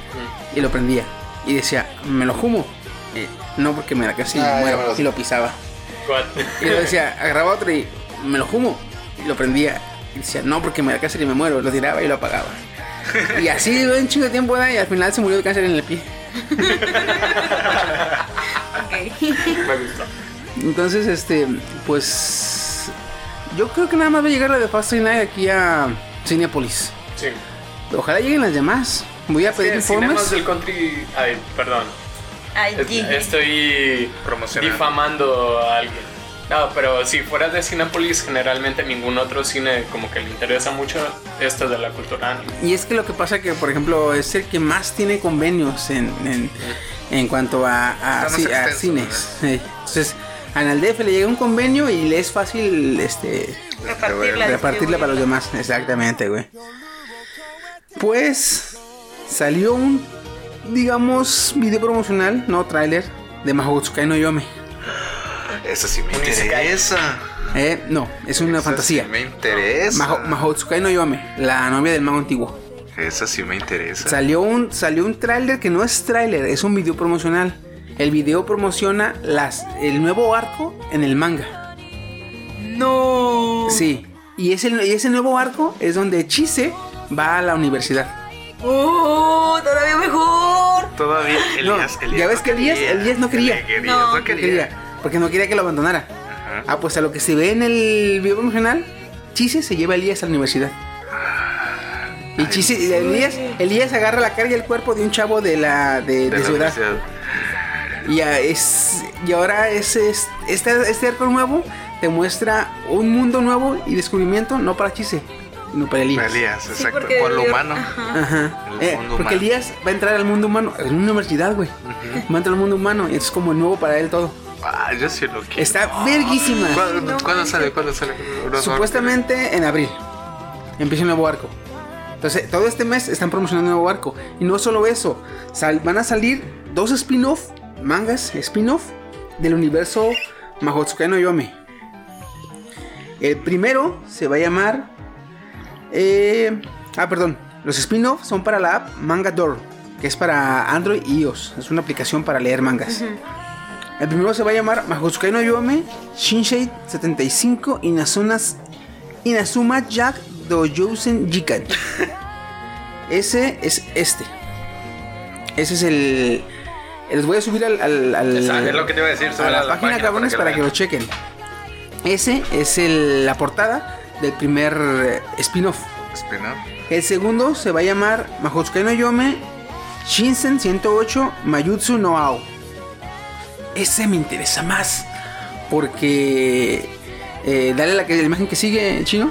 S3: y lo prendía. Y decía, me lo fumo. Eh, no porque me da casi
S5: Ah, ya
S3: muero.
S5: me lo sé.
S3: y lo pisaba. [LAUGHS]
S6: What?
S3: Y
S5: [LAUGHS]
S3: luego decía, agarraba otro y me lo fumo. Y lo prendía. Y decía, no, porque me da cáncer y me muero. Lo tiraba y lo
S5: [LAUGHS]
S3: apagaba. Y así duró un chingo de tiempo, ¿verdad? y al final se murió de cáncer en el pie.
S7: Ok. [LAUGHS]
S6: Me gustó.
S3: Entonces, este, pues. Yo creo que nada más va a llegar la de Fast Night aquí a Cinepolis.
S6: Sí.
S3: Ojalá lleguen las demás. Voy a pedir
S6: Sí, Cinemas
S3: informes.
S6: del Country. Ay, perdón.
S5: Este,
S7: Allí.
S6: Estoy
S4: Promocionando.
S6: difamando a alguien. No, pero si fuera de Cinepolis, generalmente ningún otro cine como que le interesa mucho esto de la cultura anime.
S3: Y es que lo que pasa que, por ejemplo, es el que más tiene convenios en, en, en cuanto a, a,
S5: Está más
S3: ci- a
S5: extenso,
S3: cines. Sí. Entonces, a Naldef le llega un convenio y le es fácil este,
S7: Repartirla.
S3: repartirla para los demás. Exactamente, güey. Pues salió un, digamos, video promocional, no tráiler, de Mahogutsukai no Yome.
S5: Esa sí me
S6: Un isekai.
S5: interesa.
S3: Eh, no, es una
S5: Esa
S3: fantasía.
S5: sí me interesa.
S3: Maho, Mahotsukai no Yome, la novia del mago antiguo.
S5: Esa sí me interesa.
S3: Salió un, salió un tráiler que no es tráiler, es un video promocional. El video promociona las, el nuevo arco en el manga.
S7: No.
S3: Sí. Y ese, y ese nuevo arco es donde Chise va a la universidad.
S7: Oh, todavía mejor.
S5: Todavía
S3: No,
S5: Elías, Elías
S3: ya ves que Elías- Elías no quería.
S5: Elías
S7: No,
S5: no,
S7: no
S5: quería.
S3: quería, porque no quería que lo abandonara. Ah, pues a lo que se ve en el video promocional, Chise se lleva a Elías a la universidad. Y Chise, y Elías, Elías agarra la cara y el cuerpo de un chavo de la de,
S5: De
S3: de
S5: la
S3: su edad.
S5: universidad.
S3: Y, a- es, y ahora es, es- este, este arco nuevo te muestra un mundo nuevo y descubrimiento, no para Chise, sino para Elías.
S5: Elías,
S7: Sí,
S5: exacto.
S7: porque
S5: por lo
S7: yo-
S5: humano.
S7: Ajá.
S3: Ajá.
S5: El
S3: Eh,
S5: mundo
S3: porque
S5: humano.
S3: Elías va a entrar al mundo humano, en una universidad, güey. Va a entrar al mundo humano y es como nuevo para él todo.
S5: Ah, yo sí lo quiero.
S3: Está verguísima.
S5: ¿Cuándo,
S7: no
S5: cuándo
S7: manches.
S5: sale? ¿Cuándo sale? No,
S3: Supuestamente en abril empieza un nuevo arco. Entonces, todo este mes están promocionando un nuevo arco. Y no solo eso, sal- van a salir dos spin-off, mangas spin-off del universo Mahotsukai no Yome. El primero se va a llamar Eh, ah, perdón. Los spin-offs son para la app Manga Door, que es para Android y iOS. Es una aplicación para leer mangas. El primero se va a llamar Mahousukai no Yome, Shinshei 75 y Nasunas- Inazuma Jack Doyousen
S4: [LAUGHS]
S3: Jikan. Ese es este. Ese es el. Les voy a subir al. al- al-
S4: Exacto, es lo que te iba a decir.
S3: a
S4: sobre
S3: la, página, cabrones, para que lo
S4: vean.
S3: chequen. Ese es el- la portada del primer eh, spin-off.
S5: Spin-off.
S3: El segundo se va a llamar Mahotsukai no Yome Shinsen 108 Mayutsu no Ao. Ese me interesa más porque eh, dale la, que- la imagen que sigue, chino.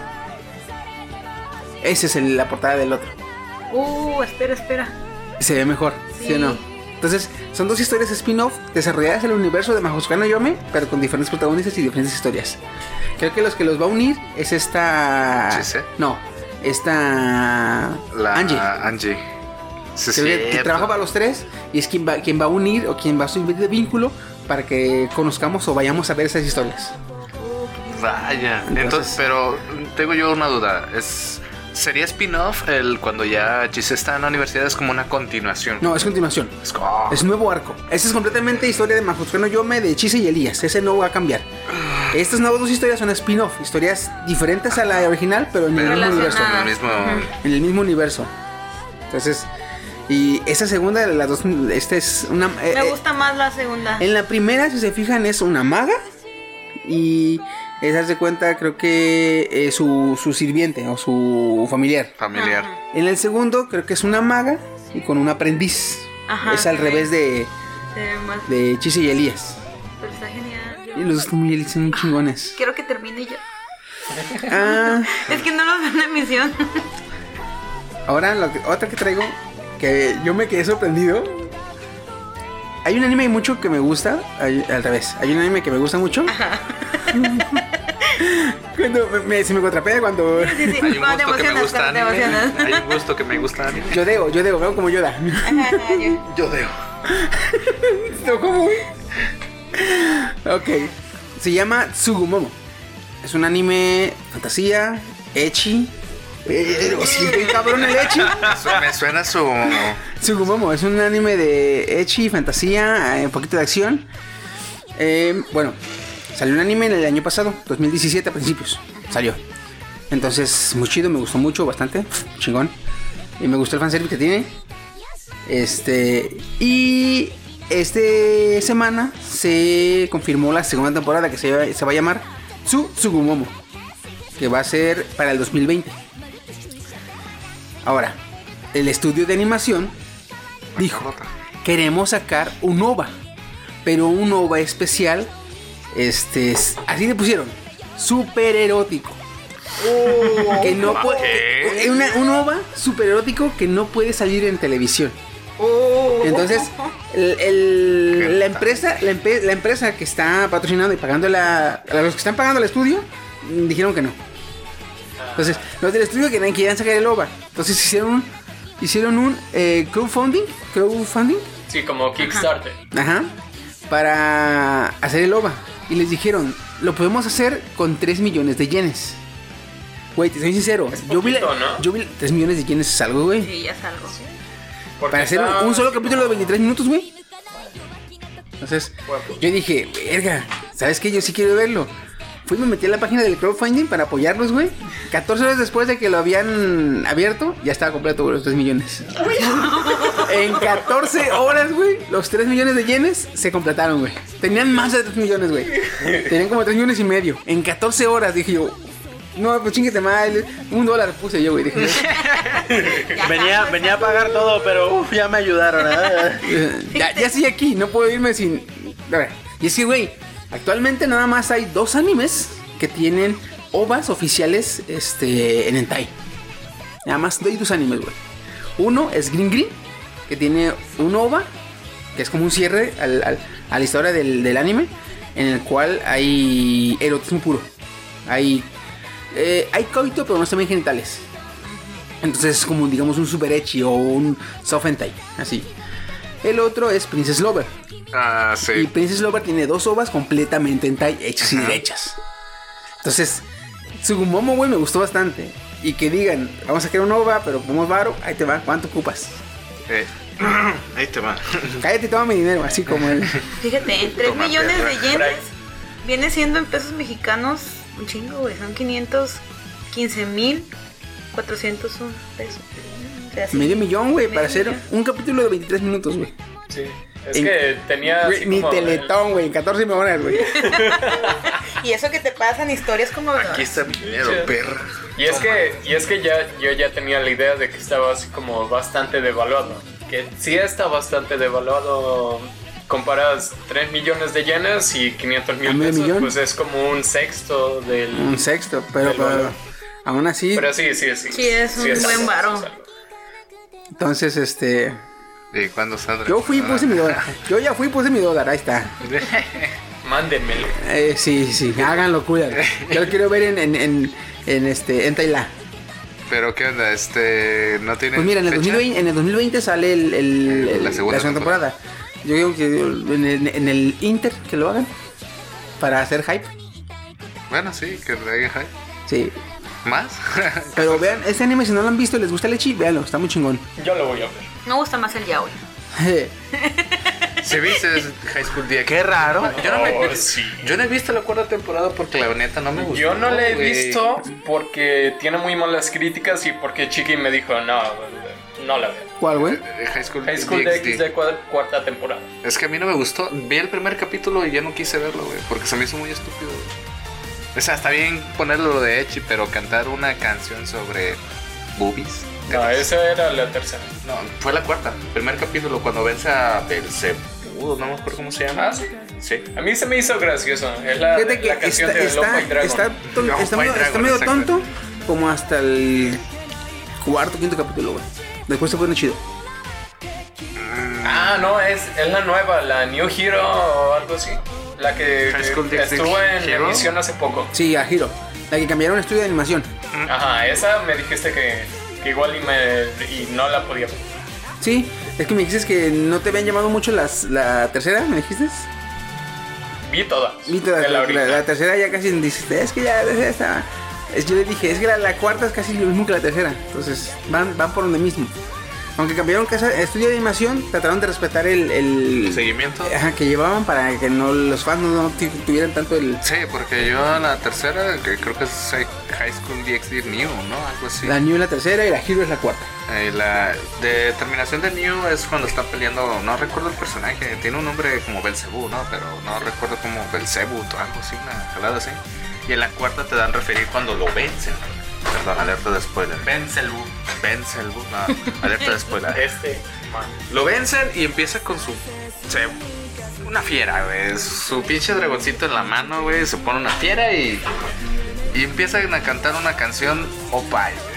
S3: Esa es el- la portada del otro.
S7: Uh, espera, espera.
S3: Se ve mejor, ¿sí, o no?
S7: Sí.
S3: Entonces, son dos historias spin-off desarrolladas en el universo de Mahousuka no Yome, pero con diferentes protagonistas y diferentes historias. Creo que los que los va a unir es esta.
S5: Sí, sí.
S3: No, esta.
S5: La
S3: Angie.
S5: Angie. Sí,
S3: Creo que- que,
S5: cierto.
S3: trabaja para los tres y es quien va, quien va a unir o quien va a subir de vínculo para que conozcamos o vayamos a ver esas historias.
S5: Vaya. Entonces,
S3: Entonces-
S5: pero tengo yo una duda. Es ¿Sería spin-off el cuando ya Gis está en la universidad? Es como una continuación.
S3: No, es continuación.
S5: Es como- oh,
S3: Es nuevo arco. Esta es completamente historia de Mahutsuno Yome, de Chise y Elías. Ese no va a cambiar.
S5: Ah.
S3: Estas nuevas dos historias son spin-off, historias diferentes a la original, pero en el
S5: Pero
S3: mismo universo.
S5: en el mismo.
S3: En el mismo universo. Entonces, y esa segunda de las dos, esta es una. eh,
S7: Me
S3: eh,
S7: gusta más la segunda.
S3: En la primera, si se fijan, es una maga. Y esa se cuenta, creo que eh, su, su sirviente o su familiar.
S5: Familiar.
S3: En el segundo, creo que es una maga y con un aprendiz.
S7: Ajá.
S3: es al revés de,
S7: Se ve mal,
S3: de Chise y Elías.
S7: pero está genial.
S3: Y los dos son muy, son muy chingones.
S7: Quiero que termine ya.
S3: Ah,
S7: Es que no los veo en la emisión.
S3: ahora, lo que- otra que traigo, que yo me quedé sorprendido. Hay un anime mucho que me gusta. hay- al revés, hay un anime que me gusta mucho. [LAUGHS] cuando me- me, se me contrapea cuando.
S7: Sí, sí,
S5: Hay un
S7: cuando te
S5: gusto que me
S7: emocionas,
S5: gusta
S7: cuando Ah, te
S5: anime. [LAUGHS]
S7: emocionas.
S5: Hay un gusto que me gusta anime.
S3: Yo debo, yo debo, veo como Yoda.
S7: Ajá, ajá, yo-
S5: Yo debo.
S3: No, ¿cómo, güey? Ok. Se llama Tsugumomo. Es un anime fantasía, echi. [LAUGHS] Pero siempre cabrón el echi.
S5: Eso me
S3: [LAUGHS]
S5: suena su.
S3: Tsugumomo es un anime de echi, fantasía, eh, un poquito de acción. Eh, bueno, salió un anime en el año pasado, 2017 a principios. Salió. Entonces, muy chido, me gustó mucho, bastante. Chingón. Y me gustó el fanservice que tiene. Este. Y. Este semana se confirmó la segunda temporada que se, se va a llamar Tsu Tsugumomo. Que va a ser para el 2020. Ahora, el estudio de animación dijo: Queremos sacar un OVA. Pero un OVA especial. Este. es- Así le pusieron. Super erótico.
S5: Oh,
S3: que no puede.
S5: ¿Qué?
S3: que- una- un OVA super erótico que no puede salir en televisión. Entonces, el- el-
S5: Oh. Qué
S3: la
S5: tal.
S3: empresa, la, empe- la empresa que está patrocinando y pagando la. A los que están pagando el estudio, mm, dijeron que no. Entonces, los del estudio querían, querían sacar el OVA. Entonces hicieron un, hicieron un eh, crowdfunding. Crowdfunding.
S6: Sí, como Kickstarter.
S3: Ajá. Para hacer el OVA. Y les dijeron, lo podemos hacer con 3 millones de yenes. Güey, te soy sincero. yo, vi la-
S6: poquito, ¿no?
S3: yo vi 3 millones de yenes es algo, güey.
S7: Sí, ya salgo.
S6: Porque
S3: Para hacer
S6: está-
S3: un, un solo capítulo de 23 minutos, güey. Entonces,
S6: Guapo.
S3: yo dije, verga, ¿sabes qué? Yo sí quiero verlo. Fui y me metí a la página del crowdfunding para apoyarlos, güey. 14 horas después de que lo habían abierto, ya estaba completo güey, los 3 millones. en 14 horas, güey, los 3 millones de yenes se completaron, güey. Tenían más de 3 millones, güey. Tenían como 3 millones y medio. En 14 horas, dije yo, no, pues chinguete mal. Un dólar puse yo, güey. Dije,
S7: Ya
S9: Venía,
S7: salgo,
S9: venía a pagar todo, pero uf, ya me ayudaron. ¿eh? [LAUGHS]
S3: Eh, [LAUGHS] ya, ya estoy aquí, no puedo irme sin. A ver, y es que, güey, actualmente nada más hay dos animes que tienen ovas oficiales este, en Entai. Nada más hay dos animes, güey. Uno es Green Green, que tiene un ova, que es como un cierre al- al- a la historia del, del anime, en el cual hay erotismo puro. Hay, eh, hay coito, pero no se ven genitales. Entonces es como, digamos, un super echi o un soft hentai, así. El otro es Princess Lover.
S5: Ah,
S3: Y
S5: sí.
S3: Princess Lover tiene dos ovas completamente en tie hechas y derechas. Entonces, Tsugumomo, güey, me gustó bastante. y que digan, vamos a crear un OVA, pero ponemos varo, ahí te va, ¿cuánto ocupas?
S5: Eh, [CLEARS THROAT] ahí te va. [LAUGHS]
S3: Cállate y toma mi dinero, así como él.
S7: Fíjate, en 3
S5: Toma,
S7: millones de
S5: perra.
S7: yenes viene siendo en pesos mexicanos un chingo, güey. Son 515 mil 401 pesos. O sea, sí.
S3: Medio millón, güey, para
S7: Medio
S3: hacer
S7: millón.
S3: un capítulo de 23 minutos, güey.
S6: Sí. Es
S3: En-
S6: que tenía. así
S3: Güey, Ni
S6: como el-
S3: teletón, güey, en 14 horas,
S6: [LAUGHS]
S3: güey.
S7: Y eso que te pasan historias como...
S5: Aquí está mi dinero,
S6: Sí.
S5: perra.
S6: Y es que, y es que ya, yo ya tenía la idea de que estaba así como bastante devaluado. Que sí está bastante devaluado. Comparas 3 millones de yenes y 500
S3: ¿A
S6: mil
S3: medio
S6: pesos,
S3: millón?
S6: pues es como un sexto del...
S3: Un sexto, pero,
S6: Del
S3: pero
S6: valor.
S3: aún así,
S6: Pero sí, sí, sí.
S7: Sí, es un buen
S6: algo,
S7: varo.
S6: es algo.
S3: entonces, este...
S5: ¿Y cuándo saldrá?
S3: Yo fui pues, y puse mi dólar. Yo ya fui y puse mi dólar, ahí está.
S6: Mándenmelo.
S3: Eh, sí, sí, háganlo, cuídalo. Yo lo quiero ver en, en, en, en, este, en Tailá.
S5: Pero qué onda, este. No tiene.
S3: Pues mira, en el, 2020, en el 2020 sale el, el- el-
S5: La
S3: la
S5: segunda
S3: segunda temporada. Yo digo que en el, en el Inter que lo hagan para hacer hype.
S5: Bueno, sí, que hay hype.
S3: Sí.
S5: ¿Más? [LAUGHS]
S3: Pero vean, este anime, si no lo han visto y les gusta el Echi, véanlo, está muy chingón. [LAUGHS]
S6: Yo lo voy a ver.
S7: Me gusta más el yaoi.
S5: Si viste High School Día, qué raro. Yo no,
S6: Oh,
S5: me,
S6: sí.
S5: yo no he visto la cuarta temporada porque la neta no me gustó.
S6: Yo no le he
S5: güey.
S6: visto porque tiene muy malas críticas y porque Chiqui me dijo, no, no la veo.
S3: ¿Cuál, güey?
S5: Eh, High School,
S6: High School
S5: DxD.
S6: DxD cua- cuarta temporada.
S5: Es que a mí no me gustó. Vi el primer capítulo y ya no quise verlo, güey. Porque se me hizo muy estúpido, güey. O sea, está bien ponerlo lo de Echi, pero cantar una canción sobre boobies.
S6: No, esa era la tercera.
S5: No, fue la cuarta. Primer capítulo, cuando vence a Belzebudo, no me acuerdo cómo se llama.
S6: Ah, sí.
S5: Sí.
S6: A mí se me hizo gracioso. Es la,
S3: Fíjate que
S6: la
S3: está,
S6: canción de
S3: está,
S6: Love and Dragon.
S3: está, ton-
S5: Love
S3: está
S5: by
S3: medio, está
S5: Dragon,
S3: medio
S5: exacto.
S3: tonto como hasta el cuarto, quinto capítulo, güey. Después se pone chido.
S6: Ah, no, es, es la nueva, la New Hero o algo así. La que
S5: High School
S6: que estuvo en
S5: Hero.
S6: emisión hace poco.
S3: Sí, a Hiro. La que cambiaron el estudio de animación.
S6: Ajá, esa me dijiste que, que igual y, me, y no la podía ver.
S3: Sí, es que me dijiste que no te habían llamado mucho las, la tercera, ¿me dijiste?
S6: Vi todas.
S3: Y te- la,
S6: de la
S3: la-
S6: original.
S3: la tercera ya casi dijiste, es que ya está. Es, yo le dije, es que la, la cuarta es casi lo mismo que la tercera. Entonces, van, van por donde mismo. Aunque cambiaron casa, estudio de animación, trataron de respetar el, el-
S5: seguimiento?
S3: ajá, que llevaban para que no los fans no, no tu- tuvieran tanto el
S5: Sí, porque yo la tercera, que creo que es High School DxD New, ¿no? Algo así.
S3: la new es la tercera y la hero es la cuarta.
S5: Eh, la de terminación de New es cuando está peleando, no recuerdo el personaje, tiene un nombre como Belcebú, ¿no? Pero no recuerdo como Belcebú o algo así, una jalada así. Y en la cuarta te dan referir cuando lo vencen. Perdón, alerta de spoiler. Vencelbu. Vencelbu, no, alerta de spoiler.
S6: Este, [LAUGHS] man.
S5: Lo vencen y empieza con su. se- una fiera, güey. Su pinche dragoncito en la mano, güey. Se pone una fiera y. Y empiezan a cantar una canción Oh Opal, güey.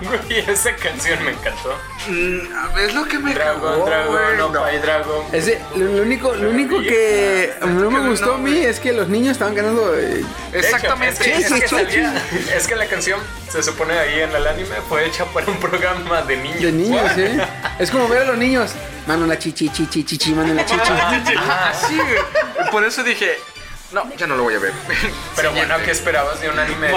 S6: Güey, esa canción me encantó.
S5: Mm, es lo que me.
S6: Dragon,
S3: Oh,
S5: cagó, güey.
S6: Dragon, no,
S5: No.
S6: Pai Dragon.
S3: Es de- lo, lo único, lo único que no me gustó a mí es que los niños estaban ganando. eh,
S5: Exactamente.
S6: De hecho, es, que,
S3: Sí,
S6: es, que
S3: sí,
S6: salía- es que la canción se supone ahí en el anime fue hecha para un programa de niños.
S3: de niños, ¿eh? Es como ver a los niños. Mano la chichi, chichi, chichi, mano la chichi.
S6: [LAUGHS]
S5: Ajá, sí, güey. Por eso dije, no, ya no lo voy a ver. [LAUGHS] Siguiente.
S6: Pero bueno, ¿qué esperabas de un anime?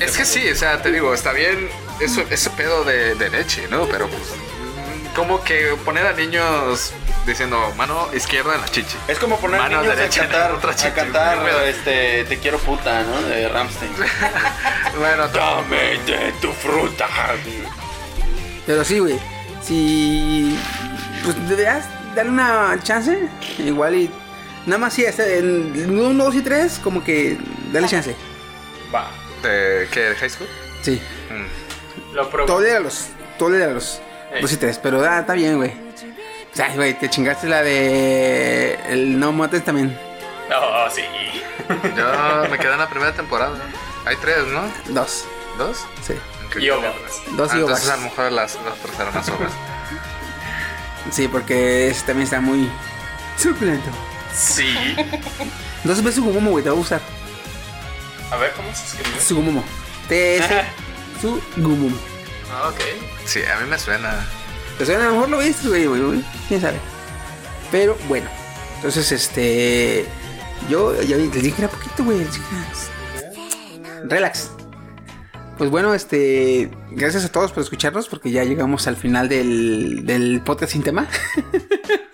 S5: Es que sí, o sea, te digo, está bien eso, ese pedo de, de leche, ¿no? Pero pues, mm, como que poner a niños diciendo mano izquierda en la chichi.
S9: Es como poner
S5: Mano
S9: niños
S5: derecha
S9: a cantar,
S5: en otra chichi,
S9: a cantar
S5: güey, güey.
S9: este, te quiero puta, ¿no? De [LAUGHS] Ramstein.
S5: Bueno, no,
S9: Dame de tu fruta.
S3: Pero sí, güey. Si. Pues deberías darle una chance. Igual y. Nada más sí, hasta en 1, 2 y 3, como que. Dale chance.
S6: Va,
S5: ¿De qué? ¿De high school?
S3: Sí.
S5: Mm.
S6: lo probé.
S3: Toléralos. Toléralos.
S6: Ey.
S3: 2 y 3. Pero ah, está bien, güey. O sea, güey, te chingaste la de. El No Mates también.
S6: Oh, sí.
S5: Yo me quedé en la primera temporada. Hay tres, ¿no?
S3: Dos.
S5: ¿Dos?
S3: Sí.
S6: Y ovas.
S3: Dos
S5: Ah,
S3: y
S5: entonces a
S3: ovas.
S5: lo mejor las, las pasaron más obras.
S3: Sí, porque ese también está muy. Suculento.
S6: Sí.
S3: Dos veces Sugumomo, güey, te va a gustar.
S6: A ver, ¿cómo se escribe?
S3: Sugumomo. TS. Sugumomo.
S6: Ah, ok.
S5: Sí, a mí me suena.
S3: O sea, a lo mejor lo viste, güey, güey, güey, quién sabe. Pero bueno, entonces este. "Ah, Yo ya vi- les dije que era poquito, güey. les dije que era- Relax. Pues bueno, este, gracias a todos por escucharnos porque ya llegamos al final del, del podcast sin tema. [LAUGHS]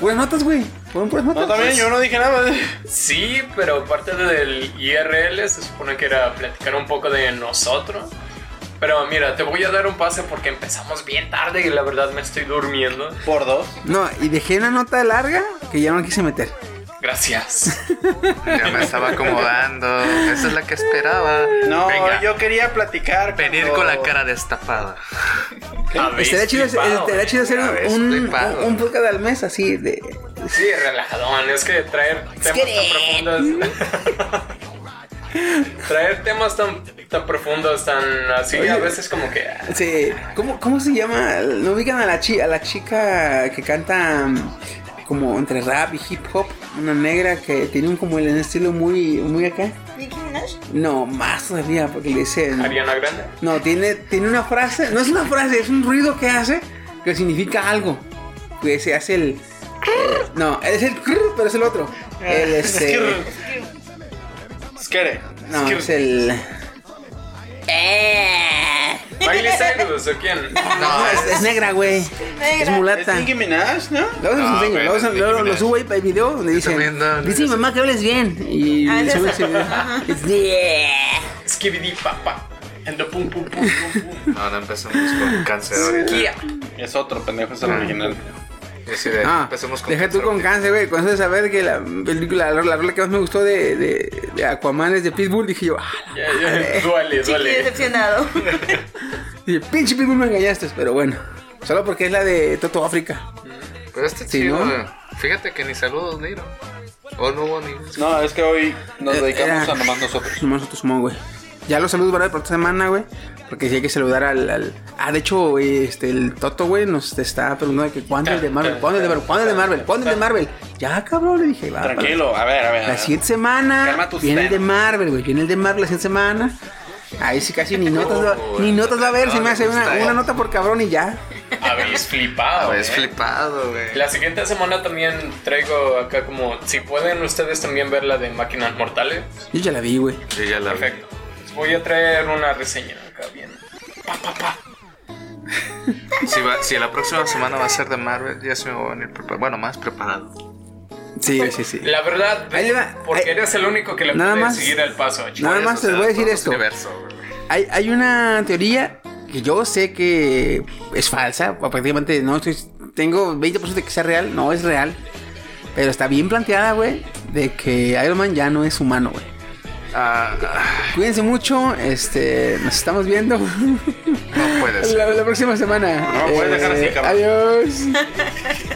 S3: Puras notas, güey. Fueron puras notas.
S9: No, también yo no dije nada.
S6: Sí, pero parte del IRL se supone que era platicar un poco de nosotros. Pero mira, te voy a dar un pase porque empezamos bien tarde y la verdad me estoy durmiendo.
S9: Por dos.
S3: No, y dejé una nota larga que ya no quise meter.
S6: Gracias.
S5: Ya me estaba acomodando. Esa es la que esperaba.
S9: No,
S5: Venga,
S9: yo quería platicar.
S5: venir
S9: cuando-
S5: con la cara destapada.
S6: Habéis
S3: Estaría chido,
S6: flipado,
S3: estaría chido hacer
S5: Ya ves,
S3: un, un,
S5: flipado.
S3: un podcast al mes así de...
S6: eh. Sí, relajadón. Es que traer temas tan profundos. [LAUGHS] traer temas tan, tan profundos, tan así, a veces como que. ah,
S3: Sí, ¿cómo, ¿Cómo se llama? ¿No ubican a la, chi- a la chica que canta mm, como entre rap y hip hop? Una negra que tiene un como el estilo muy, muy acá.
S7: Nicki Minaj.
S3: No, más todavía, porque le dicen...
S6: Ariana Grande.
S3: No, tiene, tiene una frase, no es una frase, es un ruido que hace que significa algo. Que se hace el. eh, no, es el crrr, pero es el otro. El este.
S9: Skere.
S3: No, es el.
S6: Miley Cyrus o quién?
S3: No, es, es negra, güey. Es
S7: Negra.
S9: Es
S3: mulata.
S9: Nicki Minaj, ¿no?
S3: Luego se los
S5: No,
S3: enseño,
S5: güey,
S3: luego se-
S5: no es
S3: luego
S5: Nicki
S3: lo
S5: Minaj.
S3: subo ahí para el video donde dicen.
S5: también, no,
S3: Dice mi
S5: eso.
S3: mamá que hables bien. Y
S7: Ah, es
S3: subo
S7: esa.
S3: ese video. It's yeah.
S6: Skibidi Papa. And the pum pum pum pum pum.
S5: No, no empezamos
S3: [LAUGHS]
S5: con cáncer ahorita. Ah.
S6: Yeah.
S9: Es otro pendejo, es el original.
S5: Yo sí de-
S3: Ah,
S5: empecemos con
S3: deja tú
S5: cáncer
S3: con
S5: ahorita.
S3: cáncer, güey. Con eso de saber que la película, la, la rola que más me gustó de, de, de Aquaman es de Pitbull, dije yo, ah, la
S6: [LAUGHS] Ya, ya, Duele,
S7: Chiqui
S6: duele.
S7: decepcionado.
S3: Y pinche Pitbull me engañaste, pero bueno. Solo porque es la de Toto África.
S5: Pero este
S3: Sí,
S5: chido,
S3: ¿no?
S5: eh. fíjate que ni saludos dieron. O no hubo ningún.
S9: No, es que hoy nos
S3: Eh,
S9: dedicamos
S3: era-
S9: a nomás nosotros.
S3: Nomás nosotros somos, güey. Ya los saludos para la próxima semana, güey. Porque sí hay que saludar al. al- Ah, de hecho, güey, este, el Toto, güey, nos te está preguntando que cuándo el de Marvel, cuándo el de Marvel, cuándo el de Marvel, cuándo el de Marvel. Ya, cabrón, le dije, va.
S9: Tranquilo, a ver, a ver.
S3: para La siguiente semana
S9: Calma tus
S3: viene el de
S9: penas.
S3: Marvel, güey. Viene el de Marvel la siguiente semana. Ahí sí casi ni notas, va-
S5: Oh,
S3: ni notas va a ver.
S5: no,
S3: Si me
S5: me
S3: hace una,
S5: gusta, eh.
S3: una nota por cabrón y ya.
S6: Habéis flipado.
S5: Habéis
S6: eh.
S5: flipado, güey.
S6: La siguiente semana también traigo acá como si pueden ustedes también ver la de Máquinas Mortales.
S3: Yo ya la vi, güey.
S5: Sí, ya la vi.
S6: Perfecto. Les voy a traer una reseña acá bien.
S5: Si, va- si la próxima semana va a ser de Marvel, ya se me va a venir preparado. Bueno, más preparado.
S3: Sí, sí, sí.
S6: La verdad,
S3: Ahí le va.
S6: porque
S3: Ahí-
S6: eres el único que le
S3: Nada
S6: puede
S3: más.
S6: seguir el paso. chico.
S3: Nada más les voy a decir
S5: todo
S3: esto.
S5: Universo, güey.
S3: Hay, hay una teoría que yo sé que es falsa, o prácticamente no estoy, tengo 20% de que sea real, no es real, pero está bien planteada, güey, de que Iron Man ya no es humano, güey.
S5: Ah, ah,
S3: Cuídense mucho, este, nos estamos viendo [LAUGHS]
S5: no puede ser.
S3: la, la próxima semana. Eh,
S9: No, puedes dejar así, cabrón.
S3: Adiós.